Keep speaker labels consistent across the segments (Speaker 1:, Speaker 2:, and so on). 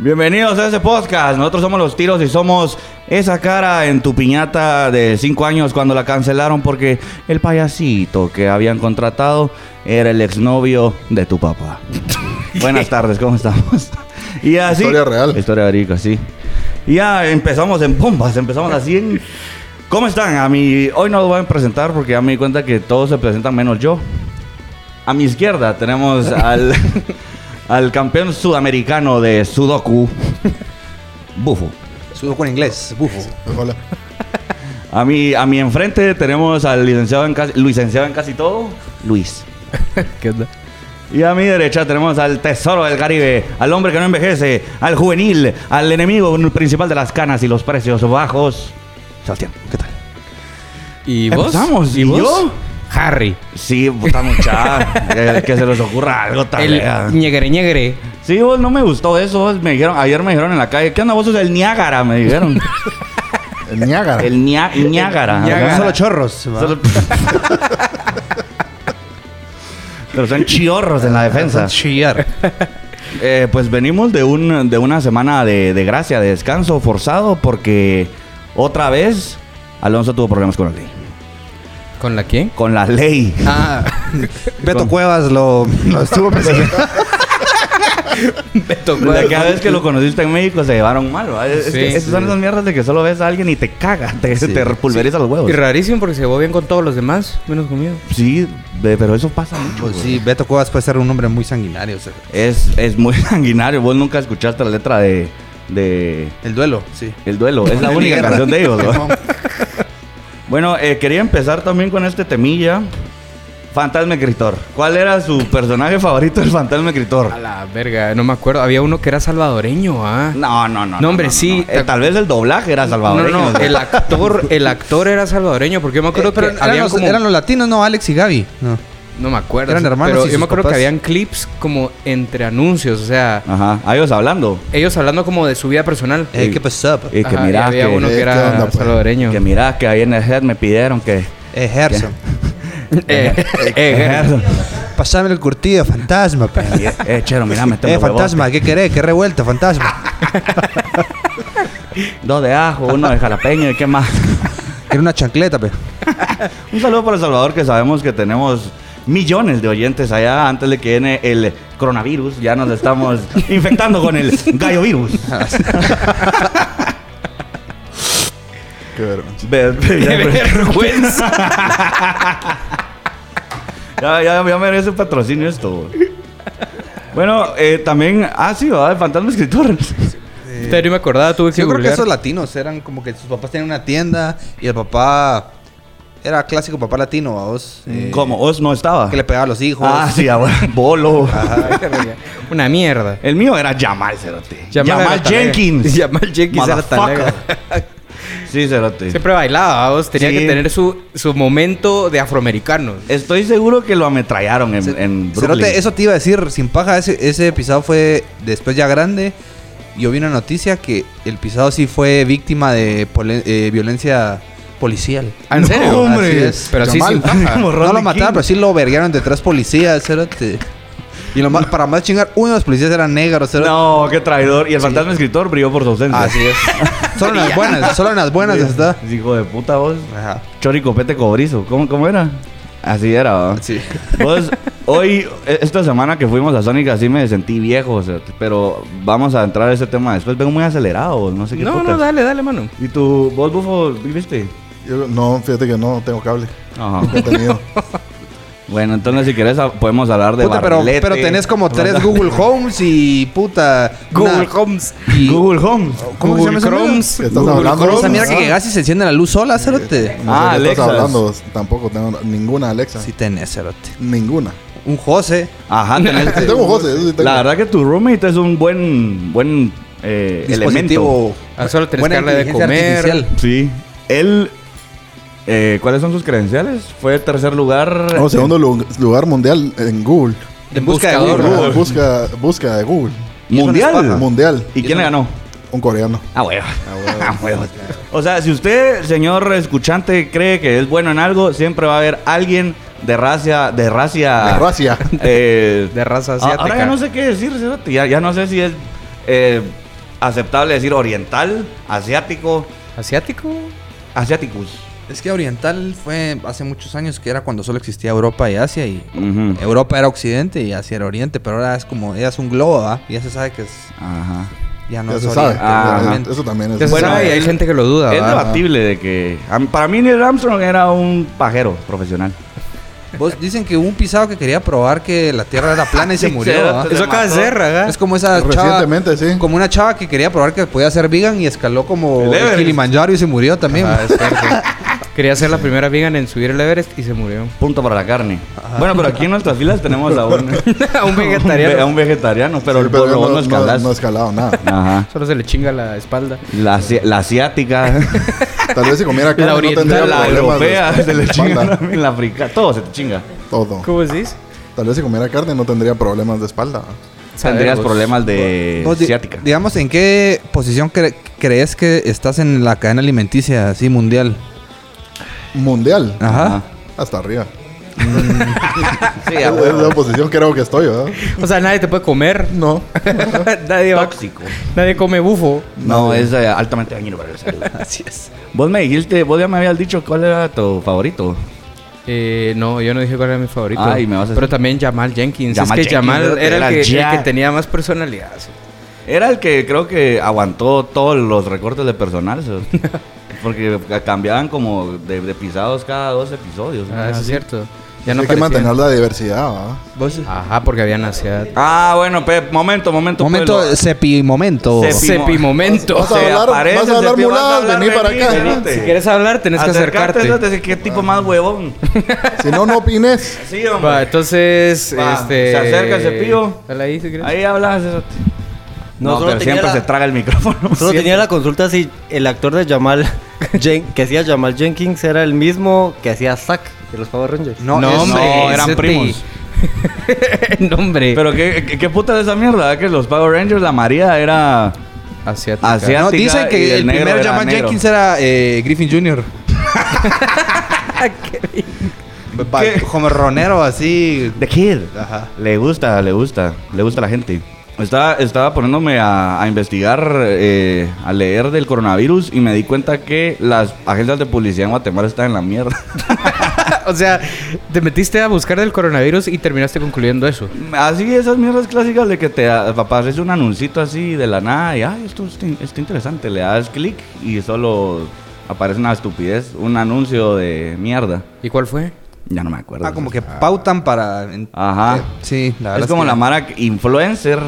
Speaker 1: Bienvenidos a este podcast. Nosotros somos los tiros y somos esa cara en tu piñata de 5 años cuando la cancelaron porque el payasito que habían contratado era el exnovio de tu papá. Buenas tardes, ¿cómo estamos? Y así.
Speaker 2: Historia real.
Speaker 1: Historia verídica, sí. Y ya empezamos en bombas, empezamos así en. ¿Cómo están? A mi, hoy no los voy a presentar porque ya me di cuenta que todos se presentan menos yo. A mi izquierda tenemos al, al campeón sudamericano de Sudoku, Bufo.
Speaker 3: Sudoku en inglés, bufo.
Speaker 2: Hola.
Speaker 1: A mi, a mi enfrente tenemos al licenciado en casi, licenciado en casi todo, Luis.
Speaker 4: ¿Qué onda?
Speaker 1: Y a mi derecha tenemos al tesoro del Caribe, al hombre que no envejece, al juvenil, al enemigo principal de las canas y los precios bajos. Sebastián, ¿qué tal?
Speaker 4: ¿Y vos?
Speaker 1: Empezamos,
Speaker 4: ¿Y,
Speaker 1: ¿y
Speaker 4: vos?
Speaker 1: yo?
Speaker 4: Harry.
Speaker 1: Sí, puta muchacha. que, que se les ocurra algo tal.
Speaker 4: El
Speaker 1: vez.
Speaker 4: ñegre ñegre.
Speaker 1: Sí, vos no me gustó eso. vos me dijeron, ayer me dijeron en la calle, ¿qué onda vos sos el Niágara? Me dijeron.
Speaker 2: El Niágara.
Speaker 1: el Ña- Niágara.
Speaker 3: Ah, Ya,
Speaker 1: Ajá.
Speaker 3: solo chorros. ¿va?
Speaker 1: Solo- Pero son chiorros en la defensa.
Speaker 3: Ah, Chillar.
Speaker 1: Eh, pues venimos de, un, de una semana de, de gracia, de descanso forzado, porque otra vez Alonso tuvo problemas con la ley.
Speaker 4: ¿Con la quién?
Speaker 1: Con la ley.
Speaker 4: Ah,
Speaker 3: Beto Cuevas lo, lo estuvo persiguiendo.
Speaker 4: Beto
Speaker 1: La
Speaker 4: Cuevas.
Speaker 1: cada vez que lo conociste en México se llevaron mal, ¿va? Es- es
Speaker 4: Sí,
Speaker 1: que esas
Speaker 4: sí.
Speaker 1: son esas mierdas de que solo ves a alguien y te caga, te, te pulveriza los huevos.
Speaker 4: Y rarísimo porque se llevó bien con todos los demás, menos conmigo.
Speaker 1: Sí, ve- pero eso pasa mucho.
Speaker 3: Pues
Speaker 1: güey.
Speaker 3: sí, Beto Cuevas puede ser un hombre muy sanguinario. o sea,
Speaker 1: Es, es muy sanguinario. Vos nunca escuchaste la letra de, de
Speaker 3: el duelo, sí.
Speaker 1: El Duelo. Es la única
Speaker 3: Mierda.
Speaker 1: canción de ellos. ¿no? bueno, eh, quería empezar también con este temilla. Fantasma Escritor. ¿Cuál era su personaje favorito del Fantasma Escritor?
Speaker 4: A la verga, no me acuerdo. Había uno que era salvadoreño, ¿ah?
Speaker 1: No, no, no.
Speaker 4: hombre, sí.
Speaker 1: Eh, tal vez el doblaje era salvadoreño.
Speaker 4: No, no,
Speaker 1: ¿sí?
Speaker 4: el actor, el actor era salvadoreño, porque yo me acuerdo
Speaker 3: Eh, pero
Speaker 4: que
Speaker 3: eran
Speaker 4: habían
Speaker 3: los,
Speaker 4: como...
Speaker 3: eran los latinos, no, Alex y Gaby. No.
Speaker 4: No me acuerdo.
Speaker 3: eran
Speaker 4: sí,
Speaker 3: hermanos
Speaker 4: Pero
Speaker 3: y
Speaker 4: yo me
Speaker 3: sus
Speaker 4: acuerdo que
Speaker 3: papás.
Speaker 4: habían clips como entre anuncios, o sea,
Speaker 1: Ajá. A ellos hablando.
Speaker 4: ellos hablando como de su vida personal.
Speaker 3: Eh, ¿Qué pasó?
Speaker 1: Y que
Speaker 4: Ajá,
Speaker 1: mirá
Speaker 4: había
Speaker 1: que,
Speaker 4: uno
Speaker 2: eh,
Speaker 4: que
Speaker 2: ¿qué
Speaker 4: era
Speaker 2: onda, pues?
Speaker 4: salvadoreño.
Speaker 1: que mirá que ahí en el head me pidieron que...
Speaker 3: Eh, Gerson.
Speaker 4: Eh, eh,
Speaker 3: Pasame el curtido, fantasma. pe.
Speaker 1: Eh, eh, chero, mirá, me tengo
Speaker 3: Eh, fantasma, ¿qué querés? ¿Qué revuelta, fantasma?
Speaker 1: Dos de ajo, uno de jalapeño y qué más.
Speaker 3: Era una chancleta, pe.
Speaker 1: Un saludo para El Salvador, que sabemos que tenemos millones de oyentes allá antes de que viene el coronavirus. Ya nos estamos infectando con el gallo virus.
Speaker 2: Qué vergüenza.
Speaker 1: Ve- ve- ya-
Speaker 4: ¡Qué vergüenza!
Speaker 1: Ya, ya, ya merece patrocinio esto. güey. Bueno, eh, también... Ah, sí, ¿verdad? El fantasma escritor.
Speaker 4: Pero yo me acordaba, tuve que
Speaker 3: Yo creo que
Speaker 4: googlear.
Speaker 3: esos latinos eran como que sus papás tenían una tienda y el papá era clásico papá latino, vos. Eh,
Speaker 1: Como Oz no estaba.
Speaker 3: Que le pegaba a los hijos.
Speaker 1: Ah, sí, ahora. Bolo.
Speaker 4: Una mierda.
Speaker 1: El mío era Jamal Cerote.
Speaker 4: Jamal
Speaker 1: Jamal,
Speaker 4: era talega.
Speaker 1: Jenkins.
Speaker 4: Jamal Jenkins era
Speaker 1: Motherfucker. Sí, Cerote.
Speaker 4: Siempre bailaba, vos. Tenía
Speaker 1: Sí.
Speaker 4: que tener su, su momento de afroamericano.
Speaker 1: Estoy seguro que lo ametrallaron en, en
Speaker 3: Cerote,
Speaker 1: Brooklyn.
Speaker 3: eso te iba a decir, sin paja, ese, ese pisado fue después ya grande. Yo vi una noticia que el pisado sí fue víctima de pole- eh, violencia policial.
Speaker 4: Ah, ¿En serio?
Speaker 3: hombre.
Speaker 4: Así es. Pero así
Speaker 2: Jamal.
Speaker 4: sin paja.
Speaker 1: Como
Speaker 3: no
Speaker 1: Rodney
Speaker 3: lo mataron,
Speaker 1: King.
Speaker 3: pero sí lo verguearon de tres policías, cerote. Y lo más, para más chingar, uno de los policías era negro, cerote.
Speaker 1: No, qué traidor. Y el fantasma escritor brilló por su ausencia.
Speaker 3: Así es. Solo en las buenas, solo en las buenas está.
Speaker 1: Hijo de puta vos.
Speaker 3: Ajá.
Speaker 1: Choricopete cobrizo. ¿Cómo, cómo era? Así era, ¿va?
Speaker 3: Sí.
Speaker 1: Vos, hoy, e- esta semana que fuimos a Sonic, así me sentí viejo, o sea, pero vamos a entrar a ese tema después. Vengo muy acelerado, vos, no sé qué
Speaker 4: No,
Speaker 1: putas.
Speaker 4: no, dale, dale, mano.
Speaker 1: ¿Y tu vos, bufo, viviste?
Speaker 2: Yo- no, fíjate que no tengo cable.
Speaker 1: Ajá.
Speaker 2: Nunca he tenido.
Speaker 1: bueno, entonces si querés a- podemos hablar de
Speaker 3: Puta, pero,
Speaker 1: barlete.
Speaker 3: pero tenés como tres Google Homes y puta.
Speaker 4: Google
Speaker 3: una-
Speaker 4: Homes.
Speaker 3: y-
Speaker 1: Google Home.
Speaker 2: Oh,
Speaker 3: ¿Cómo se
Speaker 4: Google
Speaker 3: llama esa mierda?
Speaker 4: Chromes.
Speaker 2: ¿Estás
Speaker 4: Google
Speaker 2: hablando?
Speaker 4: Chrome.
Speaker 3: Esa mierda que
Speaker 2: Ah.
Speaker 3: llegas y se enciende la luz sola, cerote.
Speaker 2: No
Speaker 1: Ah,
Speaker 2: sé de qué estás
Speaker 1: Alexas.
Speaker 2: hablando. Tampoco tengo ninguna Alexa.
Speaker 3: Sí tenés, cerote.
Speaker 2: Ninguna.
Speaker 3: Un José.
Speaker 1: Ajá, tenés.
Speaker 2: Sí tengo José. eso sí tengo.
Speaker 1: La verdad que tu roommate es un buen, buen eh, elemento.
Speaker 3: Dispositivo.
Speaker 4: Ah, solo tenés
Speaker 3: Buena
Speaker 4: que darle de
Speaker 3: inteligencia
Speaker 4: comer.
Speaker 3: artificial.
Speaker 1: Sí. Él, eh, ¿cuáles son sus credenciales? Fue tercer lugar.
Speaker 2: No, Oh, segundo lu- lugar mundial en Google.
Speaker 3: En busca de
Speaker 4: Buscador.
Speaker 3: Google.
Speaker 2: Google, Busca, busca de Google.
Speaker 1: mundial.
Speaker 2: Mundial.
Speaker 1: ¿Y quién le ganó?
Speaker 2: Un coreano.
Speaker 1: Ah, huevo. Ah, huevo. O sea, si usted, señor escuchante, cree que es bueno en algo, siempre va a haber alguien de racia, de racia.
Speaker 2: De Racia.
Speaker 1: eh,
Speaker 4: De raza
Speaker 1: Ah,
Speaker 4: asiática.
Speaker 1: Ahora ya no sé qué decir, cerote. ya, ya no sé si es eh, aceptable decir oriental, asiático,
Speaker 4: ¿Asiático?
Speaker 1: asiáticos.
Speaker 3: Es que oriental fue hace muchos años que era cuando solo existía Europa y Asia y
Speaker 1: Ujú.
Speaker 3: Europa era occidente y Asia era oriente, pero ahora es como, ella es un globo, ¿va? Y ya se sabe que es,
Speaker 1: Ajá.
Speaker 3: ya no
Speaker 2: ya
Speaker 3: es
Speaker 2: se sabe.
Speaker 3: oriente,
Speaker 1: Ah,
Speaker 2: Ajá,
Speaker 3: realmente.
Speaker 2: eso también
Speaker 4: Ya
Speaker 2: es.
Speaker 4: se
Speaker 1: Bueno,
Speaker 4: sabe, hay
Speaker 1: es-
Speaker 4: gente que lo duda.
Speaker 1: Es
Speaker 4: ¿va?
Speaker 1: debatible de que... a mí- Para mí Neil Armstrong era un pajero profesional.
Speaker 3: Vos dicen que hubo un pisado que quería probar que la Tierra era plana y se
Speaker 1: Sí,
Speaker 3: murió, ¿ah?
Speaker 1: cierto.
Speaker 3: ¿va?
Speaker 1: Se
Speaker 4: Eso acaba de
Speaker 1: mató.
Speaker 4: ser, ¿verdad?
Speaker 3: Es como esa chava,
Speaker 2: Recientemente, sí.
Speaker 3: como una chava que quería probar que podía ser vegan y escaló como
Speaker 1: El
Speaker 3: el
Speaker 1: Everest.
Speaker 3: Kilimanjaro y se murió también.
Speaker 4: Ah, es
Speaker 1: Eh,
Speaker 4: cierto. Quería ser la primera vegan en subir el Everest y se murió.
Speaker 1: Punto para la carne. Bueno, pero aquí en nuestras filas tenemos a un...
Speaker 4: A un
Speaker 1: ve- A
Speaker 4: vegetariano.
Speaker 1: un vegetariano, pero el
Speaker 2: Sí, pero
Speaker 1: por lo
Speaker 2: no,
Speaker 1: vos no
Speaker 2: no-
Speaker 1: escalás.
Speaker 2: no he escalado nada.
Speaker 1: Ajá.
Speaker 4: Solo se le chinga la espalda.
Speaker 1: La, asi- la asiática,
Speaker 2: Tal vez si comiera carne no
Speaker 4: oriental,
Speaker 2: tendría
Speaker 1: la
Speaker 2: problemas. de
Speaker 1: europea, se le chinga
Speaker 2: espalda.
Speaker 1: también la africana. Todo se te chinga.
Speaker 2: Todo.
Speaker 4: ¿Cómo decís?
Speaker 2: Tal vez si comiera carne no tendría problemas de espalda.
Speaker 1: Tendrías
Speaker 4: Saber, vos.
Speaker 1: problemas de
Speaker 3: Vos di-
Speaker 1: asiática.
Speaker 3: Digamos, ¿en qué posición cre- crees que estás en la cadena alimenticia así mundial?
Speaker 2: Mundial.
Speaker 3: Ajá.
Speaker 2: Hasta arriba.
Speaker 1: Sí,
Speaker 2: Es-
Speaker 1: a
Speaker 2: es
Speaker 1: huevo.
Speaker 2: la posición creo que estoy, ¿verdad?
Speaker 4: O sea, nadie te puede comer.
Speaker 2: No.
Speaker 4: nadie, va-
Speaker 1: Tóxico.
Speaker 4: nadie come bufo.
Speaker 1: No, es eh, altamente dañino para el salud. Así es. Vos me dijiste, vos ya me habías dicho cuál era tu favorito.
Speaker 4: Eh, no, yo no dije cuál era mi favorito.
Speaker 1: Ay, me vas a
Speaker 4: Pero
Speaker 1: decir.
Speaker 4: también Jamal Jenkins.
Speaker 1: Jamal
Speaker 4: es que
Speaker 1: Jenkins,
Speaker 4: Jamal era,
Speaker 1: era
Speaker 4: el, que,
Speaker 1: ya.
Speaker 4: el que tenía más personalidad. sí.
Speaker 1: Era el que creo que aguantó todos los recortes de personal. ¿sí? Porque ca- cambiaban como de, de pisados cada dos episodios.
Speaker 4: Ah,
Speaker 1: ¿no?
Speaker 4: eso es
Speaker 1: Así.
Speaker 4: cierto. Ya no
Speaker 2: Hay que
Speaker 4: parecía.
Speaker 2: mantener la diversidad, ¿verdad?
Speaker 1: pues?
Speaker 4: Ajá, porque había ansiedad.
Speaker 1: Ah, bueno, Pep, momento, momento.
Speaker 3: Momento,
Speaker 1: pues,
Speaker 3: cepi momento.
Speaker 1: Cepi-
Speaker 4: Sepimomento.
Speaker 2: Vas a
Speaker 1: Se
Speaker 2: hablar,
Speaker 1: aparece,
Speaker 2: vas a hablar
Speaker 1: se te vas a
Speaker 2: muladas,
Speaker 1: hablar,
Speaker 2: vení para
Speaker 1: vení,
Speaker 2: acá.
Speaker 1: venite.
Speaker 4: Si quieres hablar, tenés que
Speaker 1: Acercate,
Speaker 4: acercarte.
Speaker 1: fíjate qué tipo más huevón.
Speaker 2: Si no, no opines.
Speaker 1: Sí, hombre.
Speaker 4: Va, entonces,
Speaker 1: Va,
Speaker 4: este...
Speaker 1: se acerca el cepillo.
Speaker 4: Dale ahí, si quieres.
Speaker 1: Ahí hablas. eso.
Speaker 5: No,
Speaker 1: No,
Speaker 5: solo
Speaker 1: pero
Speaker 5: tenía
Speaker 1: siempre
Speaker 5: la-
Speaker 1: se traga el micrófono.
Speaker 5: Solo tenía la consulta si el actor de Jamal Jen- que hacía Jamal Jenkins era el mismo que hacía Zack de los Power Rangers.
Speaker 3: No,
Speaker 1: No,
Speaker 3: es-
Speaker 1: hombre, eran
Speaker 4: ese te-
Speaker 1: primos.
Speaker 4: no, hombre.
Speaker 1: Pero qué, qué, qué puta es esa mierda, que los Power Rangers, la María era...
Speaker 4: Asiática.
Speaker 1: Asiática.
Speaker 3: No, dicen
Speaker 1: y
Speaker 3: que
Speaker 1: el
Speaker 3: el,
Speaker 1: negro
Speaker 3: primer
Speaker 1: era
Speaker 3: Jamal
Speaker 1: negro.
Speaker 3: Jenkins era eh, Griffin Jr. Pa-
Speaker 1: ¿Qué?
Speaker 3: Como ronero así.
Speaker 1: The Kid.
Speaker 3: Ajá.
Speaker 1: Le gusta, le gusta, le gusta a la gente. Estaba, estaba poniéndome a, a investigar, eh, a leer del coronavirus y me di cuenta que las agencias de publicidad en Guatemala están en la mierda.
Speaker 4: o sea, te metiste a buscar del coronavirus y terminaste concluyendo eso.
Speaker 1: Así esas mierdas clásicas de que te a- aparece un anuncito así de la nada y ay, esto está, in- está interesante, le das clic y solo aparece una estupidez, un anuncio de mierda.
Speaker 4: ¿Y cuál fue?
Speaker 1: Ya no me acuerdo.
Speaker 3: Ah, como que pautan para. en-
Speaker 1: Ajá.
Speaker 3: eh, sí, la verdad.
Speaker 1: es como
Speaker 3: que-
Speaker 1: la mara influencer.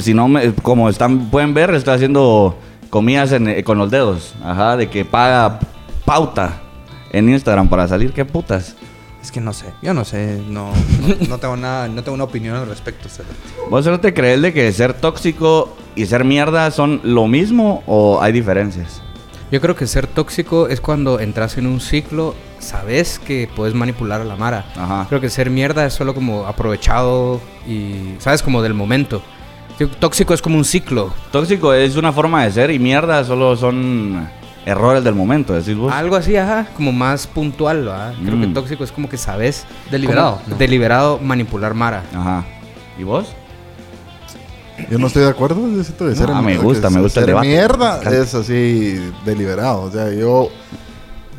Speaker 1: Si no, me- como están, pueden ver, está haciendo comidas en- eh, con los dedos. Ajá, de que paga pauta en Instagram para salir. ¿Qué putas?
Speaker 3: Es que no sé. Yo no sé. No, no, no tengo nada. No tengo una opinión al respecto. César.
Speaker 1: ¿Vos no te crees de que ser tóxico y ser mierda son lo mismo o hay diferencias?
Speaker 4: Yo creo que ser tóxico es cuando entras en un ciclo, sabes que puedes manipular a la mara.
Speaker 1: Ajá.
Speaker 4: Creo que ser mierda es solo como aprovechado y, ¿sabes? Como del momento. Yo- Tóxico es como un ciclo.
Speaker 1: Tóxico es una forma de ser y mierda solo son errores del momento, decís vos.
Speaker 4: Algo así, ajá, como más puntual, ¿verdad? Creo
Speaker 1: Mm.
Speaker 4: que tóxico es como que sabes...
Speaker 3: Deliberado,
Speaker 4: cómo
Speaker 3: ¿no?
Speaker 4: Deliberado manipular mara.
Speaker 1: Ajá. ¿Y vos?
Speaker 2: Yo no estoy de acuerdo. yo siento que ser-
Speaker 1: Ah, me gusta,
Speaker 2: que
Speaker 1: me gusta el
Speaker 2: ser
Speaker 1: debate. Me
Speaker 2: mierda
Speaker 1: encanta.
Speaker 2: es así deliberado. O sea, yo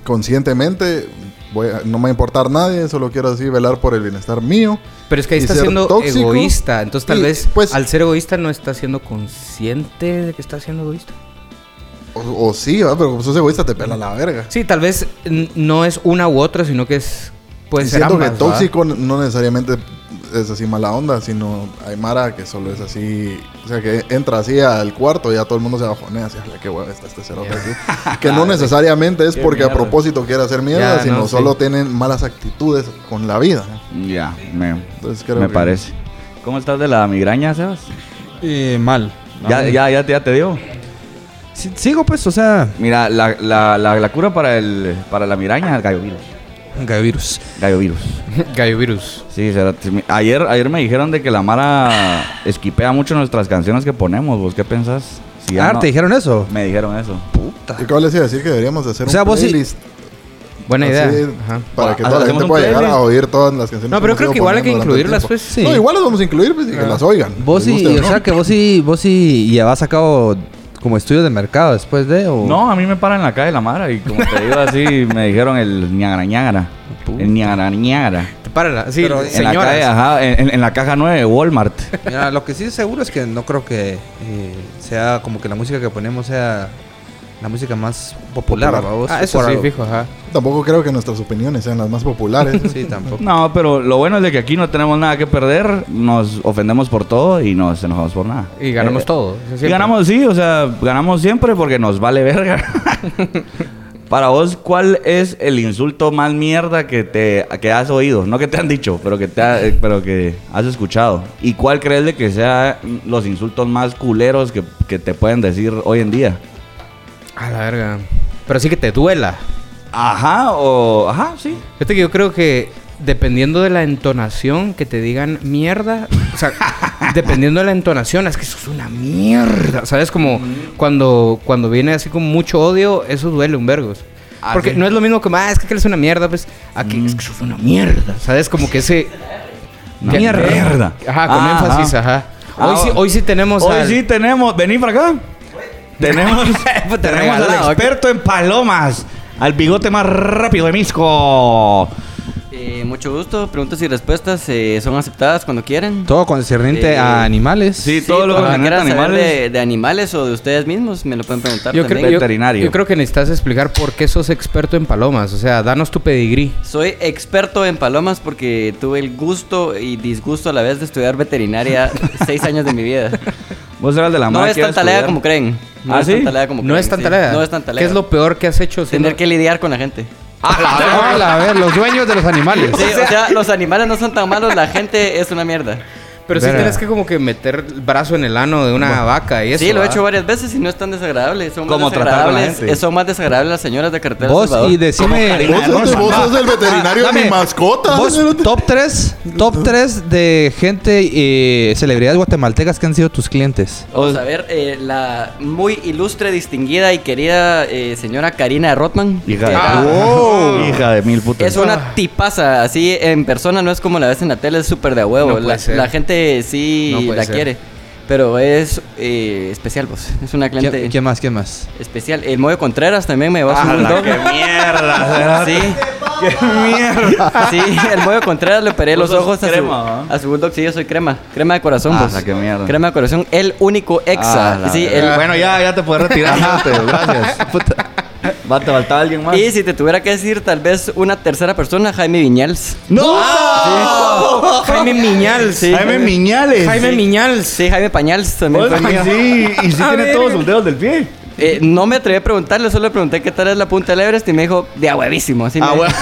Speaker 2: conscientemente voy a- no me va a importar nadie, solo quiero así velar por el bienestar mío.
Speaker 4: Pero es que ahí
Speaker 2: Y
Speaker 4: está
Speaker 2: ser
Speaker 4: siendo
Speaker 2: tóxico,
Speaker 4: egoísta. Entonces, tal
Speaker 2: y,
Speaker 4: vez
Speaker 2: pues-
Speaker 4: al ser egoísta no está siendo consciente de que está siendo egoísta.
Speaker 2: O, o sí, ¿verdad? pero como sos egoísta te pela la verga.
Speaker 4: Sí, tal vez n- no es una u otra, sino que es. Puede
Speaker 2: Y
Speaker 4: ser
Speaker 2: siento
Speaker 4: pues, ambas,
Speaker 2: que
Speaker 4: ¿verdad?
Speaker 2: tóxico no necesariamente es así mala onda, sino hay Mara que solo es así, o sea, que entra así al cuarto y ya todo el mundo se bajonea, así, "Ala, qué hueva está este cerote aquí". Que no necesariamente es
Speaker 1: Qué
Speaker 2: porque a
Speaker 1: mierda.
Speaker 2: propósito quiere hacer mierda,
Speaker 4: Ya,
Speaker 2: sino
Speaker 4: no, sí.
Speaker 2: solo tienen malas actitudes con la vida.
Speaker 1: Ya, me, pues,
Speaker 2: Entonces creo
Speaker 1: me
Speaker 2: que-
Speaker 1: parece. ¿Cómo estás de la migraña, Sebas?
Speaker 3: mal.
Speaker 1: ¿Ya, ya, ya, te- ya te dio?
Speaker 3: Si- Sigo pues, o sea.
Speaker 1: Mira, la, la, la, la cura para el para la miraña es gallo virus.
Speaker 3: Gallo virus.
Speaker 1: Gallo virus.
Speaker 4: Gallo virus.
Speaker 1: Sí, será- ayer, ayer me dijeron de que la Mara esquipea mucho nuestras canciones que ponemos. ¿Vos qué pensás? Si ya
Speaker 3: ah,
Speaker 1: no-
Speaker 3: te dijeron eso.
Speaker 1: Me dijeron eso.
Speaker 3: Puta.
Speaker 2: ¿Y qué les iba a decir que deberíamos de hacer
Speaker 3: O sea,
Speaker 2: un
Speaker 3: vos sí-
Speaker 2: playlist
Speaker 4: Buena
Speaker 2: así
Speaker 4: idea. Ajá.
Speaker 2: para que
Speaker 1: Ah,
Speaker 2: toda la
Speaker 1: ¿hacemos
Speaker 2: gente
Speaker 1: un
Speaker 2: pueda llegar a
Speaker 1: playlist?
Speaker 2: oír todas las canciones?
Speaker 4: No, pero
Speaker 2: hemos
Speaker 4: creo
Speaker 2: ido
Speaker 4: que igual hay que
Speaker 2: poniendo durante
Speaker 4: incluirlas,
Speaker 2: el tiempo?
Speaker 4: pues.
Speaker 3: Sí.
Speaker 2: No, igual las vamos a incluir pues, y que las oigan.
Speaker 3: Vos
Speaker 2: les
Speaker 3: sí,
Speaker 2: guste
Speaker 3: o sea que vos sí, vos sí llevas a cabo como estudios de mercado después de o
Speaker 1: No, a mí me paran en la calle la Mara y como te digo así, me dijeron el ñagara ñagara. El ñagara ñagara.
Speaker 4: Te para la- sí,
Speaker 3: Pero en la
Speaker 1: En la,
Speaker 4: señoras.
Speaker 1: calle, ajá, en, en- en la caja 9 de Walmart.
Speaker 3: Mira, lo que sí es seguro es que no creo que eh, sea como que la música que ponemos sea la música más popular,
Speaker 2: Popular.
Speaker 3: ¿va vos?
Speaker 4: Ah, eso
Speaker 3: Por
Speaker 4: sí,
Speaker 3: algo.
Speaker 4: fijo, ajá.
Speaker 2: Tampoco creo que nuestras opiniones sean las más populares.
Speaker 3: Sí, tampoco.
Speaker 1: No, pero lo bueno es de que aquí no tenemos nada que perder, nos ofendemos por todo y nos enojamos por nada.
Speaker 4: Y ganamos
Speaker 1: Eh,
Speaker 4: todo. eso
Speaker 1: Y
Speaker 4: siempre.
Speaker 1: ganamos, sí, o sea, ganamos siempre porque nos vale verga. Para vos, ¿cuál es el insulto más mierda que te que has oído? No que te han dicho, pero que te ha- eh, pero que has escuchado. ¿Y cuál crees de que sea los insultos más culeros que, que te pueden decir hoy en día?
Speaker 4: A la verga. Pero sí que te duela.
Speaker 1: Ajá, o. Ajá, sí.
Speaker 4: Fíjate que yo creo que dependiendo de la entonación que te digan mierda, o sea, dependiendo de la entonación, es que eso es una mierda. ¿Sabes? Como cuando, cuando viene así con mucho odio, eso duele un vergos.
Speaker 1: Ah,
Speaker 4: Porque
Speaker 1: sí.
Speaker 4: no es lo mismo que, ah, es que eres una mierda, pues, aquí es que sos una mierda. ¿Sabes? Como que ese...
Speaker 1: No,
Speaker 4: que-
Speaker 1: mierda.
Speaker 4: Ajá, con
Speaker 1: Ah,
Speaker 4: énfasis,
Speaker 1: ajá.
Speaker 4: ajá. Hoy,
Speaker 1: Ah,
Speaker 4: sí, hoy sí tenemos
Speaker 1: Hoy
Speaker 4: al-
Speaker 1: sí tenemos. Vení para acá. Pues Tenemos, tenemos al
Speaker 4: regalado, ¿qué?
Speaker 1: experto en palomas. Al bigote más rápido de Misco.
Speaker 6: Eh, mucho gusto. Preguntas y respuestas eh, son aceptadas cuando quieren.
Speaker 3: Todo concerniente
Speaker 6: Eh,
Speaker 3: a animales.
Speaker 1: sí. todo lo
Speaker 6: todo
Speaker 1: que genera
Speaker 6: quieran saber
Speaker 1: animales.
Speaker 6: De, de animales o de ustedes mismos, me lo pueden preguntar
Speaker 4: Yo, creo-
Speaker 6: también.
Speaker 4: yo-
Speaker 1: Veterinario.
Speaker 4: yo creo que necesitas explicar por qué sos experto en palomas. O sea, danos tu pedigrí.
Speaker 6: Soy experto en palomas porque tuve el gusto y disgusto a la vez de estudiar veterinaria seis años de mi vida.
Speaker 1: Vos eras de la
Speaker 6: No
Speaker 1: madre
Speaker 6: es
Speaker 1: que
Speaker 6: tan
Speaker 1: ibas a
Speaker 6: tarea
Speaker 1: estudiar.
Speaker 6: como creen. No
Speaker 1: ¿Ah,
Speaker 6: es
Speaker 1: sí?
Speaker 6: tan tarea como
Speaker 4: No
Speaker 6: creen,
Speaker 4: es tan
Speaker 6: sí.
Speaker 4: tarea.
Speaker 6: No es tan tarea.
Speaker 4: ¿Qué es lo peor que has hecho?
Speaker 6: Tener
Speaker 4: siendo-
Speaker 6: que lidiar con la gente.
Speaker 1: Ah,
Speaker 4: A la ver-
Speaker 3: Ah,
Speaker 4: a la ver, los dueños de los animales.
Speaker 6: Sí, o sea, los animales no son tan malos, la gente es una mierda.
Speaker 4: Pero sí
Speaker 3: Verga.
Speaker 4: tienes que como que meter el brazo en el ano de una vaca y eso. ¿ah?
Speaker 6: sí, lo he
Speaker 4: ¿va?
Speaker 6: hecho varias veces y no es tan desagradable. Son más
Speaker 1: ¿Cómo tratar con la
Speaker 6: desagradables,
Speaker 1: gente?
Speaker 6: eh, son más desagradables las señoras de carretera. del
Speaker 3: Vos
Speaker 6: Salvador.
Speaker 3: y decime Ah,
Speaker 2: Vos sos, vos sos el veterinario de mi
Speaker 3: Dame,
Speaker 2: mascota.
Speaker 3: Vos, top 3, top 3 de gente, eh, celebridades guatemaltecas que han sido tus clientes.
Speaker 6: Vamos a ver, eh, la muy ilustre, distinguida y querida eh, señora Karina Rotman.
Speaker 1: Hija
Speaker 6: que
Speaker 1: de,
Speaker 6: era-
Speaker 1: Ah. Wow. hija de mil putas.
Speaker 6: Es una tipaza, así en persona no es como la ves en la tele, es súper de a huevo.
Speaker 4: No puede
Speaker 6: la,
Speaker 4: ser.
Speaker 6: la gente sí
Speaker 4: No puede
Speaker 6: la
Speaker 4: ser.
Speaker 6: quiere, pero es eh, especial, vos. Es una
Speaker 3: ¿Quién,
Speaker 6: cliente
Speaker 3: quién más? ¿Quién más?
Speaker 6: especial. El Moyo Contreras también me va a
Speaker 1: ¡Ah,
Speaker 6: un
Speaker 1: la
Speaker 6: dog.
Speaker 1: ¡Qué mierda!
Speaker 6: Sí.
Speaker 1: ¡Qué mierda!
Speaker 6: Sí, el Moyo Contreras le operé los
Speaker 1: Vos sos
Speaker 6: ojos a su,
Speaker 1: crema, ¿va?
Speaker 6: a su bulldog. Sí, yo soy crema. Crema de corazón,
Speaker 1: Ah,
Speaker 6: vos.
Speaker 1: la que mierda.
Speaker 6: Crema de corazón. El único
Speaker 1: Ah,
Speaker 6: exa.
Speaker 1: la
Speaker 6: sí,
Speaker 1: verga.
Speaker 6: el-
Speaker 1: Bueno, ya, ya te puedes retirar. Mate, Gracias. Va, te faltaba alguien más.
Speaker 6: Y si te tuviera que decir tal vez una tercera persona, Jaime Viñals.
Speaker 1: ¡No!
Speaker 4: Jaime Miñal, sí.
Speaker 1: Ah, Jaime Miñales.
Speaker 4: Jaime
Speaker 1: Sí.
Speaker 4: Miñal.
Speaker 6: Sí, Jaime Pañals también
Speaker 1: Oye,
Speaker 6: fue mío.
Speaker 1: sí, y sí
Speaker 4: A
Speaker 1: tiene
Speaker 4: ver.
Speaker 1: todos sus dedos del pie.
Speaker 6: Eh, no me atreví a preguntarle, solo le pregunté qué tal es la punta del Everest y me dijo, de a huevísimo. Así me
Speaker 1: Ah,
Speaker 6: dijo.
Speaker 1: bueno.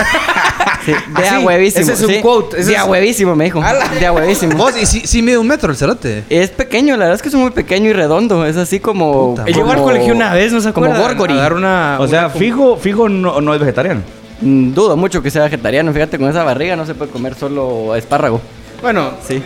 Speaker 6: Sí, de
Speaker 4: Ah,
Speaker 6: a
Speaker 4: sí,
Speaker 6: huevísimo.
Speaker 4: ese es un
Speaker 6: sí.
Speaker 4: quote, ese
Speaker 6: De
Speaker 4: es-
Speaker 6: a huevísimo, me dijo. De a huevísimo.
Speaker 3: Vos, y si, si mide un metro el cerote.
Speaker 6: Es pequeño, la verdad es que es muy pequeño y redondo. Es así como.
Speaker 3: Puta
Speaker 6: como-
Speaker 4: Llegó al colegio una vez, no se
Speaker 6: como
Speaker 4: acuerda.
Speaker 6: Gorgory.
Speaker 4: A dar una,
Speaker 1: O sea,
Speaker 4: una-
Speaker 1: fijo, fijo no, no es vegetariano.
Speaker 6: Mm, Dudo mucho que sea vegetariano. Fíjate, con esa barriga no se puede comer solo espárrago.
Speaker 4: Bueno,
Speaker 6: Sí.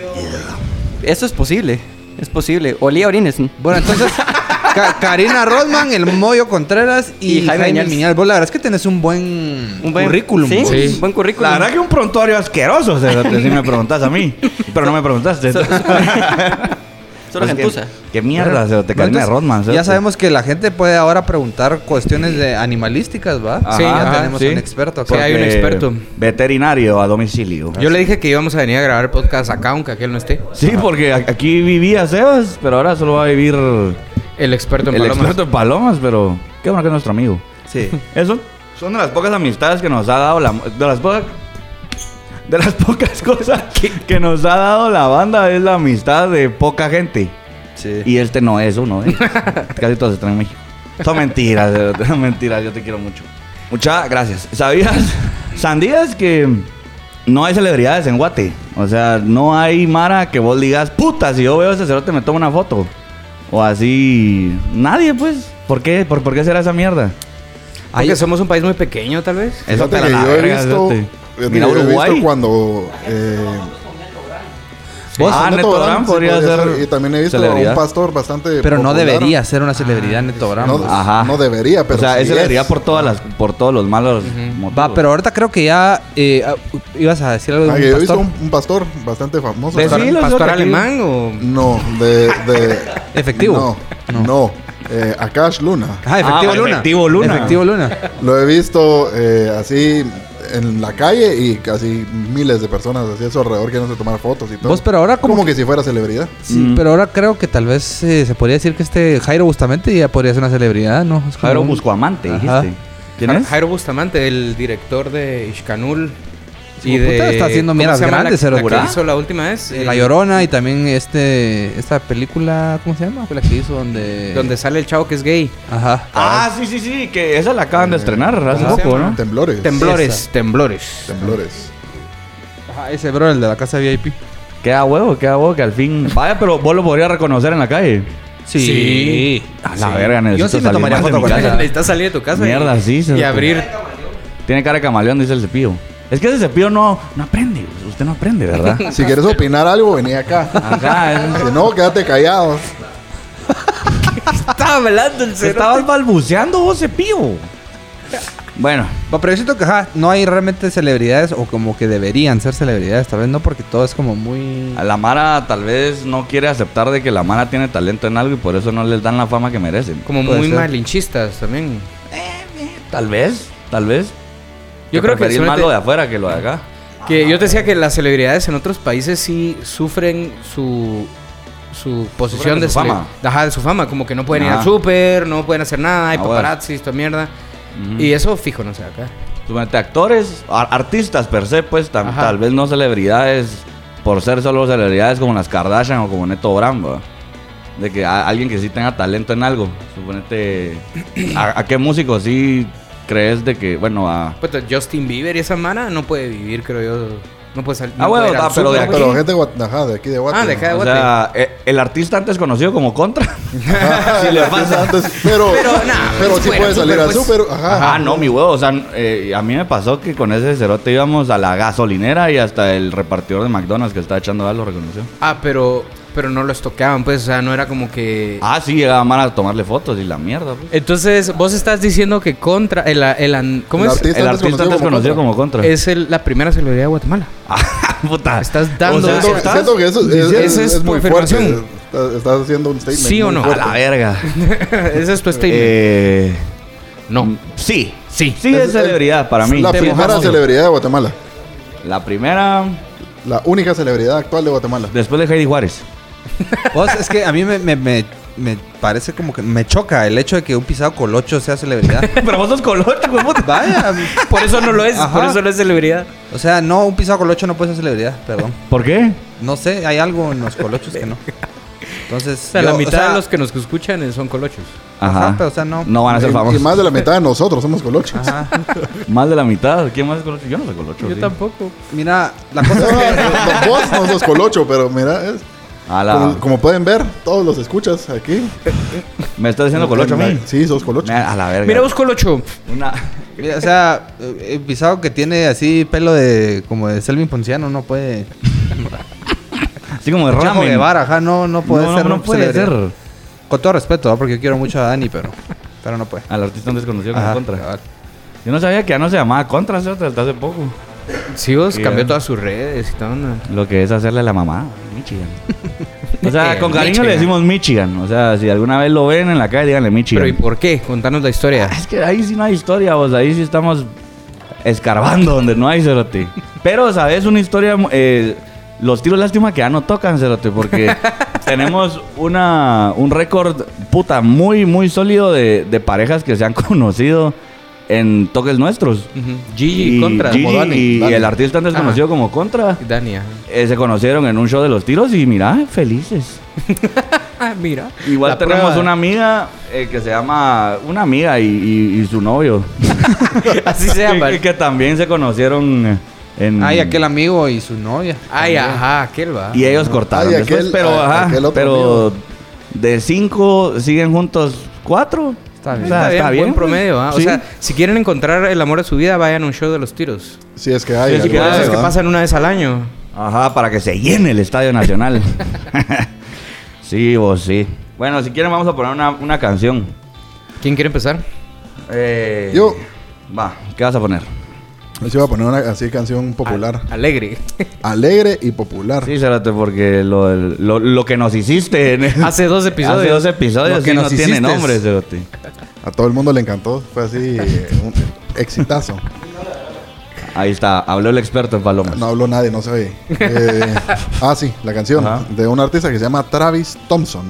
Speaker 6: Eso es posible. Es posible. Olía a orines. ¿no?
Speaker 3: Bueno, entonces, Ca- Karina Rodman, el Moyo Contreras
Speaker 6: Y
Speaker 3: y, Jaime,
Speaker 6: Jaime
Speaker 3: Miñal.
Speaker 6: Miñal.
Speaker 3: Vos, la verdad es que tenés un buen,
Speaker 6: Un buen
Speaker 3: currículum.
Speaker 6: Sí,
Speaker 3: vos.
Speaker 4: Sí.
Speaker 6: un buen currículum.
Speaker 1: La verdad que un prontuario asqueroso, Cerote, si me preguntas a mí. Pero no me preguntaste.
Speaker 6: Solo
Speaker 1: Pues que-
Speaker 6: gentuza.
Speaker 1: Qué mierda, Cerote,
Speaker 3: Bueno,
Speaker 1: Karina
Speaker 3: entonces,
Speaker 1: Rodman.
Speaker 3: Ya
Speaker 1: Cerote.
Speaker 3: sabemos que la gente puede ahora preguntar cuestiones de animalísticas, ¿va?
Speaker 1: Ajá,
Speaker 3: sí, ya
Speaker 4: ajá,
Speaker 3: tenemos
Speaker 4: sí.
Speaker 3: un experto.
Speaker 4: Sí,
Speaker 3: acá.
Speaker 4: hay un
Speaker 1: Porque
Speaker 4: experto.
Speaker 1: Veterinario a domicilio.
Speaker 4: yo le dije que íbamos a venir a grabar podcast acá, aunque aquel no esté.
Speaker 1: Sí, porque a- aquí vivía Sebas, pero ahora solo va a vivir el
Speaker 4: El experto en palomas.
Speaker 1: experto en palomas, pero qué bueno que es nuestro amigo.
Speaker 3: Sí.
Speaker 1: Eso son de las pocas amistades que nos ha dado la de las pocas de las pocas cosas que, que nos ha dado la banda es la amistad de poca gente.
Speaker 3: Sí.
Speaker 1: Y este no es uno, ¿eh? Casi todos están en México. Son mentiras, cerote, son mentiras, yo te quiero mucho. Muchas gracias. ¿Sabías, Sandías, que no hay celebridades en Guate? O sea, no hay Mara que vos digas, puta, si yo veo a ese cerote me tomo una foto. O así, nadie, pues. ¿Por qué? ¿Por, por qué será esa mierda?
Speaker 4: Porque somos un país muy pequeño, tal vez.
Speaker 1: Eso
Speaker 2: Fíjate
Speaker 1: te
Speaker 2: que
Speaker 1: la
Speaker 2: yo he
Speaker 1: verga,
Speaker 2: visto-
Speaker 1: cerote.
Speaker 2: fíjate
Speaker 1: Mira,
Speaker 2: que yo he visto
Speaker 1: Uruguay.
Speaker 2: cuando. eh,
Speaker 1: Vos,
Speaker 2: Neto
Speaker 1: ah, Neto Brand
Speaker 2: Brand, sí,
Speaker 1: podría ser
Speaker 2: Y también he visto a
Speaker 1: celebridad.
Speaker 2: un pastor bastante.
Speaker 3: Pero no
Speaker 2: popular.
Speaker 3: debería ser una celebridad Neto Brand,
Speaker 2: Ah, No,
Speaker 3: vos.
Speaker 1: Ajá.
Speaker 2: no debería, pero.
Speaker 1: o sea,
Speaker 2: sí
Speaker 1: es celebridad
Speaker 2: es.
Speaker 1: por todas las, por todos los malos motivos.
Speaker 3: Va, pero ahorita creo que ya eh, ah, ibas a decir algo de
Speaker 2: Ah,
Speaker 3: un
Speaker 2: que yo he visto
Speaker 3: pastor.
Speaker 2: un, un pastor bastante famoso.
Speaker 1: Decilo,
Speaker 4: ¿Pastor
Speaker 1: cerote, aquí-
Speaker 4: alemán o...?
Speaker 2: No, de. de
Speaker 3: Efectivo.
Speaker 2: No, no. Eh, Akash Luna.
Speaker 3: Ah, efectivo
Speaker 1: Ah,
Speaker 3: Luna.
Speaker 1: Efectivo Luna.
Speaker 3: Efectivo Luna.
Speaker 2: Lo he visto eh, así en la calle y casi miles de personas así a su alrededor queriéndose tomar fotos y todo.
Speaker 3: Vos, pero ahora como
Speaker 2: como, que, si fuera celebridad.
Speaker 3: Sí,
Speaker 1: Mm.
Speaker 3: pero ahora creo que tal vez eh, se podría decir que este Jairo Bustamante ya podría ser una celebridad, ¿no? Es como
Speaker 1: Jairo
Speaker 3: un-
Speaker 1: Buscoamante,
Speaker 3: Ajá.
Speaker 1: dijiste. ¿Quién
Speaker 4: Ja-
Speaker 1: es?
Speaker 4: Jairo Bustamante, el director de Ishkanul.
Speaker 3: Sí, puta, está haciendo
Speaker 4: ¿cómo
Speaker 3: mierdas
Speaker 4: se llama
Speaker 3: grandes,
Speaker 4: la,
Speaker 3: el
Speaker 4: la que
Speaker 3: Burá.
Speaker 4: hizo la última vez.
Speaker 3: Eh,
Speaker 4: Eh,
Speaker 3: La Llorona y también este esta película, ¿cómo se llama? Fue la que hizo donde...
Speaker 4: Donde sale el chavo que es gay.
Speaker 3: Ajá.
Speaker 1: Ah, sí, sí, sí, que esa la
Speaker 2: Eh,
Speaker 1: acaban de estrenar hace
Speaker 4: ¿cómo se
Speaker 1: poco,
Speaker 4: llama?
Speaker 1: ¿no?
Speaker 2: Temblores.
Speaker 4: Temblores,
Speaker 3: esa.
Speaker 4: temblores.
Speaker 2: Temblores.
Speaker 3: Ajá, ese bro, el de la casa VIP.
Speaker 1: Queda huevo, queda huevo que al fin. Vaya, pero vos lo podrías reconocer en la calle.
Speaker 4: Sí.
Speaker 1: A la verga, necesito
Speaker 3: Yo sí me
Speaker 1: salir
Speaker 3: tomaría
Speaker 1: más de
Speaker 3: foto
Speaker 1: mi
Speaker 3: con él.
Speaker 1: casa.
Speaker 4: Necesitas salir de tu casa y-
Speaker 1: Mierda, sí, se
Speaker 4: y,
Speaker 1: lo-
Speaker 4: abrir.
Speaker 1: Tiene cara de camaleón, dice el cepillo. Es que ese cepillo no, no aprende. Usted no aprende, ¿verdad?
Speaker 2: Si quieres opinar algo, vení acá.
Speaker 1: Acá, es-
Speaker 2: Si no, quédate callado.
Speaker 6: Estaba hablando el
Speaker 1: Se estabas balbuceando vos, cepillo. Bueno,
Speaker 3: Bueno, pero yo siento que ajá, no hay realmente celebridades o como que deberían ser celebridades, tal vez no porque todo es como muy...
Speaker 1: a la Mara tal vez no quiere aceptar de que la Mara tiene talento en algo y por eso no les dan la fama que merecen.
Speaker 4: Como
Speaker 3: Puede
Speaker 4: muy
Speaker 3: ser.
Speaker 4: malinchistas también.
Speaker 1: Tal vez, tal vez.
Speaker 4: Yo creo que
Speaker 1: es
Speaker 4: solamente-
Speaker 1: malo de afuera que lo de acá.
Speaker 4: Que yo te decía que las celebridades en otros países sí sufren su su posición
Speaker 1: de
Speaker 4: de
Speaker 1: su
Speaker 4: cele-
Speaker 1: fama.
Speaker 4: Ajá, de su fama, como que no pueden ir
Speaker 1: Ajá.
Speaker 4: al súper, no pueden hacer nada, hay
Speaker 1: Ah, bueno.
Speaker 4: paparazzis, esta mierda. Y eso fijo, no sé, acá.
Speaker 1: Suponete actores, ar- artistas per se, pues tam-
Speaker 4: Ajá.
Speaker 1: tal vez no celebridades por ser solo celebridades como las Kardashian o como Neto Bramba. De que a- alguien que sí tenga talento en algo. Suponete. ¿A, a qué músico sí crees de que, bueno, a.
Speaker 4: Pues, Justin Bieber y esa mana no puede vivir, creo yo. No puede salir.
Speaker 1: Ah, bueno, ah, pero de
Speaker 2: Pero,
Speaker 1: aquí-
Speaker 2: pero gente de Guat- ajá, de aquí de Guate.
Speaker 4: Ah, de acá de
Speaker 1: O
Speaker 4: Guate.
Speaker 1: sea, e- el artista antes conocido como Contra.
Speaker 2: Ajá,
Speaker 1: Sí le
Speaker 2: antes-
Speaker 1: pasa.
Speaker 2: antes,
Speaker 4: Pero,
Speaker 2: pero, pero,
Speaker 4: nah,
Speaker 2: sí
Speaker 4: fuera,
Speaker 2: puede salir
Speaker 4: súper,
Speaker 2: al
Speaker 4: pues.
Speaker 2: súper. Ajá.
Speaker 1: Ah, no, mi huevo. O sea, eh, a mí me pasó que con ese cerote íbamos a la gasolinera y hasta el repartidor de McDonald's que estaba echando gas lo reconoció.
Speaker 4: Ah, pero pero no los tocaban, pues, o sea, no era como que
Speaker 1: Ah, sí, llegaba mal a tomarle fotos y la mierda. pues.
Speaker 4: Entonces, vos estás diciendo que contra el el an- ¿cómo
Speaker 2: El
Speaker 4: es?
Speaker 2: artista
Speaker 1: El artista antes conocido como Contra.
Speaker 4: Es el- la primera celebridad de Guatemala.
Speaker 1: Ah, puta.
Speaker 4: Estás dando-
Speaker 1: O sea,
Speaker 2: Siento,
Speaker 1: estás-
Speaker 2: siento que eso es,
Speaker 4: Ese
Speaker 2: es-
Speaker 4: es
Speaker 2: es muy fuerte.
Speaker 4: confirmación.
Speaker 2: Estás, estás haciendo un statement.
Speaker 4: ¿Sí o
Speaker 2: muy
Speaker 4: no?
Speaker 1: A
Speaker 2: fuerte.
Speaker 1: la verga.
Speaker 4: Ese es tu statement.
Speaker 1: Eh,
Speaker 4: no.
Speaker 1: sí.
Speaker 4: Sí.
Speaker 1: Sí es,
Speaker 2: Es-
Speaker 1: celebridad para mí.
Speaker 2: La
Speaker 4: Te
Speaker 2: primera
Speaker 4: mojaste.
Speaker 2: celebridad de Guatemala.
Speaker 1: La primera,
Speaker 2: La única celebridad actual de Guatemala.
Speaker 1: después de Heidi Juárez.
Speaker 3: Vos, Pues, es que a mí me, me, me- me parece como que me choca el hecho de que un pisado colocho sea celebridad.
Speaker 1: Pero vos sos colocho, güey, puta.
Speaker 3: Vaya,
Speaker 6: Por eso no lo es,
Speaker 3: Ajá.
Speaker 6: por eso no es celebridad.
Speaker 3: o sea, no, un pisado colocho no puede ser celebridad, perdón.
Speaker 1: ¿Por qué?
Speaker 3: No sé, hay algo en los colochos que no. Entonces,
Speaker 4: O sea,
Speaker 3: yo-
Speaker 4: la mitad
Speaker 3: o sea,
Speaker 4: de los que nos escuchan eh, son colochos.
Speaker 3: Ajá, pero, o sea, no.
Speaker 1: No van a ser
Speaker 2: Y-
Speaker 1: famosos.
Speaker 2: Y más de la mitad de nosotros somos colochos.
Speaker 4: Ah.
Speaker 3: Ajá.
Speaker 1: Más de la mitad. ¿Quién más es colocho? Yo no soy colocho. sí.
Speaker 4: tampoco.
Speaker 3: Mira, la cosa es que...
Speaker 2: No, Vos no sos colocho, pero mira, es-
Speaker 1: A la-
Speaker 2: como, como pueden ver, todos los escuchas aquí.
Speaker 1: ¿Me estás diciendo colocho a mí?
Speaker 2: Sí, sos colocho.
Speaker 1: Mira, A la verga.
Speaker 4: Mira vos, colocho.
Speaker 1: Una...
Speaker 3: Mira, O sea, eh, eh, pisado que tiene así pelo de como de Selvin Ponciano no puede.
Speaker 1: Así como de
Speaker 3: Chamo
Speaker 1: ramen.
Speaker 3: Guevara, ajá, no, no puede
Speaker 1: no,
Speaker 3: ser.
Speaker 1: no puede
Speaker 3: celebridad.
Speaker 1: ser.
Speaker 3: Con todo respeto, ¿ah? porque yo quiero mucho a Dani, pero, pero no puede.
Speaker 1: Al artista un desconocido como
Speaker 3: Ajá,
Speaker 1: Contra.
Speaker 3: cabal.
Speaker 1: Yo no sabía que ya no se llamaba Contra, cerote, hasta hace poco.
Speaker 4: Sí, vos
Speaker 1: Sí,
Speaker 4: cambió
Speaker 1: eh.
Speaker 4: todas sus redes y todo. ¿no?
Speaker 1: Lo que es hacerle a la mamá. Michigan. O sea,
Speaker 4: Eh,
Speaker 1: con cariño
Speaker 4: Michigan.
Speaker 1: le decimos Michigan. O sea, si alguna vez lo ven en la calle, díganle Michigan.
Speaker 4: Pero ¿y por qué? Contanos la historia.
Speaker 1: Es que ahí sí no hay historia, vos. Ahí sí estamos escarbando donde no hay, Cerote. Pero, ¿sabes? Una historia... eh, los tiros lástima que ya no tocan, Cerote, porque tenemos una, un récord, puta, muy, muy sólido de, de parejas que se han conocido en toques nuestros.
Speaker 4: Ujú. Gigi contra Ah.
Speaker 1: Gigi
Speaker 2: como Dani,
Speaker 1: y
Speaker 2: Dani.
Speaker 1: el artista antes
Speaker 4: Ajá.
Speaker 1: conocido como Contra.
Speaker 4: Dani. ajá.
Speaker 1: eh, se conocieron en un show de los tiros y mirá, felices.
Speaker 4: Ah, mira.
Speaker 1: Igual
Speaker 4: La
Speaker 1: tenemos
Speaker 4: prueba.
Speaker 1: una amiga eh, que se llama. Una amiga y, y- y su novio.
Speaker 4: Así se llama.
Speaker 1: que, que también se conocieron en.
Speaker 3: Ay, aquel amigo y su novia.
Speaker 4: Ay,
Speaker 3: También.
Speaker 4: ajá, aquel va.
Speaker 1: Y ellos cortaron
Speaker 2: Ay,
Speaker 1: después,
Speaker 2: aquel-
Speaker 1: pero
Speaker 2: ah,
Speaker 1: ajá,
Speaker 2: aquel otro
Speaker 1: pero de cinco siguen juntos cuatro.
Speaker 3: Está bien.
Speaker 1: O sea,
Speaker 4: Está, bien, buen
Speaker 1: pues.
Speaker 4: promedio, ¿ah?
Speaker 1: Sí.
Speaker 4: O sea, si quieren encontrar el amor de su vida, vayan a un show de los tiros.
Speaker 2: Si es que hay.
Speaker 1: Sí, sí que
Speaker 2: alguna,
Speaker 1: hay,
Speaker 4: Cosas que
Speaker 2: ¿verdad?
Speaker 4: pasan una vez al año.
Speaker 1: Ajá, para que se llene el Estadio Nacional. sí, vos sí. Bueno, si quieren vamos a poner una, una canción.
Speaker 4: ¿Quién quiere empezar?
Speaker 1: Eh,
Speaker 2: Yo.
Speaker 1: Va, ¿qué vas a poner?
Speaker 2: Les iba a poner una así canción popular.
Speaker 4: A- alegre.
Speaker 2: Alegre y popular.
Speaker 1: Sí, Cerote, porque lo, del- lo, lo que nos hiciste en el-
Speaker 4: Hace dos episodios.
Speaker 1: Hace dos episodios
Speaker 3: Lo que
Speaker 1: sí
Speaker 3: nos
Speaker 1: no tiene
Speaker 3: hiciste.
Speaker 1: nombre, Cerote.
Speaker 2: A todo el mundo le encantó. Fue así eh, un exitazo.
Speaker 1: Ahí está, habló el experto en palomas.
Speaker 2: No habló nadie, no se oye. Eh, ah, sí, la canción
Speaker 1: Ajá.
Speaker 2: de un artista que se llama Travis Thompson.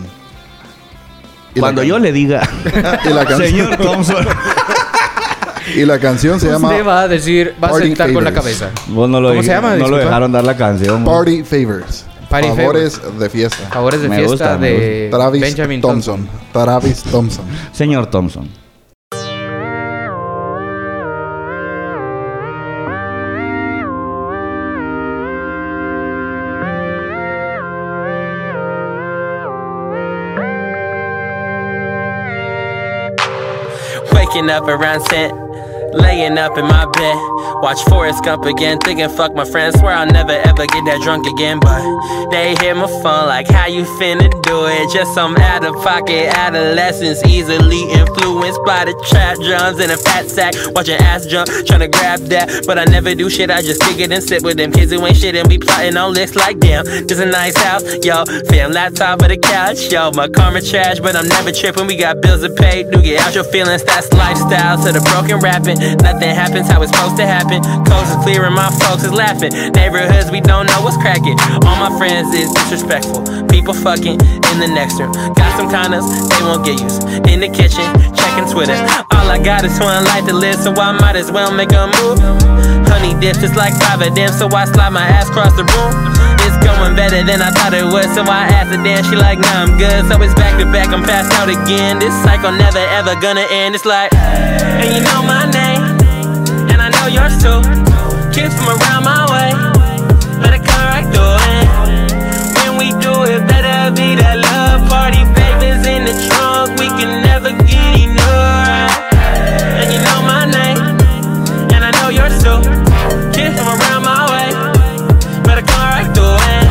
Speaker 2: Y la
Speaker 1: Cuando
Speaker 2: can-
Speaker 1: yo le diga,
Speaker 2: y la canción-
Speaker 1: señor Thompson,
Speaker 2: Y la canción se llama
Speaker 4: Usted va a decir, va a
Speaker 2: Party
Speaker 4: sentar con la
Speaker 2: favors.
Speaker 4: cabeza.
Speaker 1: vos no lo,
Speaker 4: ¿Cómo
Speaker 1: dij-
Speaker 4: se llama?
Speaker 1: no lo
Speaker 4: Disculpa.
Speaker 1: dejaron dar la canción.
Speaker 2: Party Favors.
Speaker 4: Party
Speaker 2: favores de fiesta.
Speaker 4: Favores de
Speaker 1: Me
Speaker 4: fiesta
Speaker 1: gusta, me
Speaker 4: de
Speaker 2: Travis
Speaker 4: Benjamin Thompson.
Speaker 2: Thompson. Travis Thompson.
Speaker 1: Señor Thompson.
Speaker 7: Waking up around 10, laying up in my bed. Watch Forrest Gump again, thinking fuck my friends. Swear I'll never ever get that drunk again. But they hit my phone like, how you finna do it? Just some out of pocket adolescence, easily influenced by the trap drums and a fat sack. Watching ass jump, tryna grab that. But I never do shit, I just kick it and sit with them kids who ain't shit and be plotting on licks like damn. This a nice house, yo. Fam, laptop or the couch, yo. My karma trash, but I'm never tripping. We got bills to pay. Do get out your feelings, that's lifestyle. To the broken rapping, nothing happens how it's supposed to happen. Coast is clearing, my folks is laughing. Neighborhoods, we don't know what's cracking. All my friends is disrespectful. People fucking in the next room. Got some condoms, they won't get used. In the kitchen, checking Twitter. All I got is one life to live, so I might as well make a move. Honey dips, it's like five of them, so I slide my ass across the room. It's going better than I thought it would. So I asked her, then she like, nah, I'm good. So it's back to back, I'm passed out again. This cycle never ever gonna end. It's like, and you know my name, and I know yours too. Kids from around my way, let it come right through. And when we do it, better be that love party. Babies in the trunk, we can never get enough. And you know my name, and I know yours too. Kids from around my way. Better come right through it.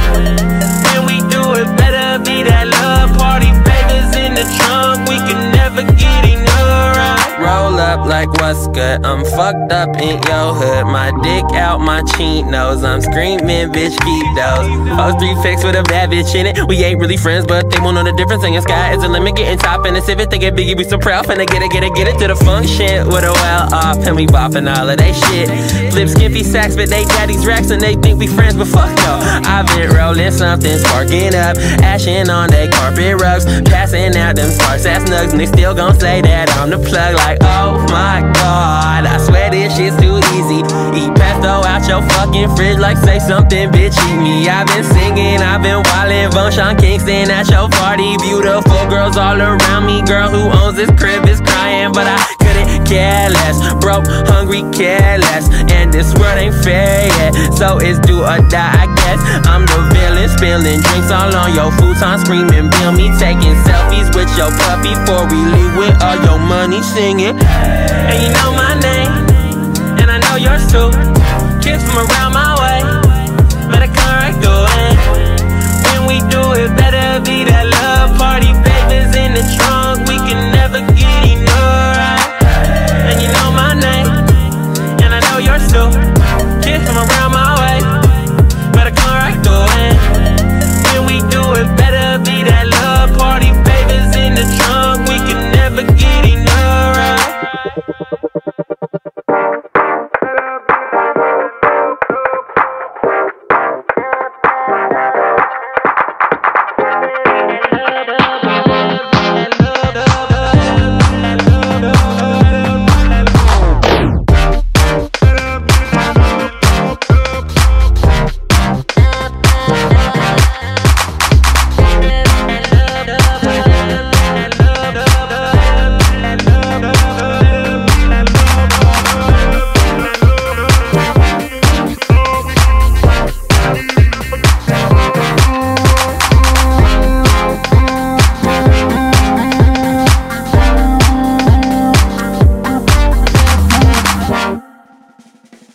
Speaker 7: When we do it, better be that love party. Babies in the trunk, we can never get enough. Right? Roll up like what's good. I'm fucked up in your hood. My dick out, my chinos. I'm screaming, bitch, keep those. Post three fix with a bad bitch in it. We ain't really friends, but they won't know the difference. And sky is the limit, getting top in the civic. They get biggie, we so proud. Finna get it, get it, get it to the function with a well uh. off. And we bopping all of they shit. Flip skimpy sacks, but they daddy's racks and they think we friends, but fuck no. I've been rolling something, sparking up, ashing on they carpet rugs, passing out them sparks ass nugs, and they still gon' say that I'm the plug. Like, oh my god, I swear this shit's too easy. Eat pesto out your fucking fridge, like say something, bitch, eat me. I've been singing, I've been wildin', Von Sean Kingston at your party. Beautiful girls all around me, girl who owns this crib is crying, but I couldn't care less. Broke, hungry, careless, and this world ain't fair yet. So it's do or die, I guess. I'm the villain, spilling drinks all on your futon, screaming, bill me, taking selfies with your puppy before we leave with all your money, singing. And you know my name, and I know yours too. Kids from around my way, better come right through. And when we do it, better be that love party, babies in the trunk, we can never get enough. Right? And you know my name, and I know yours too. Kids from around my way, better come right through. And when we do it, better be that love party, babies in the trunk, we can never get enough. Right?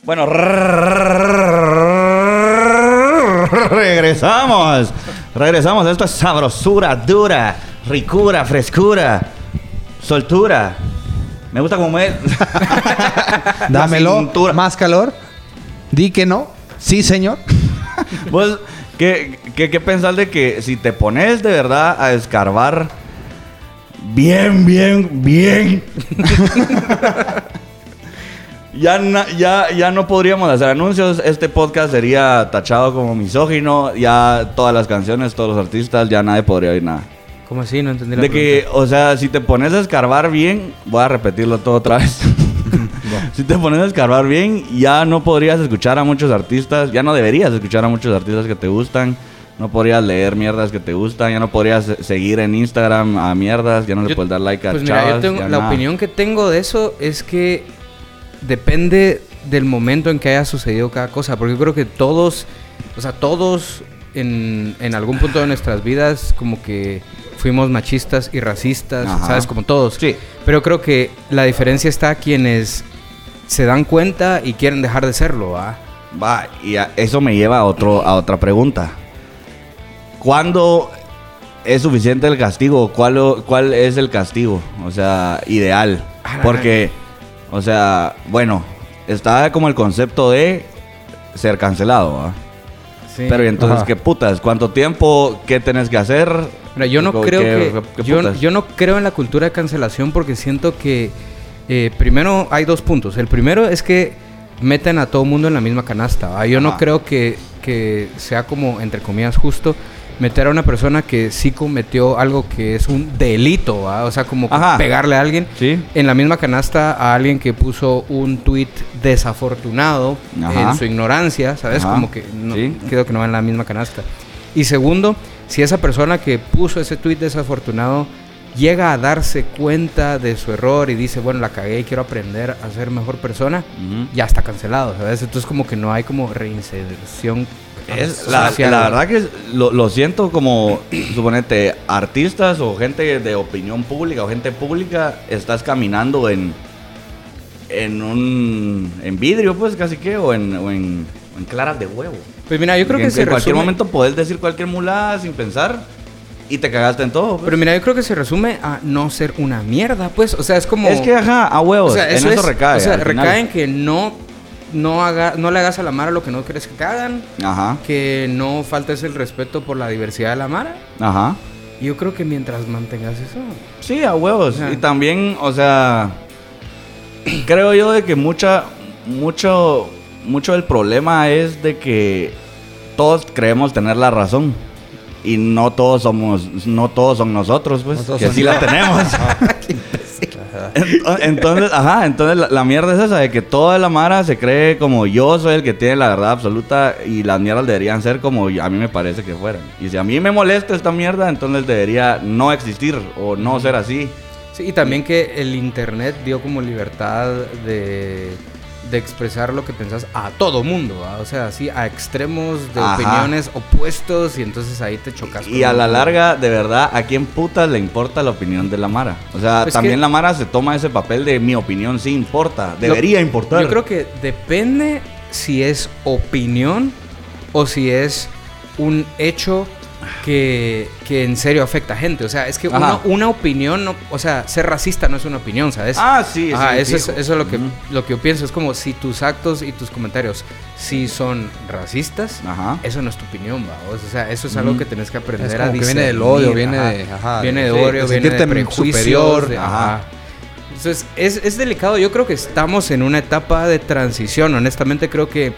Speaker 1: Bueno, regresamos. Regresamos. Esto es sabrosura, dura, ricura, frescura, soltura. Me gusta comer. La
Speaker 3: Dámelo.
Speaker 1: cintura.
Speaker 3: Más calor. Di que no. Sí, señor.
Speaker 1: Vos, ¿qué, qué, qué pensás de que si te pones de verdad a escarbar bien, bien, bien? ya, na- ya, ya no podríamos hacer anuncios. Este podcast sería tachado como misógino. Ya todas las canciones, todos los artistas, ya nadie podría oír nada.
Speaker 4: ¿Cómo así? No entendí la
Speaker 1: De que,
Speaker 4: pregunta.
Speaker 1: o sea, si te pones a escarbar bien, voy a repetirlo todo otra vez. si te pones a escarbar bien, ya no podrías escuchar a muchos artistas, ya no deberías escuchar a muchos artistas que te gustan, no podrías leer mierdas que te gustan, ya no podrías seguir en Instagram a mierdas, ya no le
Speaker 4: Yo-
Speaker 1: puedes dar like a
Speaker 4: Pues mira, yo
Speaker 1: chavas,
Speaker 4: tengo,
Speaker 1: ya
Speaker 4: la
Speaker 1: nada.
Speaker 4: opinión que tengo de eso es que depende del momento en que haya sucedido cada cosa, porque yo creo que todos, o sea, todos en, en algún punto de nuestras vidas como que fuimos machistas y racistas,
Speaker 1: Ajá.
Speaker 4: ¿sabes? Como todos.
Speaker 1: Sí.
Speaker 4: Pero creo que la diferencia está a quienes se dan cuenta y quieren dejar de serlo, ¿va?
Speaker 1: Va, y a- eso me lleva a, otro, a otra pregunta. ¿Cuándo es suficiente el castigo? ¿Cuál, o- ¿Cuál es el castigo? O sea, ideal.
Speaker 4: Ah, la
Speaker 1: Porque, o sea, bueno, está como el concepto de ser cancelado, ¿va? Pero ¿y entonces,
Speaker 3: Ajá.
Speaker 1: ¿qué putas? ¿Cuánto tiempo? ¿Qué tenés que hacer?
Speaker 4: Mira, yo no
Speaker 1: ¿Qué-
Speaker 4: creo
Speaker 1: qué-
Speaker 4: que.
Speaker 1: qué
Speaker 4: Yo,
Speaker 1: putas?
Speaker 4: yo no creo en la cultura de cancelación porque siento que. eh, primero, hay dos puntos. El primero es que meten a todo mundo en la misma canasta. ¿va? Yo no
Speaker 1: Ajá.
Speaker 4: creo que, que sea como, entre comillas, justo meter a una persona que sí cometió algo que es un delito, ¿va? o sea, como
Speaker 1: Ajá.
Speaker 4: pegarle a alguien,
Speaker 1: Sí.
Speaker 4: en la misma canasta a alguien que puso un tuit desafortunado
Speaker 1: Ajá.
Speaker 4: en su ignorancia, ¿sabes?
Speaker 1: Ajá.
Speaker 4: Como que no,
Speaker 1: Sí.
Speaker 4: creo que no va en la misma canasta. Y segundo, si esa persona que puso ese tuit desafortunado llega a darse cuenta de su error y dice, bueno, la cagué y quiero aprender a ser mejor persona,
Speaker 1: Ujú.
Speaker 4: ya está cancelado, ¿sabes? Entonces como que no hay como reinserción.
Speaker 1: Es la,
Speaker 4: Ah, social.
Speaker 1: la verdad que es- lo, lo siento como, suponete, artistas o gente de opinión pública o gente pública, estás caminando en, en un en vidrio, pues casi que, o en, o en, o en claras de huevo.
Speaker 4: Pues mira, yo creo
Speaker 1: En-
Speaker 4: que
Speaker 1: en
Speaker 4: se
Speaker 1: cualquier
Speaker 4: resume-
Speaker 1: momento podés decir cualquier mulada sin pensar y te cagaste en todo. pues.
Speaker 4: Pero mira, yo creo que se resume a no ser una mierda, pues. O sea, es como...
Speaker 1: es que, ajá, a huevos,
Speaker 4: O sea,
Speaker 1: en
Speaker 4: eso,
Speaker 1: eso,
Speaker 4: es-
Speaker 1: recae.
Speaker 4: O sea,
Speaker 1: al final.
Speaker 4: recae en que no, no, haga, no le hagas a la Mara lo que no quieres que te hagan,
Speaker 1: Ajá,
Speaker 4: que no faltes el respeto por la diversidad de la Mara.
Speaker 1: ajá.
Speaker 4: Y Yo creo que mientras mantengas eso.
Speaker 1: Sí, a huevos.
Speaker 4: Ajá.
Speaker 1: Y también, o sea, creo yo de que mucha, mucho, mucho del problema es de que todos creemos tener la razón. Y no todos somos, no todos son nosotros, pues,
Speaker 3: No todos
Speaker 1: que
Speaker 3: son
Speaker 1: sí
Speaker 3: yo.
Speaker 1: la tenemos. Ento- entonces, ajá, entonces la, la mierda es esa, de que toda la mara se cree como yo soy el que tiene la verdad absoluta y las mierdas deberían ser como yo- a mí me parece que fueran. Y si a mí me molesta esta mierda, entonces debería no existir o no ser así.
Speaker 4: Sí, y también que el internet dio como libertad de, de expresar lo que pensás a todo mundo. ¿va? O sea, así a extremos de
Speaker 1: Ajá.
Speaker 4: opiniones opuestos y entonces ahí te chocas.
Speaker 1: Y
Speaker 4: con
Speaker 1: a la
Speaker 4: un-
Speaker 1: larga, de verdad, ¿a quién putas le importa la opinión de la Mara? O sea,
Speaker 4: Pues
Speaker 1: también
Speaker 4: que-
Speaker 1: la Mara se toma ese papel de mi opinión sí importa,
Speaker 4: Lo-
Speaker 1: debería importar.
Speaker 4: Yo creo que depende si es opinión o si es un hecho que, que en serio afecta a gente. O sea, es que
Speaker 1: Ajá.
Speaker 4: una, una opinión, no- o sea, ser racista no es una opinión, ¿sabes?
Speaker 1: Ah, sí,
Speaker 4: Ajá,
Speaker 1: sí,
Speaker 4: eso, es,
Speaker 1: fijo.
Speaker 4: eso es lo que,
Speaker 1: Ujú.
Speaker 4: lo que yo pienso. Es como si tus actos y tus comentarios, si son racistas,
Speaker 1: Ajá.
Speaker 4: eso no es tu opinión, vamos. O sea, eso es algo que tenés que aprender
Speaker 3: Mm. Es
Speaker 4: a
Speaker 3: como que viene
Speaker 4: discernir,
Speaker 3: del odio,
Speaker 4: ajá.
Speaker 3: viene de- ajá,
Speaker 4: viene de
Speaker 3: sí,
Speaker 4: odio,
Speaker 3: de
Speaker 4: viene de
Speaker 3: sentirte
Speaker 4: prejuicios,
Speaker 3: superior,
Speaker 4: de-
Speaker 1: ajá.
Speaker 4: ajá. Entonces, es, es delicado. Yo creo que estamos en una etapa de transición. Honestamente, creo que,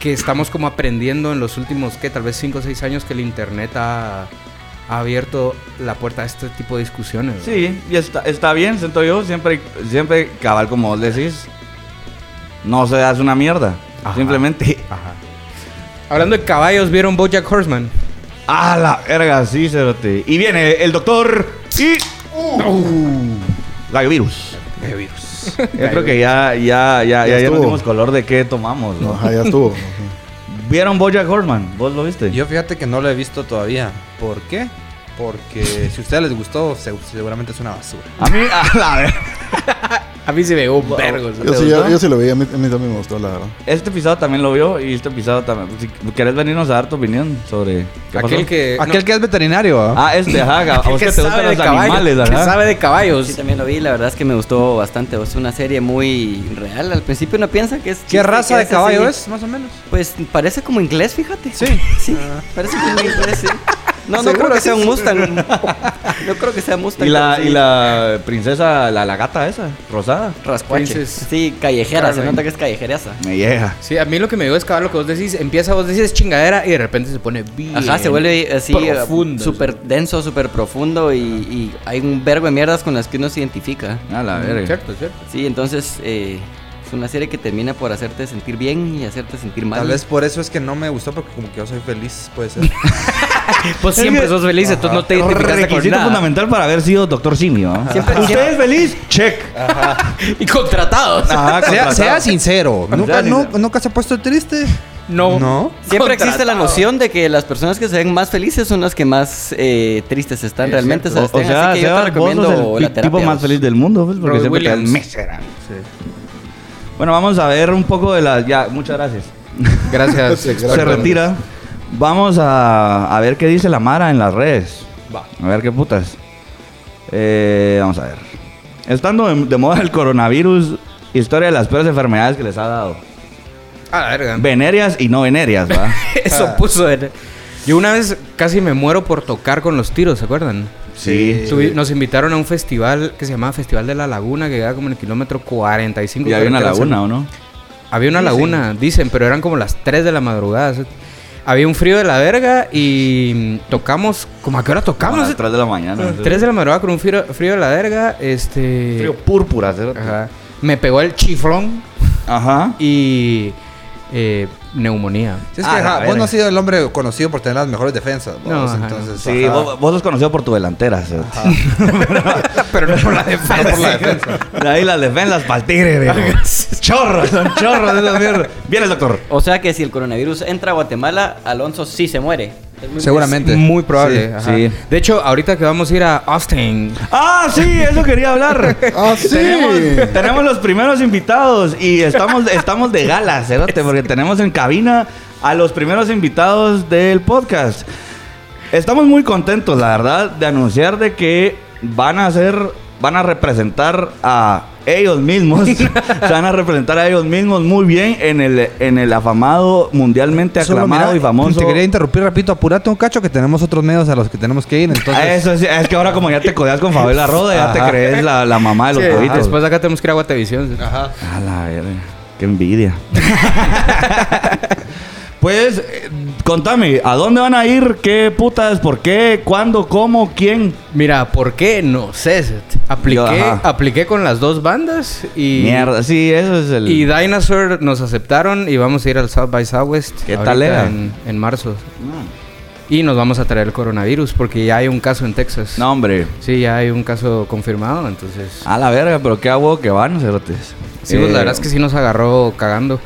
Speaker 4: que estamos como aprendiendo en los últimos, que tal vez 5 o 6 años que el Internet ha, ha abierto la puerta a este tipo de discusiones. ¿no?
Speaker 1: Sí, y está, está bien, siento yo, siempre, siempre cabal como vos decís, no se hace una mierda.
Speaker 4: Ajá.
Speaker 1: Simplemente,
Speaker 4: Ajá. Hablando de caballos, ¿vieron Bojack Horseman?
Speaker 1: a la verga, sí, cerote. Y viene el doctor y... Uh, Gallo virus. Gallo virus. Yo creo que ya, ya, ya, ya, ya nos
Speaker 2: estuvo.
Speaker 1: dimos color de qué tomamos, ¿no?
Speaker 2: Ajá, ya estuvo.
Speaker 1: ¿Vieron Bojack Horseman? ¿Vos lo viste?
Speaker 3: Yo fíjate que no lo he visto todavía. ¿Por qué? Porque si a ustedes les gustó, se- seguramente es una basura.
Speaker 1: A mí, a la ver-
Speaker 4: A mí se me dio un vergo.
Speaker 2: Yo sí, yo, yo sí lo vi, a mí, a mí también me gustó, la verdad.
Speaker 1: Este pisado también lo vio y este pisado también. Si querés venirnos a dar tu opinión sobre. ¿qué pasó?
Speaker 4: Aquel que... no,
Speaker 3: Aquel que es veterinario, ¿ah?
Speaker 1: Ah, este, ajá. A vos
Speaker 4: que
Speaker 1: que te
Speaker 4: sabe
Speaker 1: gustan
Speaker 4: de
Speaker 1: los
Speaker 4: caballos,
Speaker 1: animales,
Speaker 4: que
Speaker 1: ajá.
Speaker 4: sabe de caballos.
Speaker 6: Sí, también lo vi, la verdad es que me gustó bastante. Es una serie muy real. Al principio uno piensa que es.
Speaker 3: ¿Qué
Speaker 6: chiste,
Speaker 3: raza
Speaker 6: que
Speaker 3: de caballo
Speaker 6: así.
Speaker 3: es, más o menos?
Speaker 6: Pues parece como inglés, fíjate.
Speaker 3: Sí. Ah.
Speaker 6: Sí, parece como inglés, sí. No, no creo que sea un Mustang. No creo que sea Mustang.
Speaker 1: Y la,
Speaker 6: pero
Speaker 1: y
Speaker 6: sí.
Speaker 1: la princesa, la, la gata esa, rosada.
Speaker 6: Rascuache.
Speaker 4: Princess
Speaker 6: Sí, callejera. Se
Speaker 4: Caroline.
Speaker 6: nota que es callejera esa.
Speaker 1: Me llega.
Speaker 4: Sí, a mí lo que me dio es cabal lo que vos decís. Empieza, vos decís chingadera y de repente se pone bien.
Speaker 6: Ajá, se vuelve así eh,
Speaker 4: profundo.
Speaker 6: súper denso, súper profundo y, y hay un verbo de mierdas con las que uno se identifica.
Speaker 1: A la verga.
Speaker 4: Cierto, cierto.
Speaker 6: Sí, entonces eh, es una serie que termina por hacerte sentir bien y hacerte sentir mal.
Speaker 3: Tal vez por eso es que no me gustó, porque como que yo soy feliz, puede ser.
Speaker 4: Pues siempre sos feliz, entonces no te identificaste con
Speaker 1: Requisito
Speaker 4: nada.
Speaker 1: fundamental para haber sido doctor simio. ¿no?
Speaker 6: Siempre-
Speaker 1: ¿Usted es feliz? Check.
Speaker 4: Y contratados.
Speaker 1: Ajá,
Speaker 3: Ah, sea,
Speaker 1: contratado.
Speaker 3: sea sincero. ¿Nunca,
Speaker 1: sincero.
Speaker 3: nu- ¿Nunca se ha puesto triste?
Speaker 4: No.
Speaker 3: No.
Speaker 6: Siempre existe la
Speaker 4: Contratado.
Speaker 6: noción de que las personas que se ven más felices son las que más eh, tristes están
Speaker 4: Es
Speaker 6: realmente.
Speaker 1: O, o
Speaker 6: ¿sabes?
Speaker 1: sea,
Speaker 6: Así que yo te
Speaker 1: Sebas, vos sos
Speaker 6: recomiendo
Speaker 1: el
Speaker 6: la
Speaker 1: pi-
Speaker 6: terapia.
Speaker 1: tipo más feliz del mundo, pues, porque
Speaker 4: Robbie
Speaker 1: siempre te
Speaker 4: Williams.
Speaker 1: dan miserable. Bueno, vamos a ver un poco de las... Ya, muchas gracias.
Speaker 4: Gracias.
Speaker 2: Sí, gracias.
Speaker 1: Se retira. Vamos a, a ver qué dice la Mara en las redes. A ver qué putas. Eh, vamos a ver. Estando de, de moda el coronavirus, historia de las peores enfermedades que les ha dado.
Speaker 4: A la Ah, verga.
Speaker 1: Venerias y no venerias, ¿va? Ah.
Speaker 4: Eso puso. en- Yo una vez casi me muero por tocar con los tiros, ¿se acuerdan?
Speaker 1: sí.
Speaker 4: Tuvi- Nos invitaron a un festival que se llamaba Festival de la Laguna, que quedaba como en el kilómetro 45.
Speaker 1: Y había una
Speaker 4: carretera
Speaker 1: laguna, ¿o no?
Speaker 4: Había una laguna, dicen, pero eran como las 3 de la madrugada. ¿sí? Había un frío de la verga y mm, tocamos. ¿Cómo a qué hora
Speaker 1: Como a
Speaker 4: tocamos?
Speaker 1: las 3 de la mañana.
Speaker 4: 3 de la madrugada con un frío, frío de la verga. Este.
Speaker 1: Frío púrpura, cerote.
Speaker 4: Ajá. Me pegó el chiflón
Speaker 1: Ajá.
Speaker 4: y. eh, neumonía.
Speaker 3: Sí, es
Speaker 1: Ah,
Speaker 3: que ajá, vos
Speaker 1: la
Speaker 3: no
Speaker 1: verga.
Speaker 3: has sido el hombre conocido por tener las mejores defensas. vos,
Speaker 4: No, ajá, no.
Speaker 3: entonces,
Speaker 1: Sí,
Speaker 3: ajá.
Speaker 1: vos, vos sos conocido por tu delantera, cerote.
Speaker 4: Pero no por la defensa.
Speaker 3: por la defensa.
Speaker 1: De ahí las defensas pa'l tigre, viejo. Chorros, son chorros de esas mierdas. Viene el doctor.
Speaker 6: O sea que si el coronavirus entra a Guatemala, Alonso sí se muere.
Speaker 3: Seguramente.
Speaker 4: Muy probable.
Speaker 1: Sí,
Speaker 4: ajá.
Speaker 1: sí.
Speaker 4: De hecho, ahorita que vamos a ir a Austin.
Speaker 1: Ah, sí, eso quería hablar.
Speaker 2: ¡Ah, sí!
Speaker 1: Tenemos, tenemos los primeros invitados y estamos, estamos de gala, cerote, porque tenemos en cabina a los primeros invitados del podcast. Estamos muy contentos, la verdad, de anunciar de que van a ser, van a representar a ellos mismos, se van a representar a ellos mismos muy bien en el, en el afamado, mundialmente
Speaker 3: Solo
Speaker 1: aclamado
Speaker 3: mira,
Speaker 1: y famoso.
Speaker 3: Te quería interrumpir, repito, apurate un cacho que tenemos otros medios a los que tenemos que ir. Entonces,
Speaker 1: Ah, Eso sí, es que ahora como ya te codeas con Fabiola Roda, ya te crees la, la mamá de los
Speaker 4: Sí, Ah,
Speaker 1: coditos.
Speaker 4: después de acá tenemos que ir a Guatevisión.
Speaker 1: A la verga. Qué envidia. pues, eh, contame, ¿a dónde van a ir? ¿Qué putas? ¿Por qué? ¿Cuándo? ¿Cómo? ¿Quién?
Speaker 4: Mira, ¿por qué? No sé. Seth.
Speaker 1: Yo,
Speaker 4: Apliqué,
Speaker 1: ajá.
Speaker 4: apliqué con las dos bandas y...
Speaker 1: Mierda, sí, eso es el.
Speaker 4: Y Dinosaur nos aceptaron y vamos a ir al South by Southwest.
Speaker 1: ¿Qué
Speaker 4: ahorita
Speaker 1: tal era?
Speaker 4: En, en marzo. Y nos vamos a traer el coronavirus porque ya hay un caso en Texas.
Speaker 1: Mm. no, Ah. hombre.
Speaker 4: Sí, ya hay un caso confirmado, entonces...
Speaker 1: A la verga, pero qué hago que van, cerotes.
Speaker 4: Sí, pues,
Speaker 1: Eh,
Speaker 4: la verdad es que sí nos agarró cagando.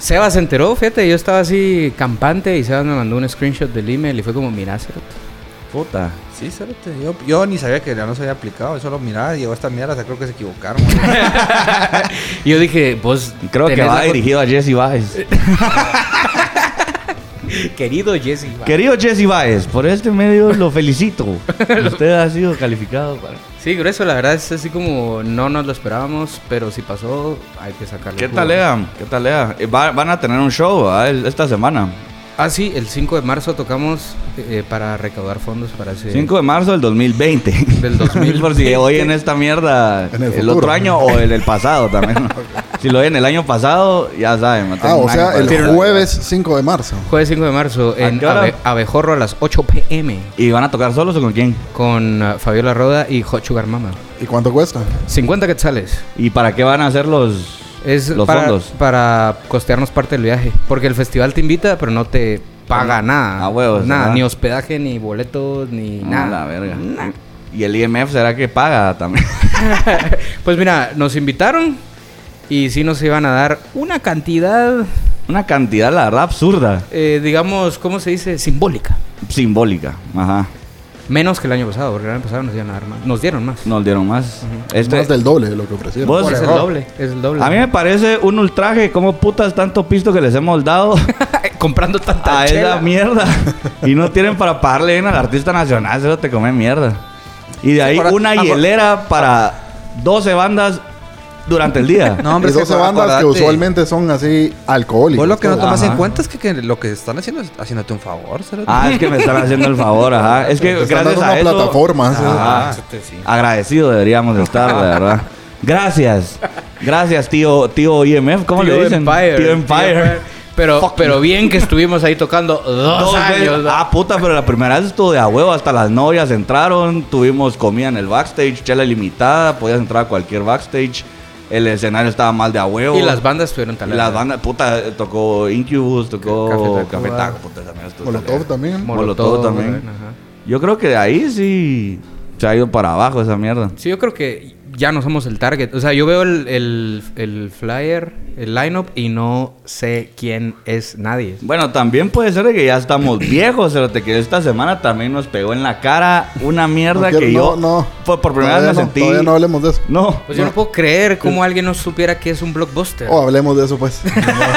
Speaker 4: Sebas se enteró, fíjate, yo estaba así campante y Sebas me mandó un screenshot del email y fue como, mira, Seth,
Speaker 1: Puta.
Speaker 3: Sí, cerote, yo, yo ni sabía que ya no se había aplicado. Yo solo miraba, llegó esta mierda, o sea, creo que se equivocaron.
Speaker 4: Y yo dije, pues
Speaker 1: Creo que va dirigido a Jesse
Speaker 4: Eh,
Speaker 1: Baez.
Speaker 4: Querido Jesse.
Speaker 1: Querido Jesse Baez, por este medio lo felicito. Usted ha sido calificado para.
Speaker 4: Sí, grueso, la verdad es así como no nos lo esperábamos, pero si pasó, hay que sacarlo.
Speaker 1: ¿Qué tal, Ea? ¿Qué tal, Ea? Eh, va- van a tener un show ¿verdad? El- esta semana.
Speaker 4: Ah, sí, el 5 de marzo tocamos eh, para recaudar fondos para ese.
Speaker 1: 5 de marzo del 2020.
Speaker 4: Del 2020.
Speaker 1: Por si oyen esta mierda
Speaker 2: En
Speaker 1: el,
Speaker 2: el
Speaker 1: otro
Speaker 2: futuro.
Speaker 1: año o en el pasado también. si lo oyen el año pasado, ya saben. va a tener
Speaker 2: Ah, o
Speaker 1: un año
Speaker 2: sea,
Speaker 1: para
Speaker 2: el
Speaker 1: atrás.
Speaker 2: jueves 5 de marzo.
Speaker 4: Jueves 5 de marzo
Speaker 1: ¿A
Speaker 4: en
Speaker 1: qué hora?
Speaker 4: Abe- Abejorro a las 8 pm
Speaker 1: ¿Y van a tocar solos o con quién?
Speaker 4: con ah, Fabiola Roda y Hot Sugar Mama.
Speaker 2: ¿Y cuánto cuesta?
Speaker 4: 50 quetzales.
Speaker 1: ¿Y para qué van a hacer los,
Speaker 4: Es
Speaker 1: los
Speaker 4: para,
Speaker 1: fondos?
Speaker 4: para costearnos parte del viaje. Porque el festival te invita, pero no te paga nada.
Speaker 1: Ah, a huevos,
Speaker 4: Nada,
Speaker 1: ajá.
Speaker 4: ni hospedaje, ni boletos, ni
Speaker 1: No,
Speaker 4: nada.
Speaker 1: la verga. ¿Y el IMF será que paga también?
Speaker 4: pues mira, nos invitaron y sí nos iban a dar una cantidad,
Speaker 1: Una cantidad, la verdad, absurda.
Speaker 4: eh, digamos, ¿cómo se dice? Simbólica.
Speaker 1: Simbólica. Ajá.
Speaker 4: Menos que el año pasado, porque el año pasado nos dieron, más. Nos dieron más.
Speaker 1: Nos dieron más. Este-
Speaker 2: Más del doble de lo que ofrecieron.
Speaker 1: Vos-
Speaker 4: Por es el
Speaker 1: error.
Speaker 4: doble, es el doble.
Speaker 1: a mí me parece un ultraje. ¿Cómo putas tanto pisto que les hemos dado
Speaker 4: comprando tanta
Speaker 1: a
Speaker 4: chela.
Speaker 1: esa mierda? Y no tienen para pagarle bien al artista nacional. Solo te come mierda. Y de ahí
Speaker 3: para-
Speaker 1: una
Speaker 3: ah, por-
Speaker 1: hielera para 12 bandas durante el día.
Speaker 3: No, hombre,
Speaker 2: y
Speaker 3: es que
Speaker 2: 12 bandas que
Speaker 3: acordate,
Speaker 2: usualmente son así pues. alcohólicas.
Speaker 3: Vos lo que no tomas
Speaker 1: Ajá.
Speaker 3: en cuenta es que, que lo que están haciendo es haciéndote un favor, cerote.
Speaker 1: Ah, es que me están haciendo el favor, ajá. Es que
Speaker 2: Te están
Speaker 1: gracias
Speaker 2: dando
Speaker 1: a
Speaker 2: una
Speaker 1: eso, Ah.
Speaker 2: plataforma. ¿sí?
Speaker 1: Ajá.
Speaker 4: Ah.
Speaker 1: agradecido deberíamos de estar, la verdad. Gracias. Gracias, tío, tío IMF, ¿cómo
Speaker 4: Tío
Speaker 1: le dicen?
Speaker 4: Empire.
Speaker 1: Tío Empire.
Speaker 4: Pero, pero bien que estuvimos ahí tocando dos,
Speaker 1: Dos veces-
Speaker 4: años. ¿no?
Speaker 1: Ah, puta, pero la primera vez estuvo de a huevo, hasta las novias entraron, tuvimos comida en el backstage, chela ilimitada, podías entrar a cualquier backstage, el escenario estaba mal de a huevo.
Speaker 4: y las bandas estuvieron
Speaker 1: Y
Speaker 4: tal
Speaker 1: las bandas, puta, eh, tocó Incubus, tocó
Speaker 4: Café Tacuba.
Speaker 1: Café Taco, puta, también estuvo-
Speaker 2: Molotov también.
Speaker 1: Molotov también. Yo creo que de ahí sí se ha ido para abajo esa mierda.
Speaker 4: Sí, yo creo que ya no somos el target. O sea, yo veo el, el, el flyer, el lineup y no sé quién es nadie.
Speaker 1: Bueno, también puede ser de que ya estamos viejos, pero que esta semana también nos pegó en la cara una mierda
Speaker 2: quiero-
Speaker 1: que yo
Speaker 2: no.
Speaker 1: por, por primera vez
Speaker 2: Todavía
Speaker 1: me
Speaker 2: no,
Speaker 1: sentí.
Speaker 2: Todavía no hablemos de eso.
Speaker 1: No. Oh,
Speaker 4: Pues yo no puedo creer cómo alguien no supiera que es un blockbuster.
Speaker 2: O hablemos de eso, pues.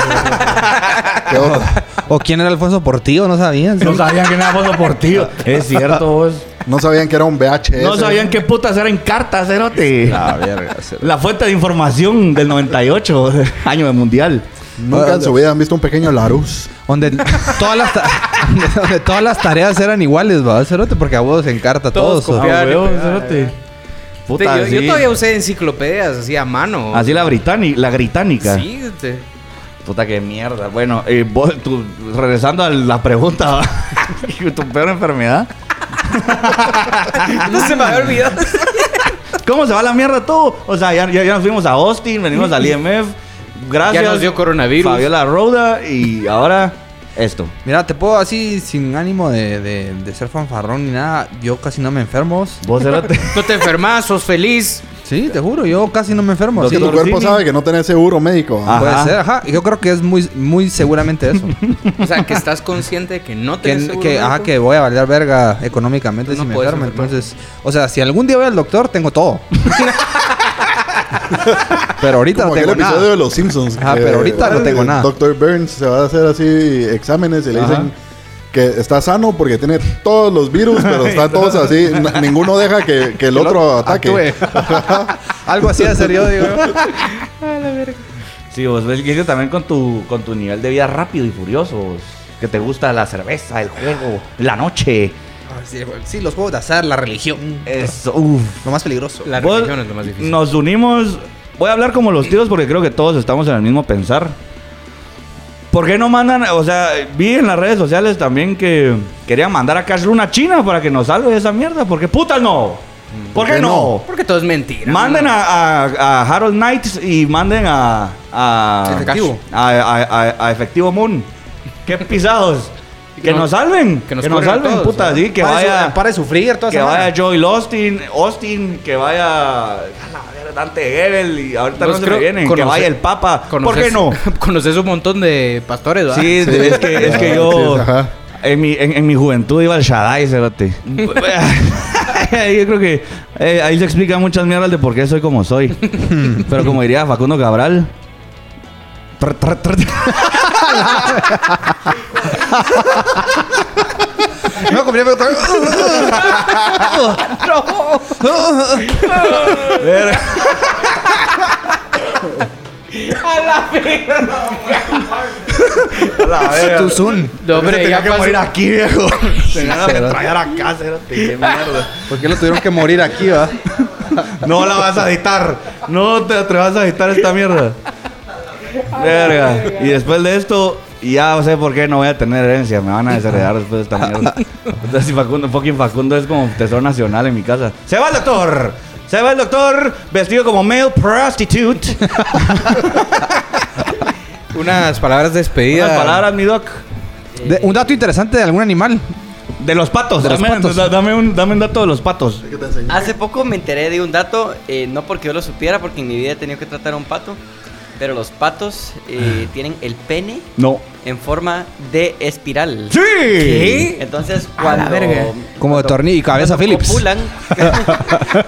Speaker 2: Ah, ¿Qué otra?
Speaker 3: ¿O quién era Alfonso Portillo? No sabían.
Speaker 1: No sabían que era por tío. Es cierto, vos.
Speaker 2: No sabían que era un VHS.
Speaker 1: No sabían qué putas eran cartas, cerote. La fuente de información del 98, año de mundial.
Speaker 2: Nunca en su vida han visto un pequeño Larus.
Speaker 3: Donde todas las, ta- donde, donde todas las tareas eran iguales, ¿va? Cerote, porque a vos se encarta
Speaker 4: Todos
Speaker 3: todos.
Speaker 1: Ah,
Speaker 4: copiaban.
Speaker 3: todo.
Speaker 4: Copiar y
Speaker 1: huevo,
Speaker 4: pegar,
Speaker 1: cerote.
Speaker 4: eh. Sí,
Speaker 1: Puta,
Speaker 4: yo, yo
Speaker 1: sí.
Speaker 4: todavía usé enciclopedias así a mano.
Speaker 1: Así la británica, la británica.
Speaker 4: Sí, te-
Speaker 1: Puta que mierda. Bueno, eh, vos, tú- regresando a la pregunta, tu peor enfermedad.
Speaker 4: no se me había olvidado.
Speaker 1: ¿Cómo se va la mierda todo? O sea, ya, ya- ya nos fuimos a Austin, venimos al IMF. Gracias.
Speaker 4: Ya nos dio coronavirus.
Speaker 1: Fabiola Roda y ahora esto.
Speaker 3: Mira, te puedo así, sin ánimo de, de- de ser fanfarrón ni nada, yo casi no me enfermo.
Speaker 1: Vos cerote.
Speaker 4: No te enfermas, sos feliz.
Speaker 3: Sí, te juro, yo casi no me enfermo.
Speaker 1: Lo
Speaker 3: sí.
Speaker 2: Que tu cuerpo
Speaker 1: Dorcini.
Speaker 2: sabe que no tenés seguro médico.
Speaker 1: Ah.
Speaker 3: Puede
Speaker 1: Ajá.
Speaker 3: ser, ajá. Yo creo que es muy, muy seguramente eso.
Speaker 4: O sea, que estás consciente de que no te
Speaker 3: que, que, ajá, que voy a valer verga económicamente
Speaker 4: Tú
Speaker 3: si
Speaker 4: no
Speaker 3: me
Speaker 4: puedes
Speaker 3: enfermo.
Speaker 4: enfermar.
Speaker 3: Entonces, o sea, si algún día voy al doctor, tengo todo. pero ahorita
Speaker 2: Como
Speaker 3: no
Speaker 2: aquel
Speaker 3: tengo
Speaker 2: episodio de
Speaker 3: nada.
Speaker 2: Los Simpsons.
Speaker 3: Ajá,
Speaker 2: que
Speaker 3: pero ahorita no tengo nada.
Speaker 2: Dr. Burns se va a hacer así exámenes y le dicen que está sano porque tiene todos los virus, pero están todos así. n- Ninguno deja que, que el otro ataque.
Speaker 3: Algo así de serio, digo. yo.
Speaker 1: Sí, vos ves que también con tu, con tu nivel de vida rápido y furioso. vos. Que te gusta la cerveza, el juego, la noche.
Speaker 4: Ah,
Speaker 3: Sí, Sí, los juegos de azar, la religión.
Speaker 1: Eso, uff.
Speaker 3: Lo más peligroso.
Speaker 4: La
Speaker 1: Vos-
Speaker 4: religión es lo más difícil.
Speaker 1: Nos unimos. Voy a hablar como los tíos porque creo que todos estamos en el mismo pensar. ¿Por qué no mandan? O sea, vi en las redes sociales también que querían mandar a Cash Luna a China para que nos salve de esa mierda. ¿Por qué putas no? ¿Por qué no?
Speaker 4: Porque todo es mentira.
Speaker 1: Manden
Speaker 4: mano.
Speaker 1: a, a- a Harold Knight y manden a. a
Speaker 3: Efectivo.
Speaker 1: A, a- a- a Efectivo Moon. ¡Qué pisados! Que
Speaker 4: No.
Speaker 1: nos salven,
Speaker 4: Que
Speaker 1: que
Speaker 4: nos
Speaker 1: nos,
Speaker 4: cubran a
Speaker 1: salven,
Speaker 4: todos,
Speaker 1: puta,
Speaker 4: ¿no?
Speaker 1: sí, que
Speaker 3: para, de su-
Speaker 1: vaya
Speaker 3: para de sufrir, toda
Speaker 1: que
Speaker 3: esa
Speaker 1: vaya
Speaker 3: vara.
Speaker 1: Joel Austin, Austin, que vaya a la verga, Dante Gebel y ahorita
Speaker 4: Vos
Speaker 1: no se
Speaker 4: creo-
Speaker 1: me vienen,
Speaker 4: conoce-
Speaker 1: que vaya el Papa. ¿Por qué
Speaker 4: conoces-
Speaker 1: no?
Speaker 4: conoces un montón de pastores, ¿verdad?
Speaker 1: Sí,
Speaker 2: Sí.
Speaker 1: es que, es que
Speaker 2: Ah,
Speaker 1: yo
Speaker 2: sí, ajá.
Speaker 1: en mi, en, en mi juventud iba al Shaddai, cerote. yo creo que eh, ahí se explican muchas mierdas de por qué soy como soy. Pero como diría Facundo Cabral... tr- tr- tr-
Speaker 3: No, compré, pero-
Speaker 1: Verga. A la verga.
Speaker 3: Tu Zoom.
Speaker 4: No, hombre, ya pasó-
Speaker 1: aquí, viejo. Tenía que
Speaker 3: cerote.
Speaker 1: traer acá, cerote. Qué mierda.
Speaker 3: ¿Por qué lo tuvieron que morir aquí, va?
Speaker 1: No la vas a editar. No te atrevas a editar esta mierda. Verga. Y después de esto, ya sé por qué no voy a tener herencia. Me van a desheredar después de esta mierda. Entonces, si Facundo, fucking Facundo es como tesoro nacional en mi casa. ¡Se va el doctor! Se va el doctor vestido como male prostitute.
Speaker 4: Unas palabras de despedida.
Speaker 1: Unas palabras, mi doc.
Speaker 3: De- un dato interesante de algún animal.
Speaker 1: De los patos.
Speaker 3: De los
Speaker 1: dame,
Speaker 3: patos.
Speaker 1: da- dame un, dame un dato de los patos.
Speaker 6: Hace poco me enteré de un dato, eh, no porque yo lo supiera, porque en mi vida he tenido que tratar a un pato. Pero los patos
Speaker 1: Ah.
Speaker 6: eh, tienen el pene
Speaker 1: No.
Speaker 6: en forma de espiral.
Speaker 1: ¡Sí!
Speaker 6: Entonces,
Speaker 4: A la
Speaker 6: cuando.
Speaker 4: verga.
Speaker 3: Como de tornillo y cabeza
Speaker 6: cuando
Speaker 3: Phillips.
Speaker 6: Copulan,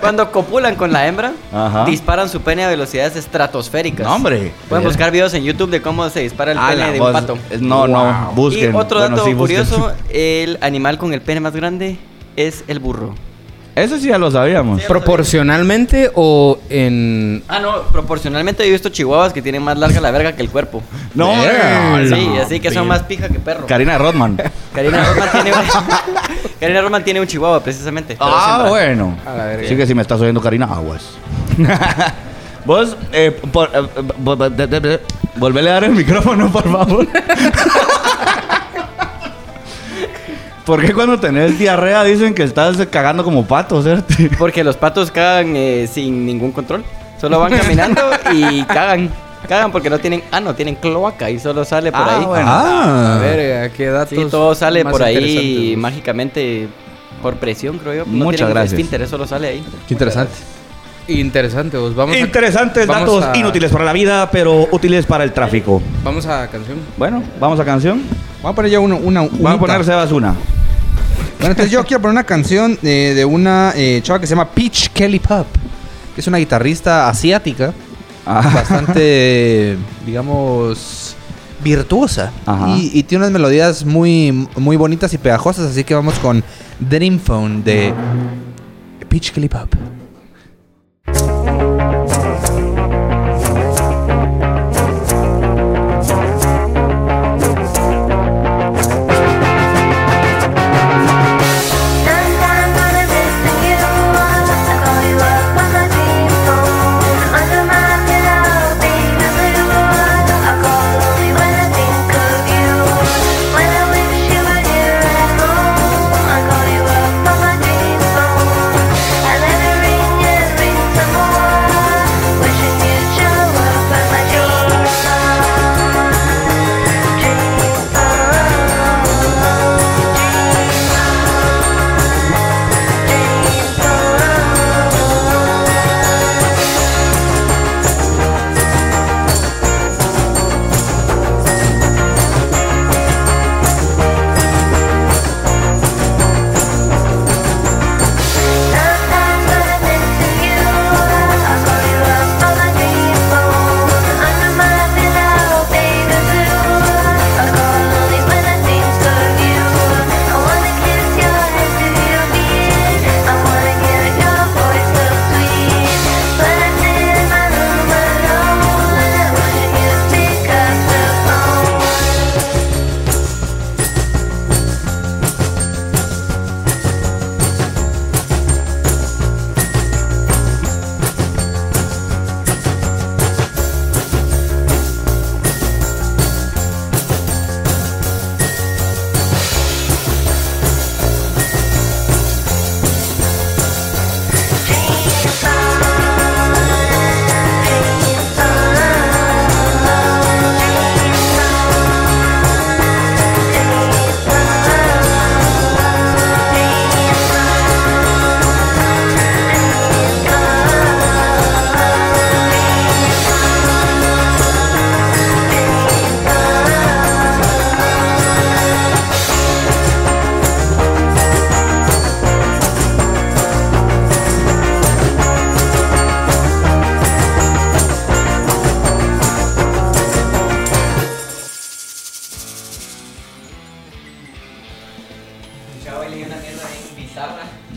Speaker 6: cuando copulan con la hembra,
Speaker 1: Ajá.
Speaker 6: disparan su pene a velocidades estratosféricas.
Speaker 1: No, hombre.
Speaker 6: Pueden buscar videos en YouTube de cómo se dispara el
Speaker 1: A
Speaker 6: pene
Speaker 1: la
Speaker 6: de un
Speaker 1: voz.
Speaker 6: pato.
Speaker 1: No, no, busquen.
Speaker 6: Y otro
Speaker 1: Bueno,
Speaker 6: dato
Speaker 1: sí, busquen.
Speaker 6: curioso: el animal con el pene más grande es el burro.
Speaker 1: Eso sí ya lo sabíamos.
Speaker 4: ¿Proporcionalmente o en...?
Speaker 6: Ah, no, proporcionalmente he visto chihuahuas que tienen más larga la verga que el cuerpo.
Speaker 1: No,
Speaker 4: Verga,
Speaker 1: hombre.
Speaker 6: sí, así que son más pija que perro.
Speaker 1: Karina Rodman.
Speaker 6: Karina Roman tiene un, Karina Roman tiene un chihuahua precisamente. pero es
Speaker 1: Ah,
Speaker 6: hembra.
Speaker 1: bueno.
Speaker 4: A la verga.
Speaker 1: Sí que si me estás oyendo, Karina, aguas. Vos, eh, por, eh, vo- vo- de- de- de- volvele a dar el micrófono, por favor. ¿Por qué cuando tenés diarrea dicen que estás cagando como pato, cierto?
Speaker 6: Porque los patos cagan eh, sin ningún control. Solo van caminando y cagan. Cagan porque no tienen ah no tienen cloaca y solo sale por
Speaker 1: Ah,
Speaker 6: ahí.
Speaker 1: bueno.
Speaker 3: Ah,
Speaker 4: verga, qué datos
Speaker 6: Sí, todo sale
Speaker 4: más
Speaker 6: por ahí
Speaker 4: interesantes, güey.
Speaker 6: mágicamente por presión, creo yo.
Speaker 1: Muchas
Speaker 6: tienen
Speaker 1: gracias.
Speaker 6: esfínter, solo sale ahí.
Speaker 3: qué interesante.
Speaker 4: Interesante, vos. Vamos a-
Speaker 1: Interesantes
Speaker 4: vamos
Speaker 1: datos
Speaker 4: a-
Speaker 1: inútiles para la vida, pero útiles para el tráfico.
Speaker 4: Vamos a canción.
Speaker 1: Bueno, vamos a canción.
Speaker 3: Voy a poner yo una. una
Speaker 1: Vamos
Speaker 3: unita.
Speaker 1: a poner Sebas una.
Speaker 3: Bueno, entonces yo quiero poner una canción eh, de una eh, chava que se llama Peach Kelly Pop. Que es una guitarrista asiática.
Speaker 1: Ah,
Speaker 3: Bastante, digamos, virtuosa.
Speaker 1: Ajá.
Speaker 3: Y, y tiene unas melodías muy, muy bonitas y pegajosas. Así que vamos con Dream Phone de Peach Kelly Pop.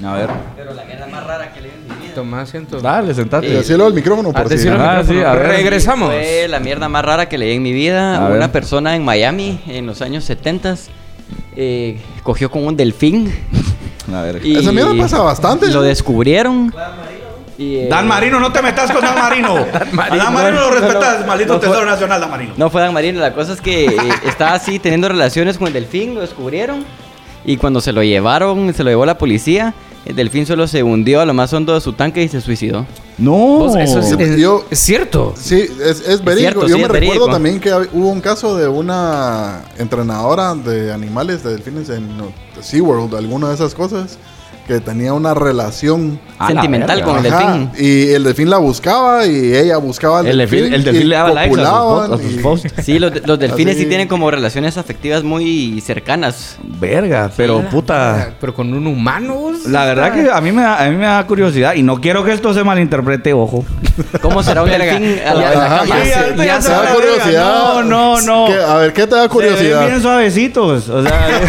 Speaker 1: a ver.
Speaker 6: Pero la mierda más rara que le
Speaker 4: Tomá asiento.
Speaker 1: Dale,
Speaker 2: Y
Speaker 1: sentate.
Speaker 2: decirlo al micrófono,
Speaker 4: Ah,
Speaker 2: por si.
Speaker 4: decirlo al
Speaker 1: Ah,
Speaker 4: micrófono.
Speaker 1: sí, a ver.
Speaker 4: Regresamos.
Speaker 6: Fue la mierda más rara que leí en mi vida.
Speaker 1: A ver.
Speaker 6: Una persona en Miami en los años 70 eh, cogió con un delfín.
Speaker 1: A ver.
Speaker 6: Y
Speaker 2: Esa mierda pasa bastante.
Speaker 6: Lo descubrieron. Y, eh,
Speaker 1: Dan Marino, no te metas con Dan Marino. Dan Marino, lo respetas, maldito Tesoro Nacional, Dan Marino.
Speaker 6: No fue Dan Marino, la cosa es que eh, estaba así teniendo relaciones con el delfín, lo descubrieron. Y cuando se lo llevaron, se lo llevó la policía, el delfín solo se hundió a lo más hondo de su tanque y se suicidó.
Speaker 4: Vos, eso es,
Speaker 2: Se-
Speaker 4: es-
Speaker 2: yo-
Speaker 4: es cierto.
Speaker 2: Sí, es, es verídico.
Speaker 6: cierto,
Speaker 2: Yo
Speaker 6: sí,
Speaker 2: me
Speaker 6: es
Speaker 2: recuerdo
Speaker 6: verídico.
Speaker 2: también que hab- hubo un caso de una entrenadora de animales, de delfines en no, SeaWorld, alguna de esas cosas, que tenía una relación.
Speaker 1: A la
Speaker 6: Sentimental
Speaker 1: verga.
Speaker 6: con el
Speaker 2: Ajá,
Speaker 6: delfín.
Speaker 2: Y el delfín la buscaba y ella buscaba al
Speaker 1: El delfín, el delfín
Speaker 2: y
Speaker 1: le daba likes a sus,
Speaker 2: copulaban
Speaker 1: post- a sus
Speaker 2: y-
Speaker 1: posts.
Speaker 6: Sí, los, los delfines sí
Speaker 2: Así-
Speaker 6: tienen como relaciones afectivas muy cercanas.
Speaker 1: Verga, pero puta.
Speaker 4: Pero con un humano. vos.
Speaker 1: La verdad que a mí, me da, a mí me da curiosidad y no quiero que esto se malinterprete, ojo.
Speaker 6: ¿Cómo será un
Speaker 4: Verga.
Speaker 6: delfín a la
Speaker 2: Ajá,
Speaker 6: hora de la
Speaker 2: ya
Speaker 6: cama?
Speaker 2: sé,
Speaker 1: ahorita
Speaker 2: ya
Speaker 1: ya
Speaker 2: sé.
Speaker 1: se
Speaker 2: ¿Te
Speaker 1: va
Speaker 2: da
Speaker 1: la
Speaker 2: curiosidad?
Speaker 1: verga. No, no, no.
Speaker 2: ¿Qué? a ver, ¿qué te da
Speaker 1: Se ven
Speaker 2: curiosidad?
Speaker 1: bien suavecitos. O sea,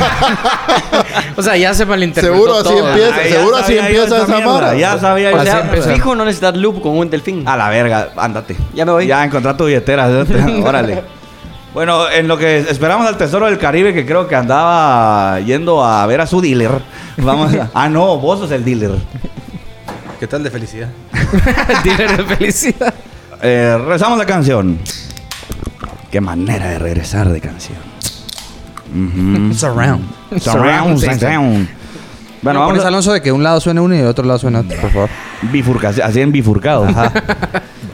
Speaker 4: O sea, ya se malinterpretó
Speaker 2: Seguro así
Speaker 4: todo.
Speaker 2: empieza.
Speaker 1: ya
Speaker 2: seguro así
Speaker 1: sabía yo
Speaker 2: empieza
Speaker 1: esta
Speaker 2: esa
Speaker 1: mierda,
Speaker 2: mara.
Speaker 1: Ya sabía yo
Speaker 6: O
Speaker 4: Así
Speaker 1: esa
Speaker 6: sea,
Speaker 1: mierda.
Speaker 4: empezó.
Speaker 6: fijo no necesitas loop con un delfín.
Speaker 1: A la verga, ándate.
Speaker 6: Ya me voy.
Speaker 1: Ya encontrá tu billetera, ¿sí? órale. Bueno, en lo que esperamos al Tesoro del Caribe, que creo que andaba yendo a ver a su dealer. Vamos a- Ah, no, vos sos el dealer.
Speaker 3: ¿Qué tal de felicidad?
Speaker 4: Dealer de felicidad.
Speaker 1: Eh, rezamos la canción. Qué manera de regresar de canción. Ujú.
Speaker 3: Surround.
Speaker 1: Surround, surround. Bueno,
Speaker 3: Bueno,
Speaker 1: vamos
Speaker 3: vamos
Speaker 1: a...
Speaker 3: Alonso de que un lado suene uno y del otro lado suene otro, por favor.
Speaker 1: Bifurcación, así en bifurcado.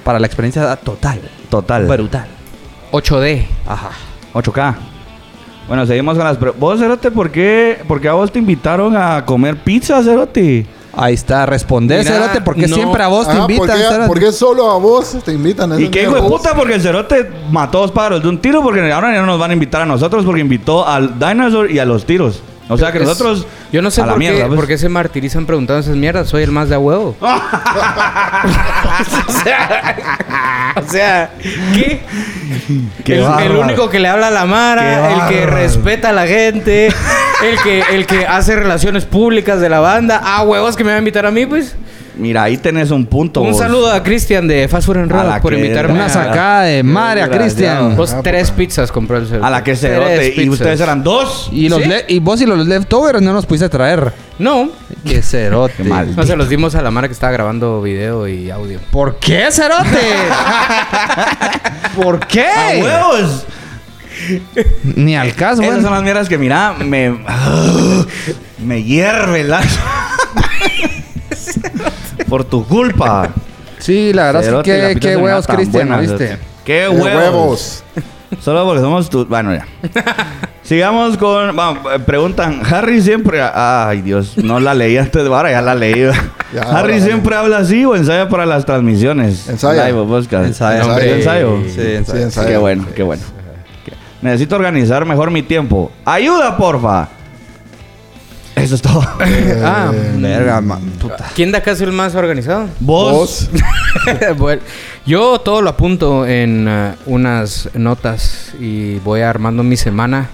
Speaker 3: Para la experiencia total.
Speaker 1: Total.
Speaker 3: Brutal.
Speaker 4: 8D.
Speaker 3: Ajá.
Speaker 1: 8K. Bueno, seguimos con las... pre- Vos, Cerote, ¿por qué, por qué a vos te invitaron a comer pizza, Cerote?
Speaker 3: Ahí está, responder,
Speaker 4: Mira,
Speaker 3: Cerote, porque
Speaker 4: no.
Speaker 3: siempre a vos te
Speaker 2: Ajá,
Speaker 3: invitan.
Speaker 2: ¿por, qué,
Speaker 3: Cerote?
Speaker 2: por qué solo a vos te invitan?
Speaker 1: Y
Speaker 2: Esa
Speaker 1: qué hijo
Speaker 2: mierda,
Speaker 1: de
Speaker 2: vos-
Speaker 1: puta, porque el Cerote mató dos pájaros de un tiro, porque ahora ya no nos van a invitar a nosotros, porque invitó al Dinosaur y a los tiros. O sea que
Speaker 4: Es-
Speaker 1: nosotros...
Speaker 4: Yo no sé
Speaker 1: a la
Speaker 4: por, qué,
Speaker 1: mierda, pues.
Speaker 4: por qué se martirizan preguntando esas mierdas. Soy el más de a huevo. o sea, o sea, ¿qué?
Speaker 1: Qué
Speaker 4: el, el
Speaker 1: bárbaro.
Speaker 4: único que le habla a la
Speaker 1: Qué
Speaker 4: Mara, el que
Speaker 1: bárbaro.
Speaker 4: respeta a la gente, el que, el que hace relaciones públicas de la banda. Ah, huevos que me va a invitar a mí, pues.
Speaker 1: Mira, ahí tenés un punto.
Speaker 4: Un
Speaker 1: vos.
Speaker 4: saludo a Cristian de Fast Food and
Speaker 1: A
Speaker 4: Rock
Speaker 1: la
Speaker 4: por
Speaker 1: que-
Speaker 4: invitarme
Speaker 3: Una
Speaker 4: a
Speaker 3: sacada de madre a Cristian.
Speaker 4: Vos
Speaker 2: Ah,
Speaker 4: tres
Speaker 2: puta.
Speaker 4: pizzas compró el cerote.
Speaker 1: A la que
Speaker 4: Tres
Speaker 1: Cerote. Y
Speaker 4: pizzas.
Speaker 1: ustedes eran dos.
Speaker 3: Y, los
Speaker 4: ¿Sí?
Speaker 3: le- y vos y los leftovers no nos pudiste traer.
Speaker 4: No,
Speaker 3: Qué cerote.
Speaker 1: Qué mal.
Speaker 4: no se los dimos a la Mara que estaba grabando video y audio.
Speaker 3: ¿Por qué, cerote? ¿Por qué?
Speaker 1: ¡A huevos!
Speaker 3: Ni al caso,
Speaker 1: Esas son
Speaker 3: bueno.
Speaker 1: las mierdas que, mira, me. me hierve la. Por tu culpa.
Speaker 3: Sí, la verdad
Speaker 1: Cerote, la
Speaker 3: es que
Speaker 1: pizza
Speaker 3: qué
Speaker 1: se me
Speaker 3: huevos,
Speaker 1: da tan
Speaker 3: Cristian, ¿no
Speaker 1: buena,
Speaker 3: viste?
Speaker 1: cerote. ¡Qué
Speaker 2: Eh,
Speaker 1: huevos!
Speaker 2: huevos.
Speaker 1: Solo porque somos tus. Bueno, ya. Sigamos con. vamos, eh, preguntan, Harry siempre. Ay, Dios, no la leí antes, ahora ya la leí.
Speaker 2: Ya,
Speaker 1: Harry
Speaker 2: ahora la
Speaker 1: siempre habla así o ensaya para las transmisiones.
Speaker 2: Ensaya.
Speaker 1: Live o podcast.
Speaker 3: Ensaya.
Speaker 1: Hombre,
Speaker 2: Hombre.
Speaker 1: ensayo.
Speaker 3: Sí, ensayo.
Speaker 2: Sí, ensayo.
Speaker 1: Qué bueno, qué bueno. Necesito organizar mejor mi tiempo. Ayuda, porfa. Eso es todo.
Speaker 2: Eh,
Speaker 4: Ah,
Speaker 3: Eh. Verga, man. Puta.
Speaker 4: ¿quién de acá es el más organizado?
Speaker 1: Vos.
Speaker 2: Vos.
Speaker 4: Bueno, yo todo lo apunto en eh, unas notas y voy armando mi semana,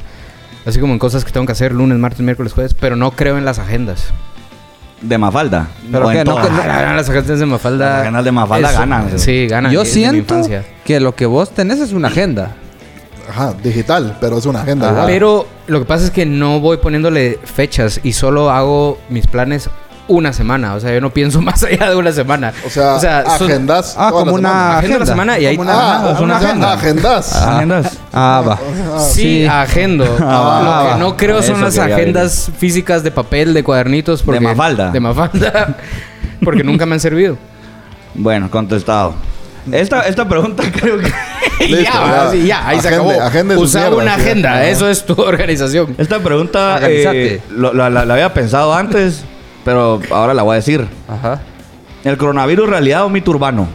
Speaker 4: así como en cosas que tengo que hacer lunes, martes, miércoles, jueves, pero no creo en las agendas.
Speaker 1: De Mafalda.
Speaker 3: Pero
Speaker 1: O en
Speaker 3: que no,
Speaker 1: todas.
Speaker 3: que
Speaker 4: Ah, las agendas de Mafalda.
Speaker 1: Las agendas de Mafalda
Speaker 4: eso-
Speaker 1: ganan.
Speaker 4: Sí, ganan.
Speaker 3: Yo
Speaker 4: es de mi
Speaker 3: siento
Speaker 4: infancia.
Speaker 3: que lo que vos tenés es una agenda.
Speaker 2: Ajá, digital, pero es una agenda. igual.
Speaker 4: Pero lo que pasa es que no voy poniéndole fechas y solo hago mis planes una semana. O sea, yo no pienso más allá de una semana.
Speaker 2: O sea,
Speaker 4: son-
Speaker 2: agendas.
Speaker 3: Ah,
Speaker 2: toda la
Speaker 3: como
Speaker 2: semana.
Speaker 3: una-
Speaker 4: agendo la
Speaker 3: agenda.
Speaker 4: semana y ahí
Speaker 2: Como una-
Speaker 4: Ajá,
Speaker 2: ah,
Speaker 4: es una
Speaker 2: una
Speaker 4: agenda.
Speaker 2: Agendas.
Speaker 1: Agendas.
Speaker 3: Ah, va.
Speaker 4: Sí, agendo.
Speaker 1: Ah,
Speaker 4: lo
Speaker 1: va.
Speaker 4: que no creo son
Speaker 1: Eso
Speaker 4: las
Speaker 1: quería
Speaker 4: agendas físicas de papel, de cuadernitos. Porque,
Speaker 1: Mafalda.
Speaker 4: De Mafalda. Porque nunca me han servido.
Speaker 1: Bueno, contestado. Esta, esta pregunta creo que.
Speaker 2: Listo,
Speaker 4: ya, va,
Speaker 2: ya.
Speaker 4: sí, ya, ahí se
Speaker 2: Agende-
Speaker 4: acabó.
Speaker 2: agende sus
Speaker 4: Usa
Speaker 2: mierdas,
Speaker 4: una
Speaker 2: sí.
Speaker 4: agenda.
Speaker 2: Ajá.
Speaker 4: Eso es tu organización.
Speaker 1: Esta pregunta.
Speaker 3: Organizate.
Speaker 1: eh, lo- la, la- la había pensado antes, pero ahora la voy a decir.
Speaker 3: Ajá.
Speaker 1: ¿El coronavirus realidad o mito urbano?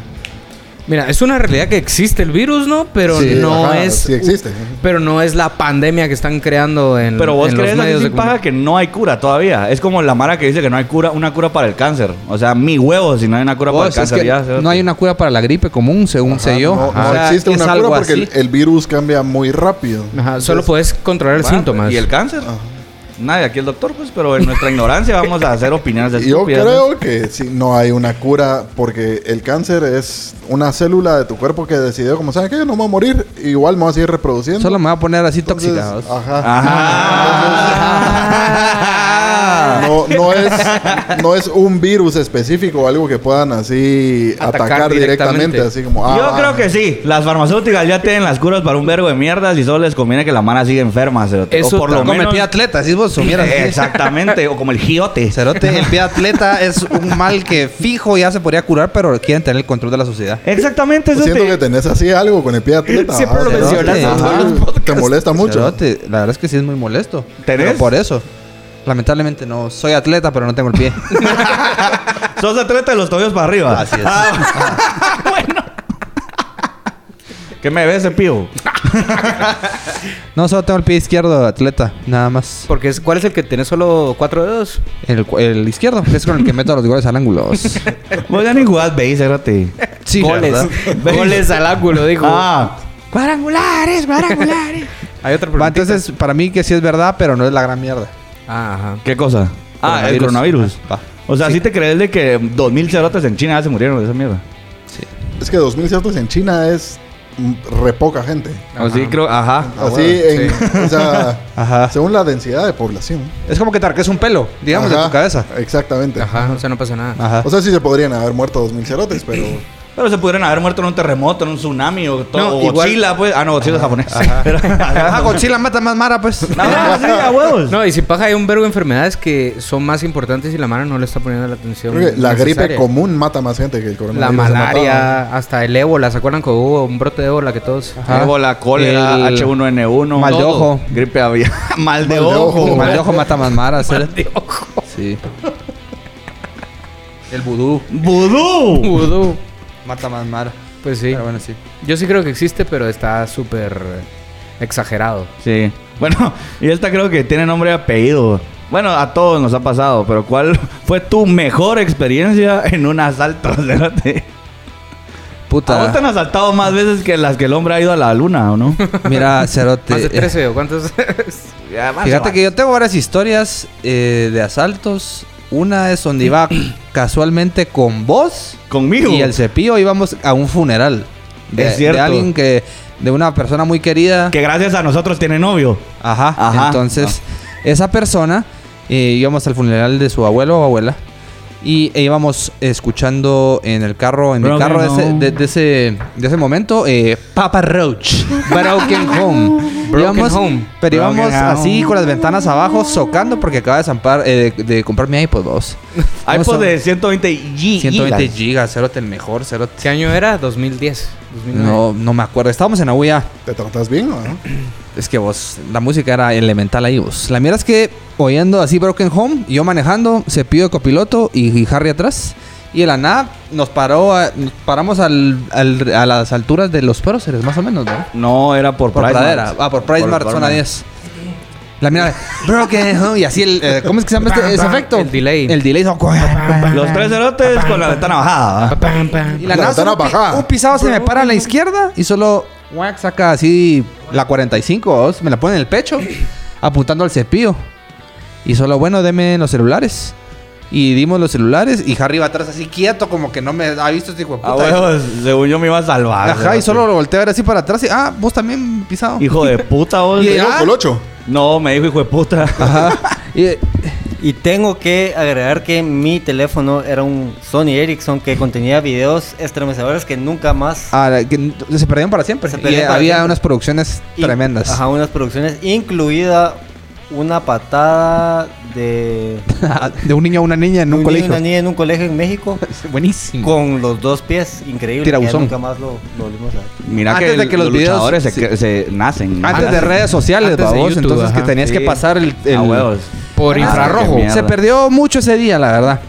Speaker 4: Mira, es una realidad que existe el virus, ¿no? Pero
Speaker 2: Sí,
Speaker 4: no
Speaker 2: ajá,
Speaker 4: es.
Speaker 2: sí existe.
Speaker 4: Pero no es la pandemia que están creando en.
Speaker 1: Pero vos
Speaker 4: en los
Speaker 1: crees así
Speaker 4: medios de
Speaker 1: sin paja
Speaker 4: comunicación.
Speaker 1: que no hay cura todavía. Es como la Mara que dice que no hay cura, una cura para el cáncer. O sea, mi huevo si no hay una cura para el
Speaker 3: Vos, Oh, es
Speaker 1: cáncer.
Speaker 3: que
Speaker 1: ya, cerote.
Speaker 3: no hay una cura para la gripe común, según sé yo.
Speaker 2: No, no
Speaker 3: O sea,
Speaker 2: existe
Speaker 3: es
Speaker 2: una
Speaker 3: algo
Speaker 2: cura porque
Speaker 3: así.
Speaker 2: el, el virus cambia muy rápido.
Speaker 4: Ajá, solo puedes controlar
Speaker 1: Va,
Speaker 4: síntomas.
Speaker 1: Ah, ¿Y el cáncer? Nadie, aquí el doctor, pues, pero en nuestra ignorancia vamos a hacer opiniones
Speaker 2: Yo
Speaker 1: estúpidas. ¿no?
Speaker 2: creo que sí, no hay una cura porque el cáncer es una célula de tu cuerpo que decidió, como sabes que no me voy a morir, igual me voy a seguir reproduciendo.
Speaker 3: Solo me va a poner así
Speaker 2: Entonces,
Speaker 3: tóxica. vos.
Speaker 2: Ajá.
Speaker 1: Ajá.
Speaker 2: No, no es, no es un virus específico o algo que puedan así
Speaker 4: Atacar
Speaker 2: atacar, directamente,
Speaker 4: directamente.
Speaker 2: así como. ah,
Speaker 1: Yo
Speaker 2: ah,
Speaker 1: creo que sí. Las farmacéuticas ya tienen las curas para un vergo de mierdas y solo les conviene que la mara siga enferma. cerote.
Speaker 4: Eso
Speaker 1: o por lo
Speaker 3: Como el
Speaker 1: menos.
Speaker 3: pie atleta, si vos sumieras.
Speaker 1: Exactamente, o como el giote.
Speaker 3: Cerote, el pie atleta es un mal que fijo ya se podría curar, pero quieren tener el control de la sociedad.
Speaker 1: Exactamente, eso
Speaker 2: pues Siento que tenés así algo con el pie atleta.
Speaker 4: Siempre lo
Speaker 2: ajá, cerote.
Speaker 4: mencionas en
Speaker 2: Ajá,
Speaker 4: todos los
Speaker 2: Te molesta mucho.
Speaker 3: Cerote, la verdad es que sí es muy molesto.
Speaker 1: ¿Tenés?
Speaker 3: Pero por eso. Lamentablemente no. Soy atleta, pero no tengo el pie.
Speaker 1: Sos atleta de los tobillos para arriba.
Speaker 3: Así es.
Speaker 1: ¿Qué me ves, pío?
Speaker 3: No, solo tengo el pie izquierdo de atleta, nada más.
Speaker 4: Porque es, ¿cuál es el que tiene solo cuatro dedos?
Speaker 3: El, cu- el izquierdo, que es con el que meto los goles al ángulo.
Speaker 1: Vos ya ni jugás base, espérate.
Speaker 3: Sí,
Speaker 4: Goles. Goles al ángulo, dijo.
Speaker 1: Ah,
Speaker 3: Cuadrangulares, cuadrangulares.
Speaker 4: Hay otra
Speaker 3: Va,
Speaker 4: preguntita.
Speaker 3: entonces, para mí que sí es verdad, pero no es la gran mierda.
Speaker 4: Ah, ajá.
Speaker 1: ¿qué cosa? Ah, el coronavirus.
Speaker 3: Va.
Speaker 1: O sea, si te crees de que 2000 cerotes en China ya se murieron de esa mierda?
Speaker 2: Es que 2000 ciertos en China es mm, re poca gente.
Speaker 1: Así creo, ajá.
Speaker 2: Así, en, o sea,
Speaker 3: Ajá.
Speaker 2: según la densidad de población.
Speaker 3: Es como que te arques un pelo, digamos, de
Speaker 2: Ajá,
Speaker 3: tu cabeza.
Speaker 2: Exactamente.
Speaker 4: Ajá, o sea, no pasa nada.
Speaker 3: Ajá.
Speaker 2: O sea, sí se podrían haber muerto 2000 cerotes, pero
Speaker 1: Pero se pudieran haber muerto en un terremoto, en un tsunami o todo.
Speaker 4: No,
Speaker 1: o
Speaker 4: igual-
Speaker 1: Godzilla, pues. Ah, no, Godzilla es japonés.
Speaker 3: Ajá, Godzilla mata más Mara, pues.
Speaker 1: Ah, sí, a huevos.
Speaker 4: No, y si paja hay un verbo de enfermedades que son más importantes y la mano no le está poniendo la atención.
Speaker 2: creo que la gripe
Speaker 4: necesaria.
Speaker 2: común mata más gente que el coronavirus.
Speaker 4: La
Speaker 2: ha matado.
Speaker 4: malaria, hasta el ébola. ¿Se acuerdan que hubo un brote de ébola que todos... Ah.
Speaker 3: Ajá.
Speaker 1: Ébola, cólera,
Speaker 4: El-
Speaker 1: H1N1.
Speaker 3: Mal de
Speaker 1: todo.
Speaker 3: ojo.
Speaker 1: Gripe aviar. Mal de
Speaker 2: Mal de
Speaker 1: ojo.
Speaker 2: ojo.
Speaker 3: Mal de ojo mata más Mara, Mal de ojo. Sí. El vudú
Speaker 1: ¡Vudú!
Speaker 4: Vudú.
Speaker 3: mata más Mara.
Speaker 4: Pues sí.
Speaker 3: Pero bueno, sí.
Speaker 4: Yo sí creo que existe, pero está súper exagerado.
Speaker 1: Sí. Bueno, y esta creo que tiene nombre y apellido. Bueno, a todos nos ha pasado, pero ¿cuál fue tu mejor experiencia en un asalto? Cerote? A vos te han
Speaker 3: Puta.
Speaker 1: asaltado más veces que las que el hombre ha ido a la luna, ¿o no?
Speaker 3: Mira, Cerote. eh,
Speaker 4: Más de 13 o cuántos...
Speaker 3: Fíjate que yo tengo varias historias eh, de asaltos. Una es donde iba casualmente con vos.
Speaker 1: Conmigo.
Speaker 3: Y el cepillo íbamos a un funeral. De,
Speaker 1: Es cierto.
Speaker 3: de alguien que. De una persona muy querida.
Speaker 1: Que gracias a nosotros tiene novio.
Speaker 3: Ajá.
Speaker 1: Ajá. Ah.
Speaker 3: Entonces, esa persona. eh, íbamos al funeral de su abuelo o abuela. Y e íbamos escuchando en el carro, en mi
Speaker 1: Broken
Speaker 3: carro de ese,
Speaker 1: Home.
Speaker 3: de, de ese, de ese momento, eh, Papa Roach, Broken Home.
Speaker 4: Broken Home.
Speaker 3: Pero
Speaker 1: Broken
Speaker 3: íbamos
Speaker 1: Home.
Speaker 3: así con las ventanas abajo, socando porque acaba de, zampar, eh, de, de comprar mi iPod 2.
Speaker 1: iPod de 120 G.
Speaker 3: 120
Speaker 1: gigas.
Speaker 3: gigas, cero el mejor, cero
Speaker 4: ¿Qué año era? 2010. 2009.
Speaker 3: No, no me acuerdo. Estábamos en Aguilla.
Speaker 2: ¿Te tratas bien o no?
Speaker 3: Es que vos, la música era elemental ahí vos. La mierda es que oyendo así Broken Home, yo manejando, cepillo de copiloto y, y Harry atrás. Y de la nada nos paró, a- nos paramos al- al- a las alturas de los próceres, más o menos, ¿no?
Speaker 1: No, era por,
Speaker 3: Por
Speaker 1: Price
Speaker 3: pradera.
Speaker 1: Mart.
Speaker 3: Ah, por Price Mart,
Speaker 1: por
Speaker 3: zona
Speaker 1: Mart.
Speaker 3: 10. La mierda, Broken Home, y así el. eh, ¿Cómo es que se llama este, ese efecto?
Speaker 4: El delay.
Speaker 3: El delay. son-
Speaker 1: Los tres cerotes con la ventana bajada.
Speaker 3: Ah,
Speaker 1: ¿va?
Speaker 4: Pam, pam.
Speaker 3: Y la
Speaker 2: La
Speaker 3: nada,
Speaker 2: ventana
Speaker 3: solo pi-
Speaker 2: bajada.
Speaker 3: un pisado se me para a la izquierda y solo guac, saca así la 45, vos, me la pone en el pecho, apuntando al cepillo. Y solo, bueno, deme los celulares. Y dimos los celulares y Harry va atrás así quieto, como que no me ha visto este hijo de puta.
Speaker 1: A huevos, según yo me iba a salvar.
Speaker 3: Ajá, y
Speaker 1: cerote.
Speaker 3: solo lo volteé a ver así para atrás y, ah, vos también pisado.
Speaker 1: Hijo de puta, vos.
Speaker 3: Y
Speaker 2: ¿Te
Speaker 3: ya-
Speaker 2: digo colocho?
Speaker 1: No, me dijo hijo de puta.
Speaker 3: Ajá. Y- eh,
Speaker 5: Ah, Y tengo que agregar que mi teléfono era un Sony Ericsson que contenía videos estremecedores que nunca más...
Speaker 3: ah, que se perdieron para siempre. y
Speaker 5: Se
Speaker 3: eh,
Speaker 5: perdieron para
Speaker 3: había
Speaker 5: siempre.
Speaker 3: unas producciones
Speaker 5: y-
Speaker 3: tremendas.
Speaker 5: Ajá, unas producciones, incluida una patada de...
Speaker 3: de un niño a una niña en un,
Speaker 5: niño y
Speaker 3: colegio.
Speaker 5: Una niña en un colegio en México
Speaker 1: Mm.
Speaker 3: Buenísimo.
Speaker 5: con los dos pies, increíble. que ya
Speaker 3: Tirabuzón.
Speaker 5: Nunca más lo, lo volvimos a ver.
Speaker 1: Mira
Speaker 3: Antes
Speaker 1: que,
Speaker 3: de que
Speaker 1: los,
Speaker 3: los videos-
Speaker 1: luchadores se,
Speaker 3: sí.
Speaker 1: cre- se nacen.
Speaker 3: Antes de
Speaker 1: nacen.
Speaker 3: redes sociales,
Speaker 4: Antes de
Speaker 3: babos,
Speaker 4: YouTube,
Speaker 3: entonces que
Speaker 4: ajá.
Speaker 3: tenías que
Speaker 1: Sí.
Speaker 3: pasar el, el-
Speaker 1: A huevos.
Speaker 4: Por
Speaker 1: Ah,
Speaker 4: infrarrojo.
Speaker 1: qué mierda.
Speaker 3: Se perdió mucho ese día, la verdad.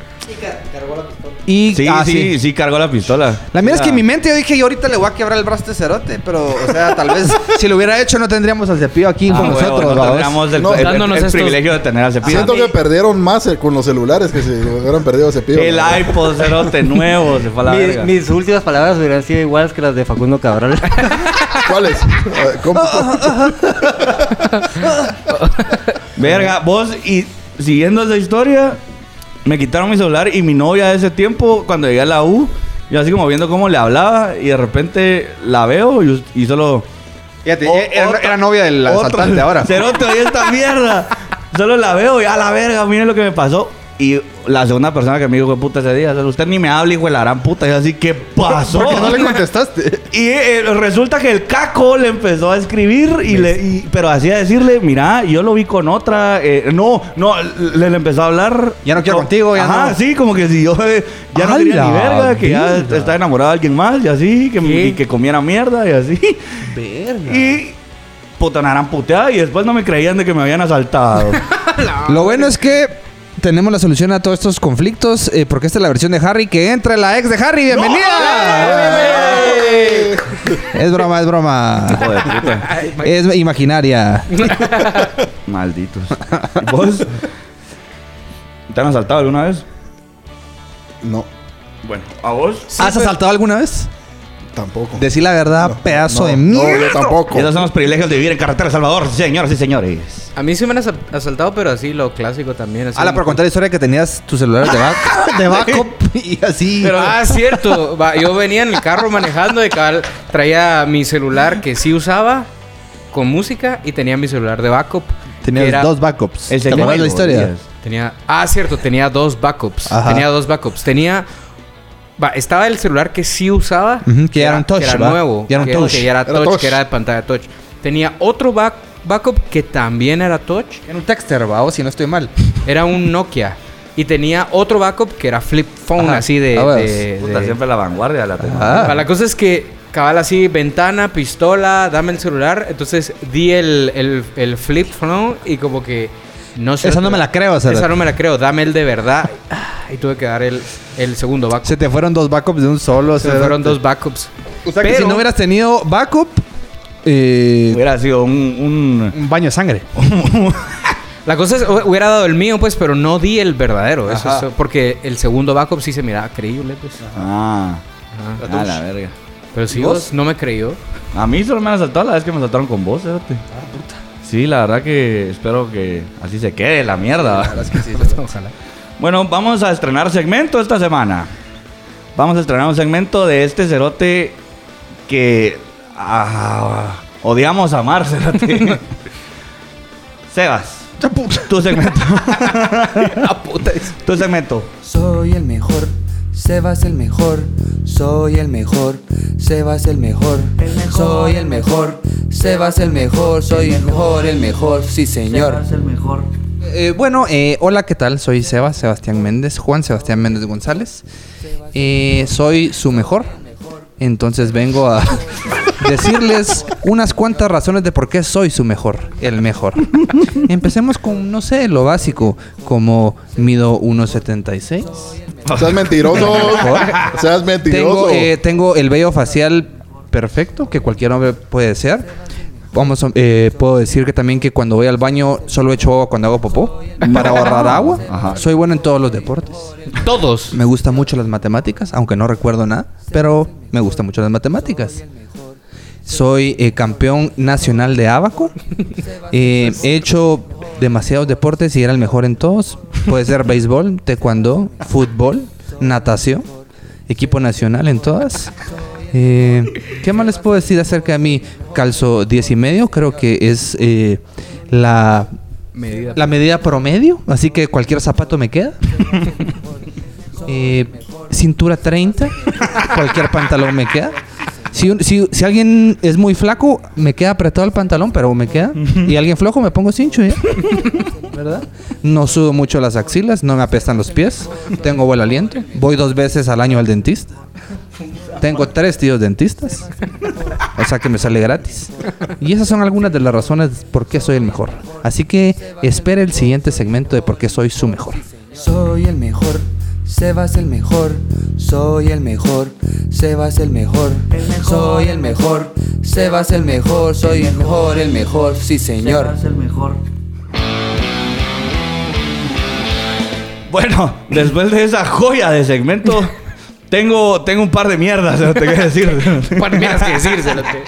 Speaker 3: Y
Speaker 1: Sí,
Speaker 3: ah,
Speaker 1: sí, sí, cargó la pistola.
Speaker 3: La mira es que en
Speaker 1: Mira.
Speaker 3: mi mente yo dije, yo ahorita le voy a quebrar el brazo a este cerote, pero, o sea, tal vez si lo hubiera hecho no tendríamos al cepillo aquí
Speaker 1: Ah,
Speaker 3: con
Speaker 1: huevo,
Speaker 3: nosotros,
Speaker 1: no
Speaker 3: babos.
Speaker 1: tendríamos el,
Speaker 2: No,
Speaker 1: el- el-
Speaker 4: dándonos
Speaker 1: el
Speaker 4: estos-
Speaker 1: privilegio de tener al cepillo.
Speaker 2: Siento que perdieron más eh, con los celulares que si hubieran perdido ese pibe.
Speaker 1: El iPod cerote nuevo se fue a la
Speaker 5: Mi-
Speaker 1: verga.
Speaker 5: mis últimas palabras hubieran sido iguales que las de Facundo Cabral.
Speaker 2: ¿Cuáles? Eh, ¿Cómo?
Speaker 1: Verga, vos y siguiendo esa historia, me quitaron mi celular y mi novia de ese tiempo, cuando llegué a la U, yo así como viendo cómo le hablaba y de repente la veo y, y solo...
Speaker 3: Fíjate,
Speaker 1: O-
Speaker 3: era,
Speaker 1: otra-
Speaker 3: era novia del
Speaker 1: otro-
Speaker 3: asaltante ahora.
Speaker 1: Cerote, oye esta mierda. Solo la veo y a la verga, miren lo que me pasó. Y la segunda persona que me dijo, "Hijo de puta, ese día, o sea, usted ni me habla, hijo de la gran puta. Y yo así, ¿qué pasó?
Speaker 3: ¿Por qué no le contestaste?
Speaker 1: Y eh, resulta que el caco le empezó a escribir, y le, y- pero así a decirle, mira, yo lo vi con otra. eh, no, no, le, le empezó a hablar.
Speaker 3: Ya no quiero
Speaker 1: Co-
Speaker 3: contigo, ya
Speaker 1: Ajá,
Speaker 3: no.
Speaker 1: sí, como que si yo eh, ya no
Speaker 3: ¡A
Speaker 1: quería ni
Speaker 3: la
Speaker 1: verga, que ya
Speaker 3: vida!
Speaker 1: estaba enamorado de alguien más, y así, que,
Speaker 4: ¿Qué?
Speaker 1: y que comiera mierda, y así.
Speaker 3: Verga.
Speaker 1: Y puta, una gran puteada, y después no me creían de que me habían asaltado.
Speaker 3: Lo bueno es que tenemos la solución a todos estos conflictos, eh, porque esta es la versión de Harry que entra la ex de Harry. ¡Bienvenida! Es broma, es broma.
Speaker 1: Joder, puta.
Speaker 3: Es imaginaria.
Speaker 1: Malditos. ¿Y ¿Vos? ¿Te han asaltado alguna vez?
Speaker 2: No,
Speaker 1: Bueno, ¿a vos?
Speaker 3: ¿Has asaltado alguna vez?
Speaker 2: tampoco.
Speaker 3: Decí la verdad, pedazo
Speaker 2: no,
Speaker 3: de
Speaker 2: no,
Speaker 3: mierda.
Speaker 2: yo tampoco.
Speaker 1: Esos son los privilegios de vivir en carretera El Salvador, señoras y señores.
Speaker 4: A mí sí me han asa- asaltado, pero así lo clásico también. Así
Speaker 3: Ala,
Speaker 4: como-
Speaker 3: pero contar Ah, la historia que tenías tu celular de, back, de backup y así.
Speaker 4: Pero- ah, cierto. Va, yo venía en el carro manejando y cabal traía mi celular que sí usaba con música y tenía mi celular de backup.
Speaker 3: tenías
Speaker 4: ah, que era-
Speaker 3: dos backups. ¿Te acuerdas la historia?
Speaker 4: Tenía, ah, cierto, tenía dos backups.
Speaker 3: Ajá.
Speaker 4: Tenía dos backups. Tenía. Va, estaba el celular que sí usaba.
Speaker 3: Ujú, que ya era un touch,
Speaker 4: Que era
Speaker 3: ¿va?
Speaker 4: nuevo.
Speaker 3: Ya era un
Speaker 4: que-
Speaker 3: touch.
Speaker 4: Que ya era,
Speaker 2: Era
Speaker 4: touch,
Speaker 2: touch.
Speaker 4: que era de pantalla touch. Tenía otro back- backup que también era touch.
Speaker 3: En un texter, va, o si no estoy mal.
Speaker 4: Era un Nokia. Y tenía otro backup que era flip phone,
Speaker 3: Ajá.
Speaker 4: así de.
Speaker 3: Ah, bueno.
Speaker 4: de-
Speaker 1: Puta,
Speaker 4: de-
Speaker 1: siempre la vanguardia la tengo.
Speaker 3: Ah.
Speaker 4: Va, La cosa es que cabal así, ventana, pistola, dame el celular. Entonces di el, el- el flip phone y como que. No sé.
Speaker 3: Esa no me la creo, César.
Speaker 4: Esa no me la creo, dame el de verdad. Y tuve que dar el, el segundo backup.
Speaker 3: Se te fueron dos backups de un solo.
Speaker 4: Se
Speaker 3: César.
Speaker 4: fueron dos backups.
Speaker 3: O sea, que
Speaker 4: Pero-
Speaker 3: si no hubieras tenido backup, eh,
Speaker 1: Hubiera sido un, un-
Speaker 3: un baño de sangre.
Speaker 4: La cosa es, hu- hubiera dado el mío, pues, pero no di el verdadero. Eso es- porque el segundo backup sí se miraba creíble, pues.
Speaker 1: Ah,
Speaker 4: Ajá.
Speaker 1: a la verga.
Speaker 4: Pero si vos no me creyó.
Speaker 1: A mí solo me han asaltado la vez que me asaltaron con vos, fíjate. Ah, puta. Sí, la verdad que espero que así se quede la mierda.
Speaker 4: Ojalá.
Speaker 1: Bueno, vamos a estrenar segmento esta semana. Vamos a estrenar un segmento de este cerote que ah, odiamos amar, cerote. Sebas, tu segmento. tu segmento.
Speaker 8: Soy el mejor, Sebas el mejor, soy el mejor, Sebas el mejor, soy el mejor, Sebas el mejor, soy el mejor, el mejor, sí señor.
Speaker 3: Eh, bueno, eh, hola, ¿qué tal? Soy Sebas, Sebastián Méndez, Juan Sebastián Méndez González. Eh, soy su mejor. Entonces vengo a decirles unas cuantas razones de por qué soy su mejor, el mejor. Empecemos con, no sé, lo básico, como mido 1,76.
Speaker 2: Seas mentiroso. Seas mentiroso.
Speaker 3: Tengo, eh, tengo el vello facial perfecto, que cualquier hombre puede ser. Vamos, a- eh, puedo decir que también que cuando voy al baño solo echo agua cuando hago popó para ahorrar agua. Soy bueno en todos los deportes.
Speaker 4: Todos.
Speaker 3: Me gustan mucho las matemáticas, aunque no recuerdo nada, pero me gustan mucho las matemáticas. Soy eh, campeón nacional de abaco. Eh, he hecho demasiados deportes y era el mejor en todos. Puede ser béisbol, taekwondo, fútbol, natación, equipo nacional en todas. Eh, ¿Qué más les puedo decir acerca de mí? Calzo 10 y medio, creo que es eh, la,
Speaker 4: Medida.
Speaker 3: la medida promedio, así que cualquier zapato me queda. Eh, cintura 30, cualquier pantalón me queda. Si, un- si, si alguien es muy flaco, me queda apretado el pantalón, pero me queda. Y alguien flojo, me pongo cincho, ¿ya? ¿Verdad? No sudo mucho las axilas, no me apestan los pies, tengo buen aliento, voy dos veces al año al dentista. Tengo tres tíos dentistas, o sea que me sale gratis. Y esas son algunas de las razones por qué soy el mejor. Así que espere el siguiente segmento de por qué soy su mejor.
Speaker 8: Soy el mejor, Sebas el mejor, soy el mejor, Sebas el mejor, soy el mejor, Sebas el mejor, soy el mejor, el mejor, sí señor.
Speaker 1: Bueno, después de esa joya de segmento, tengo, tengo un par de mierdas, te que decir.
Speaker 4: Bueno, miras que decírselo. te-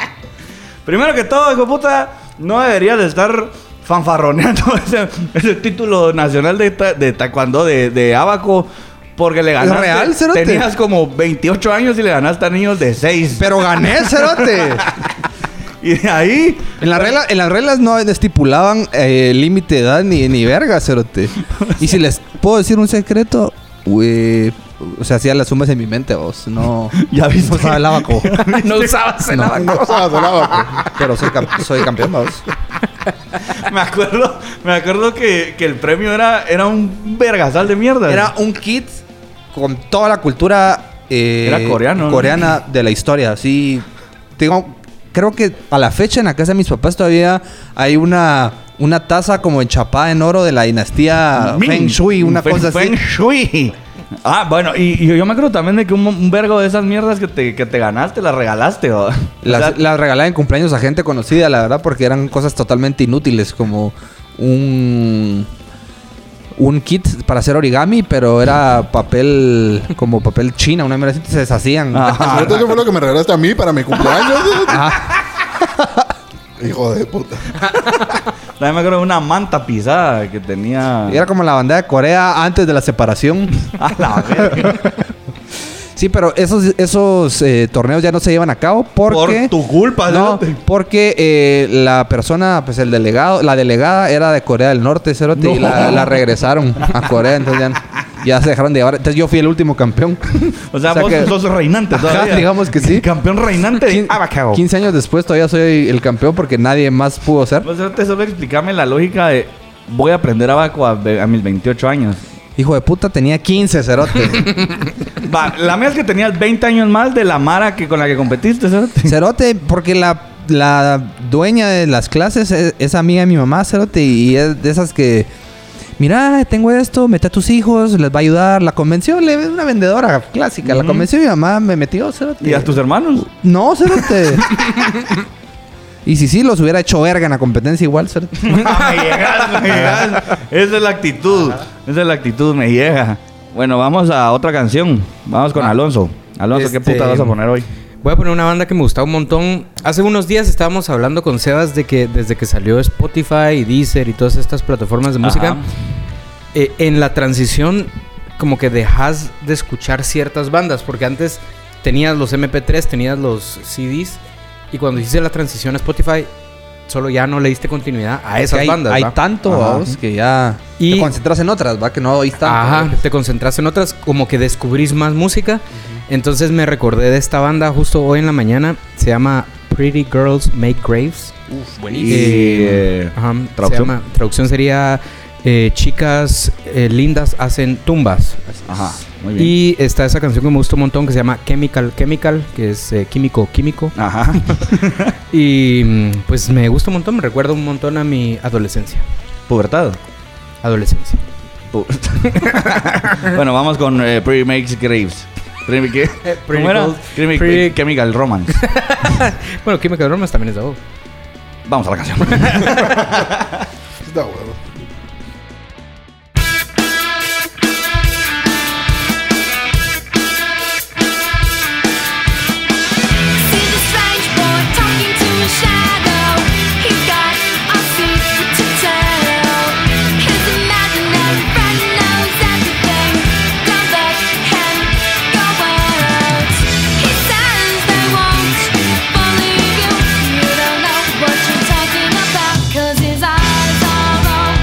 Speaker 1: Primero que todo, hijo de puta, no deberías de estar fanfarroneando ese, ese título nacional de, ta- de taekwondo de, de Abaco. Porque le ganaste.
Speaker 3: real, cerote?
Speaker 1: Tenías como 28 años y le ganaste a niños de 6.
Speaker 3: Pero gané, cerote.
Speaker 1: Y de ahí.
Speaker 3: En, la regla- en las reglas no estipulaban eh, límite de edad ni, ni verga, cerote. Y si les puedo decir un secreto, güey, o sea, hacía las sumas en mi mente, vos. No,
Speaker 1: Ya viste.
Speaker 3: no usaba el abaco.
Speaker 4: No usabas el abaco.
Speaker 2: No sabes nada,
Speaker 3: Pero soy, cam- soy campeón, vos.
Speaker 1: Me acuerdo, me acuerdo que, que el premio era, era un vergasal de mierda.
Speaker 3: Era un kit con toda la cultura eh,
Speaker 1: Era coreano, ¿no?
Speaker 3: coreana de la historia. Así, tengo, creo que a la fecha en la casa de mis papás todavía hay una una taza como enchapada en oro de la dinastía
Speaker 1: Ming.
Speaker 3: Feng Shui, una
Speaker 1: Feng-
Speaker 3: cosa así.
Speaker 1: Feng Shui. Ah, bueno, y, y yo me acuerdo también de que un, un vergo de esas mierdas que te, que te ganaste, las regalaste, ¿o?
Speaker 3: Las,
Speaker 1: O sea,
Speaker 3: las regalaba en cumpleaños a gente conocida, la verdad, porque eran cosas totalmente inútiles, como un un kit para hacer origami, pero era papel como papel china, una mierda así, se deshacían.
Speaker 4: Ah,
Speaker 1: Ajá.
Speaker 2: Entonces, ¿qué fue lo que me regalaste a mí para mi cumpleaños?
Speaker 4: Ah.
Speaker 2: Hijo de puta.
Speaker 1: También me acuerdo de una manta pisada que tenía.
Speaker 3: Era como la bandera de Corea antes de la separación.
Speaker 1: A la verga.
Speaker 3: Sí, pero esos, esos eh, torneos ya no se llevan a cabo porque...
Speaker 1: Por tu culpa,
Speaker 3: No,
Speaker 1: cerote.
Speaker 3: porque eh, la persona, pues el delegado, la delegada era de Corea del Norte, cerote, y la, la regresaron a Corea, entonces ya, ya se dejaron de llevar. Entonces yo fui el último campeón.
Speaker 1: O sea, vos
Speaker 3: que-
Speaker 1: sos reinante
Speaker 3: Ajá,
Speaker 1: todavía.
Speaker 3: digamos que sí.
Speaker 1: Campeón reinante de
Speaker 3: Quin-
Speaker 1: Abacago.
Speaker 3: 15 años después todavía soy el campeón porque nadie más pudo ser.
Speaker 1: Vos cerote, solo explícame la lógica de voy a aprender abaco a, a mis 28 años.
Speaker 3: Hijo de puta, tenía 15, cerote.
Speaker 1: Va, la mía es que tenías 20 años más de la mara que con la que competiste, cerote.
Speaker 3: Cerote, porque la, la dueña de las clases es, es amiga de mi mamá, Cerote, y es de esas que. Mira, tengo esto, mete a tus hijos, les va a ayudar. La convenció, le es una vendedora clásica. La
Speaker 1: Ujú.
Speaker 3: convenció mi mamá, me metió, Cerote.
Speaker 1: ¿Y a tus hermanos?
Speaker 3: No, Cerote. y si sí, los hubiera hecho verga en la competencia igual, Cerote.
Speaker 1: Ah, me llegas, me llegas. Esa es la actitud. Esa es la actitud, me llega. Bueno, vamos a otra canción. Vamos con Alonso. Alonso, ¿qué
Speaker 4: Este-
Speaker 1: puta vas a poner hoy?
Speaker 4: Voy a poner una banda que me gustaba un montón. Hace unos días estábamos hablando con Sebas de que desde que salió Spotify y Deezer y todas estas plataformas de música,
Speaker 1: Ajá.
Speaker 4: eh, en la transición como que dejas de escuchar ciertas bandas, porque antes tenías los MP3, tenías los CDs, y cuando hiciste la transición a Spotify, solo ya no le diste continuidad a esas
Speaker 3: hay,
Speaker 4: bandas.
Speaker 3: Hay
Speaker 4: ¿va?
Speaker 3: tanto,
Speaker 4: Ajá.
Speaker 3: vamos, que ya.
Speaker 4: Y-
Speaker 3: Te concentras en otras, ¿va? Que no oís tanto.
Speaker 4: Ajá, te concentras en otras, como que descubrís más música. Entonces me recordé de esta banda justo hoy en la mañana. Se llama Pretty Girls Make Graves.
Speaker 1: Y, eh,
Speaker 4: Ajá,
Speaker 1: traducción.
Speaker 4: traducción. traducción sería eh, Chicas eh, lindas hacen tumbas.
Speaker 1: Ajá, muy bien.
Speaker 4: Y está esa canción que me gusta un montón que se llama Chemical Chemical, que es eh, químico químico.
Speaker 1: Ajá.
Speaker 4: Y mm, pues me gusta un montón, me recuerda un montón a mi adolescencia.
Speaker 1: Pubertad.
Speaker 4: Adolescencia.
Speaker 1: Pu- bueno, vamos con eh, Pretty Makes Graves. Pretty, ¿qué?
Speaker 4: Eh, Pretty
Speaker 1: ¿Cómo era?
Speaker 4: Gold-
Speaker 1: Pretty-
Speaker 4: Pretty-
Speaker 1: Chemical Romance.
Speaker 4: Bueno, Chemical Romance también es de vos.
Speaker 1: Vamos a la canción.
Speaker 2: Está huevo.
Speaker 9: See the strange boy talking to a shadow. He's got a secret to tell. His imaginary friend knows everything. Don't let him go out. He says they won't believe you. You don't know what you're talking about 'cause his eyes are always.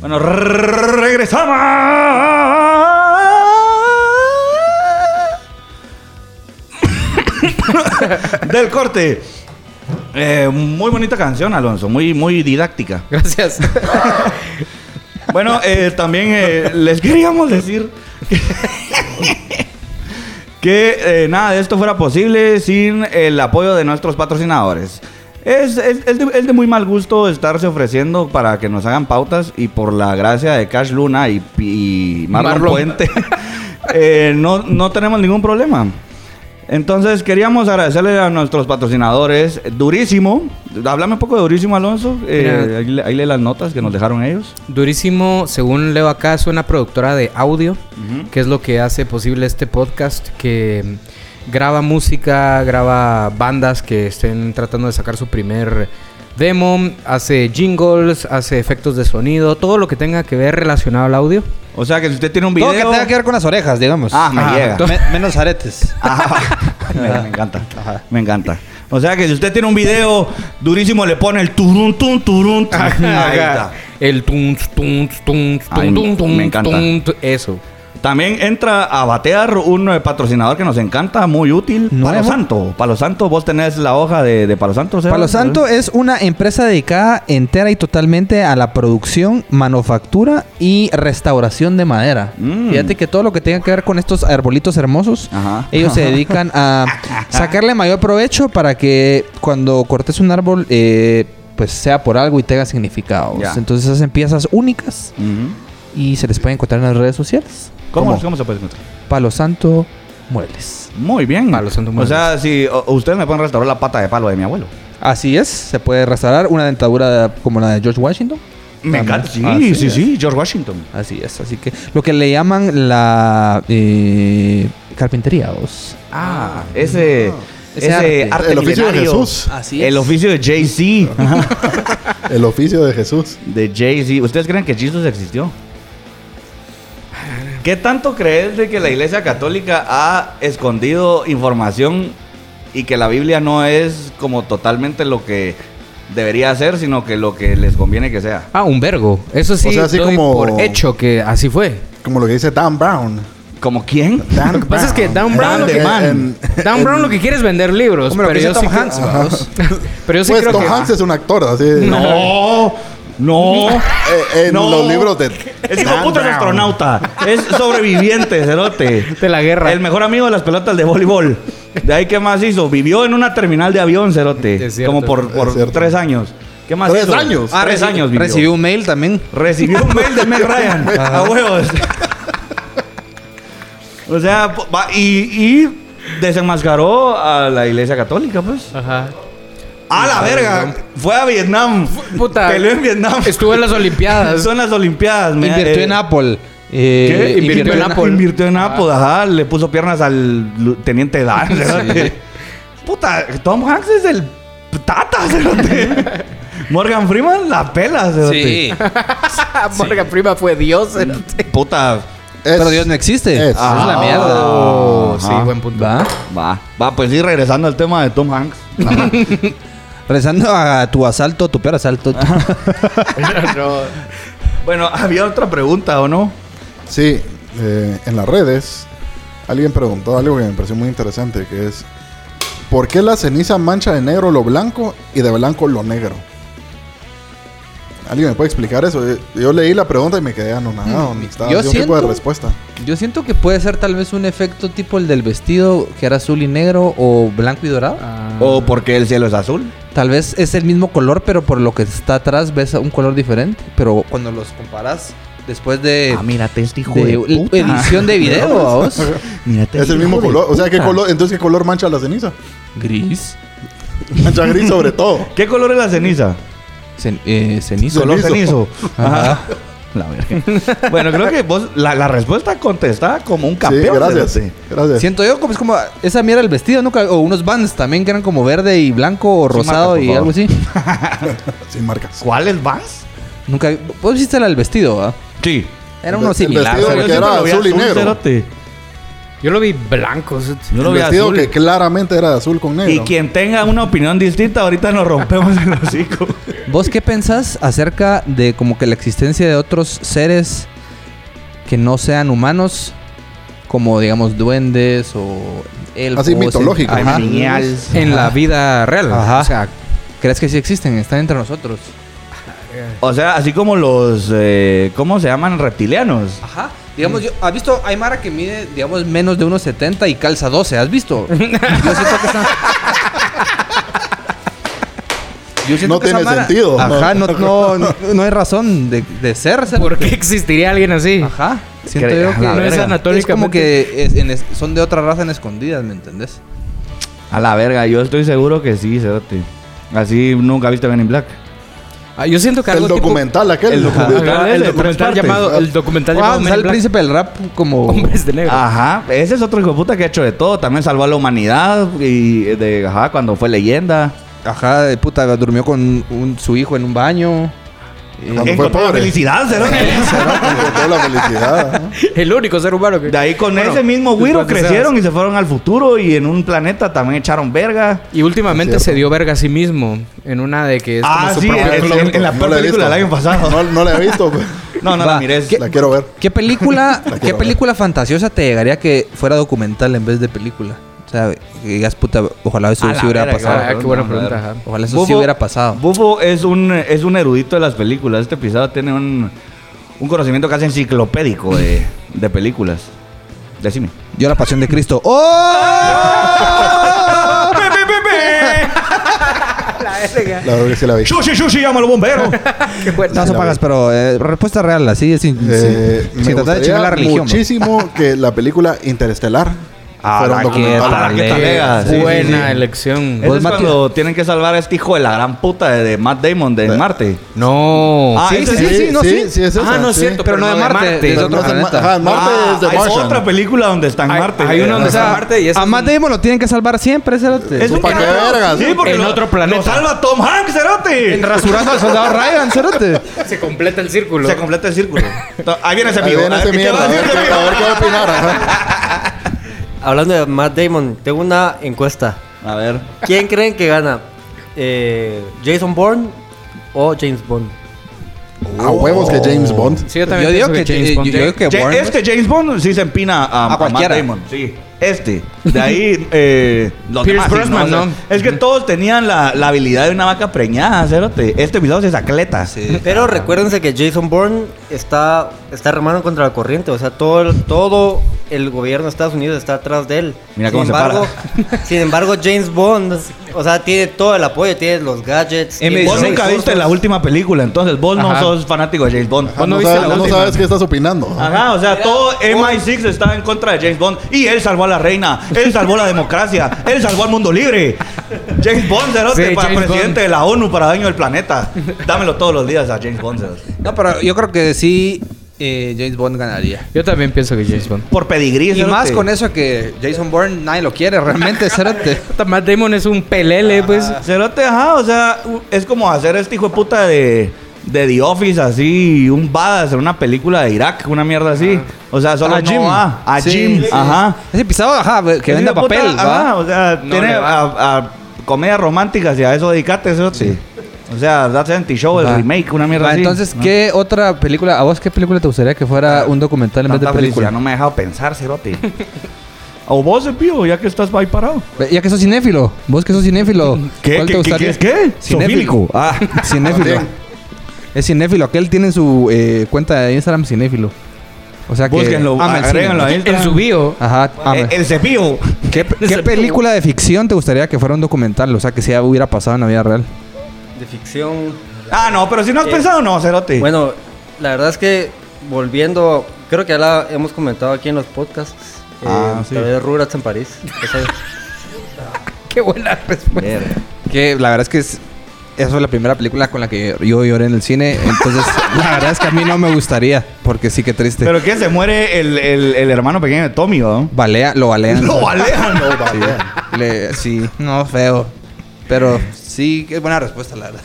Speaker 1: Bueno, rrr, regresamos. Del corte. Eh, muy bonita canción, Alonso. Muy, muy didáctica.
Speaker 4: Gracias.
Speaker 1: Bueno, eh, también eh, les queríamos decir que- que eh, nada de esto fuera posible sin el apoyo de nuestros patrocinadores. Es, es- es de, es de muy mal gusto estarse ofreciendo para que nos hagan pautas y por la gracia de Cash Luna y, y Marlon,
Speaker 4: Marlon.
Speaker 1: Puente eh, no, no tenemos ningún problema. Entonces queríamos agradecerle a nuestros patrocinadores Durísimo. Háblame un poco de Durísimo, Alonso. Eh,
Speaker 4: Mira.
Speaker 1: ahí le- ahí lee las notas que nos dejaron ellos.
Speaker 4: Durísimo, según leo acá, es una productora de audio, que es lo que hace posible este podcast, que mm, graba música, graba bandas que estén tratando de sacar su primer demo, hace jingles, hace efectos de sonido, todo lo que tenga que ver relacionado al audio.
Speaker 1: O sea que si usted tiene un video.
Speaker 3: Todo que tenga que ver con las orejas, digamos.
Speaker 1: Ah, me llega.
Speaker 3: Me- menos aretes.
Speaker 1: me, me encanta. Me encanta. O sea que si usted tiene un video durísimo, le pone el turun tun turun tun. Ahí está.
Speaker 4: El tunz, tunz, tunz,
Speaker 1: Ay,
Speaker 4: tunz, tunz,
Speaker 1: me encanta.
Speaker 4: tunz, eso.
Speaker 1: También entra a batear un eh, patrocinador que nos encanta, muy útil.
Speaker 3: ¿Nuevo?
Speaker 1: Palo Santo. Palo Santo, vos tenés la hoja de, de Palo Santo. ¿sabes?
Speaker 3: Palo Santo es una empresa dedicada entera y totalmente a la producción, manufactura y restauración de madera.
Speaker 1: Mm.
Speaker 3: Fíjate que todo lo que tenga que ver con estos arbolitos hermosos,
Speaker 1: Ajá.
Speaker 3: ellos se dedican a sacarle mayor provecho para que cuando cortes un árbol, eh, pues sea por algo y tenga significado.
Speaker 1: Ya.
Speaker 3: Entonces hacen piezas únicas
Speaker 1: Ujú.
Speaker 3: y se les puede encontrar en las redes sociales.
Speaker 1: ¿Cómo,
Speaker 3: Como
Speaker 1: ¿Cómo se puede encontrar?
Speaker 3: Palo Santo Muebles.
Speaker 1: Muy bien.
Speaker 4: Palo Santo, muy
Speaker 1: o sea, si o- ustedes me pueden restaurar la pata de palo de mi abuelo.
Speaker 3: Así es, se puede restaurar una dentadura como la de George Washington.
Speaker 1: Me
Speaker 3: También.
Speaker 1: encanta. Sí,
Speaker 3: Así
Speaker 1: sí,
Speaker 3: es.
Speaker 1: sí. George Washington.
Speaker 3: Así es, así que lo que le llaman la eh, carpintería, vos.
Speaker 1: Ah, ese,
Speaker 3: Ese
Speaker 1: ese
Speaker 3: arte.
Speaker 1: arte,
Speaker 2: El oficio de
Speaker 1: milenario.
Speaker 2: Jesús.
Speaker 4: Ah.
Speaker 3: Así
Speaker 1: El
Speaker 3: es.
Speaker 1: oficio de Jay-Z. Ajá.
Speaker 2: El oficio de Jesús.
Speaker 1: de Jay-Z. ¿Ustedes creen que Jesus existió? ¿Qué tanto crees de que la Iglesia Católica ha escondido información y que la Biblia no es como totalmente lo que debería ser, sino que lo que les conviene que sea?
Speaker 4: Ah, un vergo. Eso sí,
Speaker 2: sea, así
Speaker 4: doy
Speaker 2: como-
Speaker 4: por hecho que así fue.
Speaker 2: Como lo que dice Dan Brown.
Speaker 1: ¿Como quién?
Speaker 2: Dan
Speaker 4: Lo que pasa es que Dan Brown lo
Speaker 2: Grande
Speaker 4: que-
Speaker 2: man.
Speaker 4: Dan Brown lo que quiere es vender libros.
Speaker 3: Hombre, lo
Speaker 4: pero,
Speaker 3: que
Speaker 4: yo
Speaker 3: hizo
Speaker 4: sí
Speaker 3: Tom
Speaker 4: creo-
Speaker 3: Hanks,
Speaker 4: Ajá. pero yo sí
Speaker 2: Pues
Speaker 4: creo
Speaker 2: Tom
Speaker 4: que...
Speaker 2: Hanks es un actor, así.
Speaker 1: No, no.
Speaker 2: Eh, en
Speaker 1: No.
Speaker 2: los libros de.
Speaker 1: Ese hijo de
Speaker 2: Dan
Speaker 1: puta es
Speaker 2: Brown.
Speaker 1: astronauta. Es sobreviviente, cerote.
Speaker 4: De la guerra.
Speaker 1: El mejor amigo de las pelotas de voleibol. De ahí, ¿qué más hizo? Vivió en una terminal de avión, cerote.
Speaker 4: Es cierto.
Speaker 1: Como por, por
Speaker 2: Es cierto.
Speaker 1: tres años. ¿Qué más
Speaker 2: ¿Tres
Speaker 1: hizo?
Speaker 2: años?
Speaker 1: Ah, tres años vivió.
Speaker 3: Recibió un mail también.
Speaker 1: Recibió un mail de Meg Ryan. a huevos. o sea, po- va- y, y desenmascaró a la iglesia católica, pues.
Speaker 4: Ajá.
Speaker 1: ¡A la verga! Fue a Vietnam.
Speaker 4: Puta.
Speaker 1: Peleó en Vietnam.
Speaker 4: Estuvo en las Olimpiadas.
Speaker 1: Son las Olimpiadas, me-
Speaker 3: Invirtió
Speaker 1: eh,
Speaker 3: en Apple. Eh,
Speaker 4: ¿Qué? Invirtió en Apple. Ah.
Speaker 1: Invirtió en Apple, ajá. Le puso piernas al lu- teniente Dan. cerote. Puta, Tom Hanks es el tata, cerote. Morgan Freeman la pela, cerote.
Speaker 3: Sí.
Speaker 4: Morgan Prima fue Dios. cerote.
Speaker 1: Puta.
Speaker 2: Es-
Speaker 3: Pero Dios no existe.
Speaker 2: Es.
Speaker 3: Eso
Speaker 4: Ah.
Speaker 3: es la mierda.
Speaker 4: Oh,
Speaker 1: Ajá.
Speaker 4: sí, buen punto.
Speaker 3: Va.
Speaker 1: Va, va, pues sí, regresando al tema de Tom Hanks.
Speaker 3: Rezando a tu asalto, tu peor asalto.
Speaker 1: bueno, había otra pregunta, ¿o no?
Speaker 2: Sí, eh, en las redes alguien preguntó algo que me pareció muy interesante, que es ¿por qué la ceniza mancha de negro lo blanco y de blanco lo negro? ¿Alguien me puede explicar eso? Eh, Yo leí la pregunta y me quedé anonadado. ni estaba
Speaker 3: yo
Speaker 2: haciendo un tipo de
Speaker 3: siento-
Speaker 2: respuesta.
Speaker 3: Yo siento que puede ser tal vez un efecto tipo el del vestido que era azul y negro o blanco y dorado.
Speaker 1: ¿O porque el cielo es azul?
Speaker 3: Tal vez es el mismo color, pero por lo que está atrás ves un color diferente. Pero cuando los comparas después de,
Speaker 1: mírate este
Speaker 3: de edición de video, vamos,
Speaker 1: Mírate
Speaker 2: es el mismo color. O sea, ¿qué color, entonces, ¿qué color mancha la ceniza?
Speaker 3: gris,
Speaker 2: Mancha gris sobre todo.
Speaker 1: ¿Qué color es la ceniza?
Speaker 3: cen- eh, cenizo.
Speaker 1: Color
Speaker 2: Cenizo.
Speaker 1: cenizo. Ajá. La verga. Bueno, creo que vos la, la respuesta contestada como un campeón.
Speaker 2: sí, gracias.
Speaker 1: cerote.
Speaker 2: Gracias.
Speaker 3: Siento yo como es como esa mierda el vestido, nunca o unos bands también que eran como verde y blanco o
Speaker 1: Sí, marca,
Speaker 3: rosado
Speaker 1: por
Speaker 3: y
Speaker 1: favor.
Speaker 3: algo así.
Speaker 2: Sin marcas.
Speaker 1: ¿Cuáles vas?
Speaker 3: Nunca vos viste el vestido, ¿va?
Speaker 1: Sí.
Speaker 3: Era
Speaker 2: El
Speaker 3: uno
Speaker 2: ve- el
Speaker 3: similar.
Speaker 2: vestido
Speaker 3: pero-
Speaker 2: que era
Speaker 1: lo veía
Speaker 2: azul y negro.
Speaker 1: cerote.
Speaker 4: Yo lo vi blanco. o sea,
Speaker 1: Yo lo
Speaker 2: El
Speaker 1: vi
Speaker 2: vestido
Speaker 1: azul.
Speaker 2: que claramente era de azul con negro.
Speaker 1: Y quien tenga una opinión distinta, ahorita nos rompemos el hocico.
Speaker 3: ¿Vos qué pensás acerca de como que la existencia de otros seres que no sean humanos? Como digamos duendes o elfos.
Speaker 2: Así mitológico.
Speaker 3: ajá.
Speaker 1: Ay, genial.
Speaker 4: En la vida real.
Speaker 3: Ajá.
Speaker 4: O sea,
Speaker 3: ¿Crees que sí existen? Están entre nosotros.
Speaker 1: O sea, así como los. eh, ¿Cómo se llaman? Reptilianos.
Speaker 3: Ajá. Digamos, yo, ¿has visto? Hay Mara que mide, digamos, menos de 1,70 y calza 12. ¿Has visto? Yo siento que está... Yo siento
Speaker 2: No
Speaker 3: esa
Speaker 2: tiene sentido.
Speaker 3: Ajá, no, no, no, no hay razón de, de ser. ser-
Speaker 4: ¿por qué existiría alguien así?
Speaker 3: Ajá. Siento
Speaker 1: Cre-
Speaker 3: yo
Speaker 1: a
Speaker 3: que
Speaker 1: la
Speaker 4: verga.
Speaker 3: es
Speaker 4: anatómicamente-
Speaker 3: como que es- en es- son de otra raza en escondidas, ¿me entendés?
Speaker 1: A la verga, yo estoy seguro que sí, Cerote. Así nunca viste Men in Black.
Speaker 4: Ah, yo siento que
Speaker 2: el
Speaker 4: algo tipo-
Speaker 2: documental aquel.
Speaker 1: El
Speaker 4: Ajá,
Speaker 1: documental.
Speaker 4: ajá, Ah,
Speaker 1: ese,
Speaker 4: el
Speaker 1: tres
Speaker 4: documental
Speaker 1: partes.
Speaker 4: llamado el documental
Speaker 3: Ah,
Speaker 4: llamado
Speaker 3: sale
Speaker 4: Men in
Speaker 3: el
Speaker 4: Black,
Speaker 3: príncipe del rap como...
Speaker 4: Hombres de negro.
Speaker 1: Ajá, ese es otro hijo de puta que ha hecho de todo. También salvó a la humanidad y de, ajá, cuando fue leyenda.
Speaker 3: Ajá, de puta, durmió con un- su hijo en un baño.
Speaker 2: Cuando fue
Speaker 1: Encontró la
Speaker 2: pobre.
Speaker 1: felicidad, Cerote.
Speaker 2: Con toda la felicidad. ¿no?
Speaker 4: El único ser humano que
Speaker 1: De ahí con
Speaker 4: Bueno,
Speaker 1: ese mismo güiro
Speaker 4: después de
Speaker 1: crecieron y se fueron al futuro y en un planeta también echaron verga.
Speaker 4: Y últimamente
Speaker 2: Es cierto.
Speaker 4: se dio verga a sí mismo en una de que es
Speaker 1: Ah,
Speaker 4: como su
Speaker 1: sí,
Speaker 4: propio
Speaker 1: en-
Speaker 4: clon.
Speaker 1: en- en la
Speaker 2: No
Speaker 1: peor
Speaker 2: la he
Speaker 1: película
Speaker 2: visto.
Speaker 1: del año pasado.
Speaker 2: No, no la he visto. pues.
Speaker 1: No, no
Speaker 3: Va,
Speaker 1: la mires.
Speaker 3: ¿qué-
Speaker 2: La quiero ver.
Speaker 3: ¿Qué película, ¿qué
Speaker 2: quiero ver.
Speaker 3: película fantasiosa te llegaría que fuera documental en vez de película? O sea, que digas, puta, ojalá eso
Speaker 1: A la
Speaker 3: sí hubiera
Speaker 1: verga,
Speaker 3: pasado.
Speaker 4: Ah, qué buena pregunta. ajá.
Speaker 3: Ojalá eso sí hubiera pasado.
Speaker 1: Bufo es un, es un erudito de las películas. Este pisado tiene un, un conocimiento casi enciclopédico de, de películas. Decime.
Speaker 3: Yo la pasión de Cristo.
Speaker 1: Ah,
Speaker 3: ¡Oh!
Speaker 2: La verdad que sí la vi.
Speaker 1: ¡Shushi, shushi! llama al bombero!
Speaker 3: no, eso pagas, pero eh, respuesta real, así es. Sin,
Speaker 2: Eh,
Speaker 3: sin-
Speaker 2: me
Speaker 3: sin tratar de
Speaker 2: gustaría
Speaker 3: chingar la religión.
Speaker 2: muchísimo que la película Interestelar fuera un documental. Ah,
Speaker 1: tal.
Speaker 3: qué
Speaker 1: talega, sí, sí,
Speaker 4: buena
Speaker 1: sí.
Speaker 4: elección.
Speaker 1: Eso
Speaker 3: Vos,
Speaker 1: es
Speaker 3: Mati-
Speaker 1: cuando tienen que salvar a este hijo de la gran puta de, de Matt Damon de Marte.
Speaker 4: No.
Speaker 1: Ah,
Speaker 4: sí,
Speaker 1: ese
Speaker 4: sí,
Speaker 1: sí,
Speaker 4: sí, sí, no, sí.
Speaker 2: sí, sí, es
Speaker 4: ah,
Speaker 2: esa,
Speaker 4: no es
Speaker 2: sí.
Speaker 4: cierto,
Speaker 3: Pero no de Marte,
Speaker 4: Es
Speaker 3: de
Speaker 2: Pero
Speaker 4: otro
Speaker 2: no es en Ma-
Speaker 3: planeta.
Speaker 2: ajá, en Marte
Speaker 1: Ah,
Speaker 2: es de
Speaker 1: es
Speaker 2: Martian.
Speaker 1: otra película donde está en
Speaker 4: Hay-
Speaker 1: Marte.
Speaker 4: hay una donde está Marte y es
Speaker 3: a
Speaker 4: un-
Speaker 3: Matt Damon lo tienen que salvar siempre, cerote.
Speaker 1: Es un
Speaker 2: ¿Para qué
Speaker 1: pendejo.
Speaker 2: vergas?
Speaker 1: Sí, porque
Speaker 4: En
Speaker 1: lo-
Speaker 4: otro planeta.
Speaker 1: Lo salva Tom Hanks, cerote.
Speaker 3: rasurando al soldado Ryan, cerote.
Speaker 4: Se completa el círculo.
Speaker 1: Se completa el círculo. To- Ahí viene ese
Speaker 2: Ahí
Speaker 1: amigo.
Speaker 2: viene
Speaker 1: A ver,
Speaker 2: ese
Speaker 1: ¿qué
Speaker 2: mierda,
Speaker 1: va a
Speaker 2: a ver
Speaker 1: decir
Speaker 2: qué-
Speaker 1: ese
Speaker 2: a ver
Speaker 1: amigo?
Speaker 2: qué va a opinar. ajá.
Speaker 5: Hablando de Matt Damon, tengo una encuesta.
Speaker 1: A ver.
Speaker 5: ¿Quién creen que gana? Eh, ¿Jason Bourne o James Bond?
Speaker 2: A huevos que James Bond.
Speaker 4: Sí, yo también
Speaker 3: Yo digo que,
Speaker 4: pienso
Speaker 3: eh, yo
Speaker 4: James Bond.
Speaker 3: digo que
Speaker 1: Ja-
Speaker 3: Warren-
Speaker 1: este James Bond sí se empina a,
Speaker 3: A
Speaker 1: a Matt
Speaker 3: cualquiera.
Speaker 1: Damon. Sí. Este. De ahí, eh, los
Speaker 4: Pierce
Speaker 1: demás, sí,
Speaker 4: Brosnan,
Speaker 1: O sea,
Speaker 4: ¿no?
Speaker 1: Es que todos tenían la, la habilidad de una vaca preñada, cerote. Este pisado es acleta.
Speaker 3: Sí.
Speaker 5: Pero recuérdense que Jason Bourne está, está remando contra la corriente. O sea, todo, el- todo el gobierno de Estados Unidos está atrás de él.
Speaker 1: Mira cómo se
Speaker 5: embargo, Sin embargo, James Bond, o sea, tiene todo el apoyo, tiene los gadgets. tiene
Speaker 1: Vos
Speaker 5: los
Speaker 1: nunca viste
Speaker 5: recursos.
Speaker 1: la última película, entonces vos no
Speaker 4: Ajá.
Speaker 1: sos fanático de James Bond.
Speaker 2: No,
Speaker 4: no viste
Speaker 2: sabes,
Speaker 4: la
Speaker 2: no
Speaker 4: última.
Speaker 2: sabes qué estás opinando.
Speaker 1: Ajá, o sea, todo MI6 estaba en contra de James Bond. Y él salvó a la reina, él salvó la democracia, él salvó al mundo libre. James Bond, cerote,
Speaker 4: Sí,
Speaker 1: para
Speaker 4: James
Speaker 1: presidente
Speaker 4: Bond.
Speaker 1: de la ONU para daño del planeta. Dámelo todos los días a James Bond, cerote.
Speaker 3: No, pero yo creo que sí eh, James Bond ganaría.
Speaker 4: Yo también pienso que James Bond.
Speaker 1: Por pedigrí,
Speaker 3: Y
Speaker 1: cerote.
Speaker 3: más con eso que Jason Bourne nadie lo quiere realmente, cerote.
Speaker 4: Puta, Matt Damon es un pelele, pues.
Speaker 1: Cerote, ajá, o sea, u- es como hacer este hijo de puta de, de The Office, así, un badass en una película de Irak, una mierda así. O sea, solo
Speaker 4: A
Speaker 1: no
Speaker 4: Jim.
Speaker 1: va. A
Speaker 3: Sí,
Speaker 1: Jim,
Speaker 3: sí.
Speaker 1: ajá.
Speaker 3: Ese pisado, ajá, que
Speaker 1: Ese
Speaker 3: venda
Speaker 1: hijo de puta,
Speaker 3: papel,
Speaker 1: Ajá,
Speaker 3: ¿va?
Speaker 1: o sea,
Speaker 4: No
Speaker 1: tiene
Speaker 4: le va.
Speaker 1: a, a comedias románticas y a eso dedicate, cerote. O sea, That's Anti Show, el
Speaker 3: Va.
Speaker 1: remake, una mierda
Speaker 3: Va,
Speaker 1: así.
Speaker 3: Entonces,
Speaker 1: ¿no?
Speaker 3: ¿qué otra película, a vos qué película te gustaría que fuera un documental en vez de
Speaker 1: Tanta felicidad,
Speaker 3: película?
Speaker 1: no me ha dejado pensar, cerote. o vos, eh, pío, ya que estás ahí parado.
Speaker 3: Ve, Ya que sos cinéfilo, vos que sos cinéfilo,
Speaker 1: ¿Qué?
Speaker 3: ¿cuál
Speaker 1: ¿Qué?
Speaker 3: te
Speaker 1: ¿Qué?
Speaker 3: gustaría?
Speaker 1: ¿Qué? ¿Qué?
Speaker 3: Cinéfilo.
Speaker 1: Sofílico. Ah.
Speaker 3: Eh, Cinéfilo.
Speaker 2: También.
Speaker 3: Es cinéfilo, aquel tiene en su eh, cuenta de Instagram cinéfilo. O sea que
Speaker 1: Búsquenlo,
Speaker 3: ama el cine.
Speaker 1: agréguenlo ahí.
Speaker 4: En su bio.
Speaker 3: Ajá, ama.
Speaker 1: Eh, el cepillo.
Speaker 3: ¿Qué, qué película de ficción te gustaría que fuera un documental? O sea, que si ya hubiera pasado en la vida real.
Speaker 5: De ficción.
Speaker 1: Ah, no, pero si no has
Speaker 5: Eh,
Speaker 1: pensado, no, Cerote.
Speaker 5: Bueno, la verdad es que volviendo, creo que ya la hemos comentado aquí en los podcasts. eh,
Speaker 1: Ah, sí.
Speaker 5: Tal vez Rurats en París. Esa-
Speaker 4: Qué buena
Speaker 3: pues,
Speaker 4: respuesta.
Speaker 3: Que la verdad es que es, esa fue la primera película con la que yo lloré en el cine. Entonces, la verdad es que a mí no me gustaría. Porque sí que triste.
Speaker 1: Pero que se muere el, el, el hermano pequeño de Tommy, ¿no?
Speaker 3: Balea, lo balean.
Speaker 1: Lo alejan.
Speaker 2: No, vaya.
Speaker 3: Le- sí, no, feo. Pero sí, que es buena respuesta, la verdad.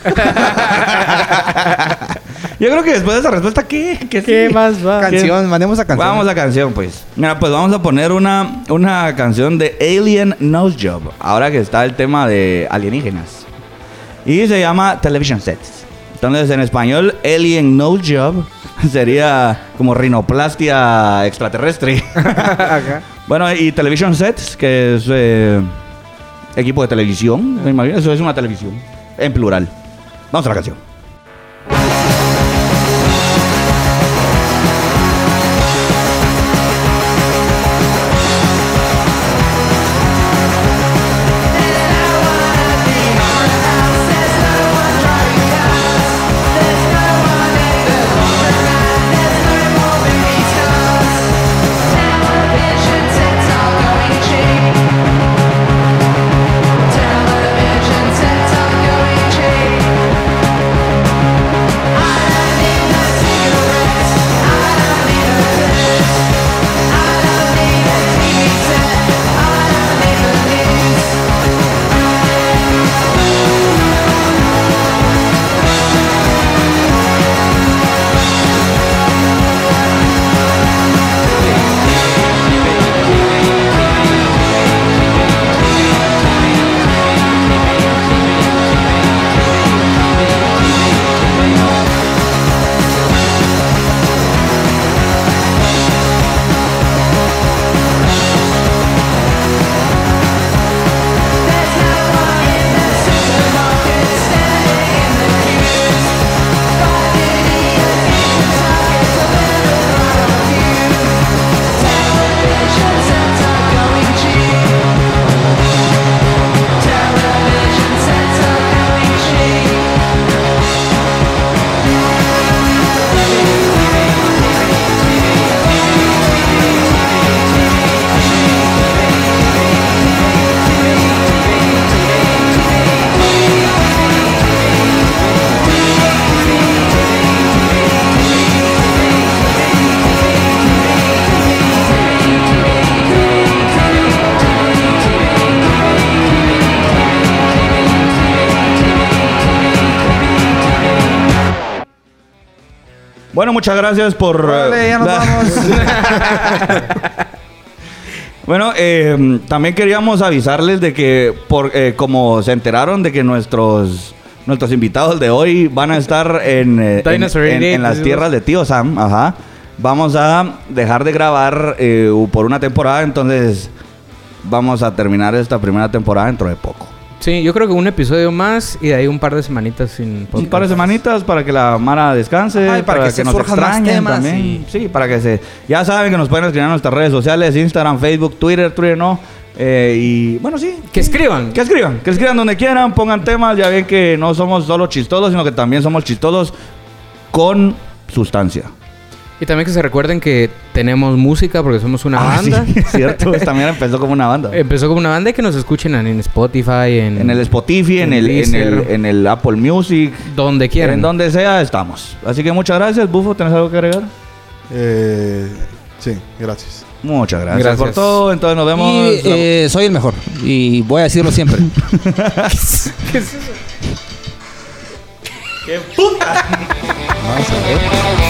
Speaker 1: Yo creo que después de esa respuesta, ¿qué? ¿Qué, sí?
Speaker 4: más va?
Speaker 3: Canción, mandemos a canción.
Speaker 1: Vamos a canción, pues. Mira, pues vamos a poner una, una canción de Alien Nose Job. Ahora que está el tema de alienígenas. Y se llama Television Sets. Entonces, en español, Alien Nose Job sería como rinoplastia extraterrestre. Bueno, y Television Sets, que es eh, equipo de televisión. Me imagino, eso es una televisión. En plural. Vamos a la canción. Bueno, muchas gracias por.
Speaker 3: Órale,
Speaker 1: eh,
Speaker 3: ya nos
Speaker 1: la-
Speaker 3: vamos.
Speaker 1: Bueno, eh, también queríamos avisarles de que, por, eh, como se enteraron de que nuestros nuestros invitados de hoy van a estar en, eh, en,
Speaker 4: Dinosaur
Speaker 1: en-
Speaker 4: 88,
Speaker 1: en las
Speaker 4: decimos.
Speaker 1: tierras de Tío Sam, ajá, vamos a dejar de grabar eh, por una temporada, entonces vamos a terminar esta primera temporada dentro de poco.
Speaker 4: Sí, yo creo que un episodio más y de ahí un par de semanitas sin
Speaker 1: Pues, Un par de semanitas para que la Mara descanse,
Speaker 3: Ajá, y pues. para
Speaker 1: para,
Speaker 3: que
Speaker 1: que,
Speaker 3: se
Speaker 1: nos
Speaker 3: surjan más
Speaker 1: extrañen
Speaker 3: temas
Speaker 1: también.
Speaker 3: y-
Speaker 1: Sí, para que se... Ya saben que nos pueden escribir en nuestras redes sociales, Instagram, Facebook, Twitter, Twitter no. eh, y bueno, sí.
Speaker 4: Que escriban.
Speaker 1: Que escriban, que escriban donde quieran, pongan temas, ya ven que no somos solo chistosos, sino que también somos chistosos con sustancia.
Speaker 4: Y también que se recuerden que tenemos música porque somos una
Speaker 1: Ah,
Speaker 4: banda.
Speaker 1: sí, cierto, también empezó como una banda.
Speaker 3: Eh,
Speaker 4: Empezó como una banda y que nos escuchen en, en Spotify, en,
Speaker 1: En el Spotify, en el, en el,
Speaker 4: Deezer.
Speaker 1: en el Apple Music,
Speaker 4: donde quieran.
Speaker 1: en donde sea estamos. Así que muchas gracias, Bufo, ¿tenés algo que agregar?
Speaker 2: Eh, sí, gracias.
Speaker 1: Muchas gracias,
Speaker 4: Gracias.
Speaker 1: por todo. Entonces nos vemos.
Speaker 3: Y, eh, soy el mejor. Y voy a decirlo siempre.
Speaker 2: Vamos a ver.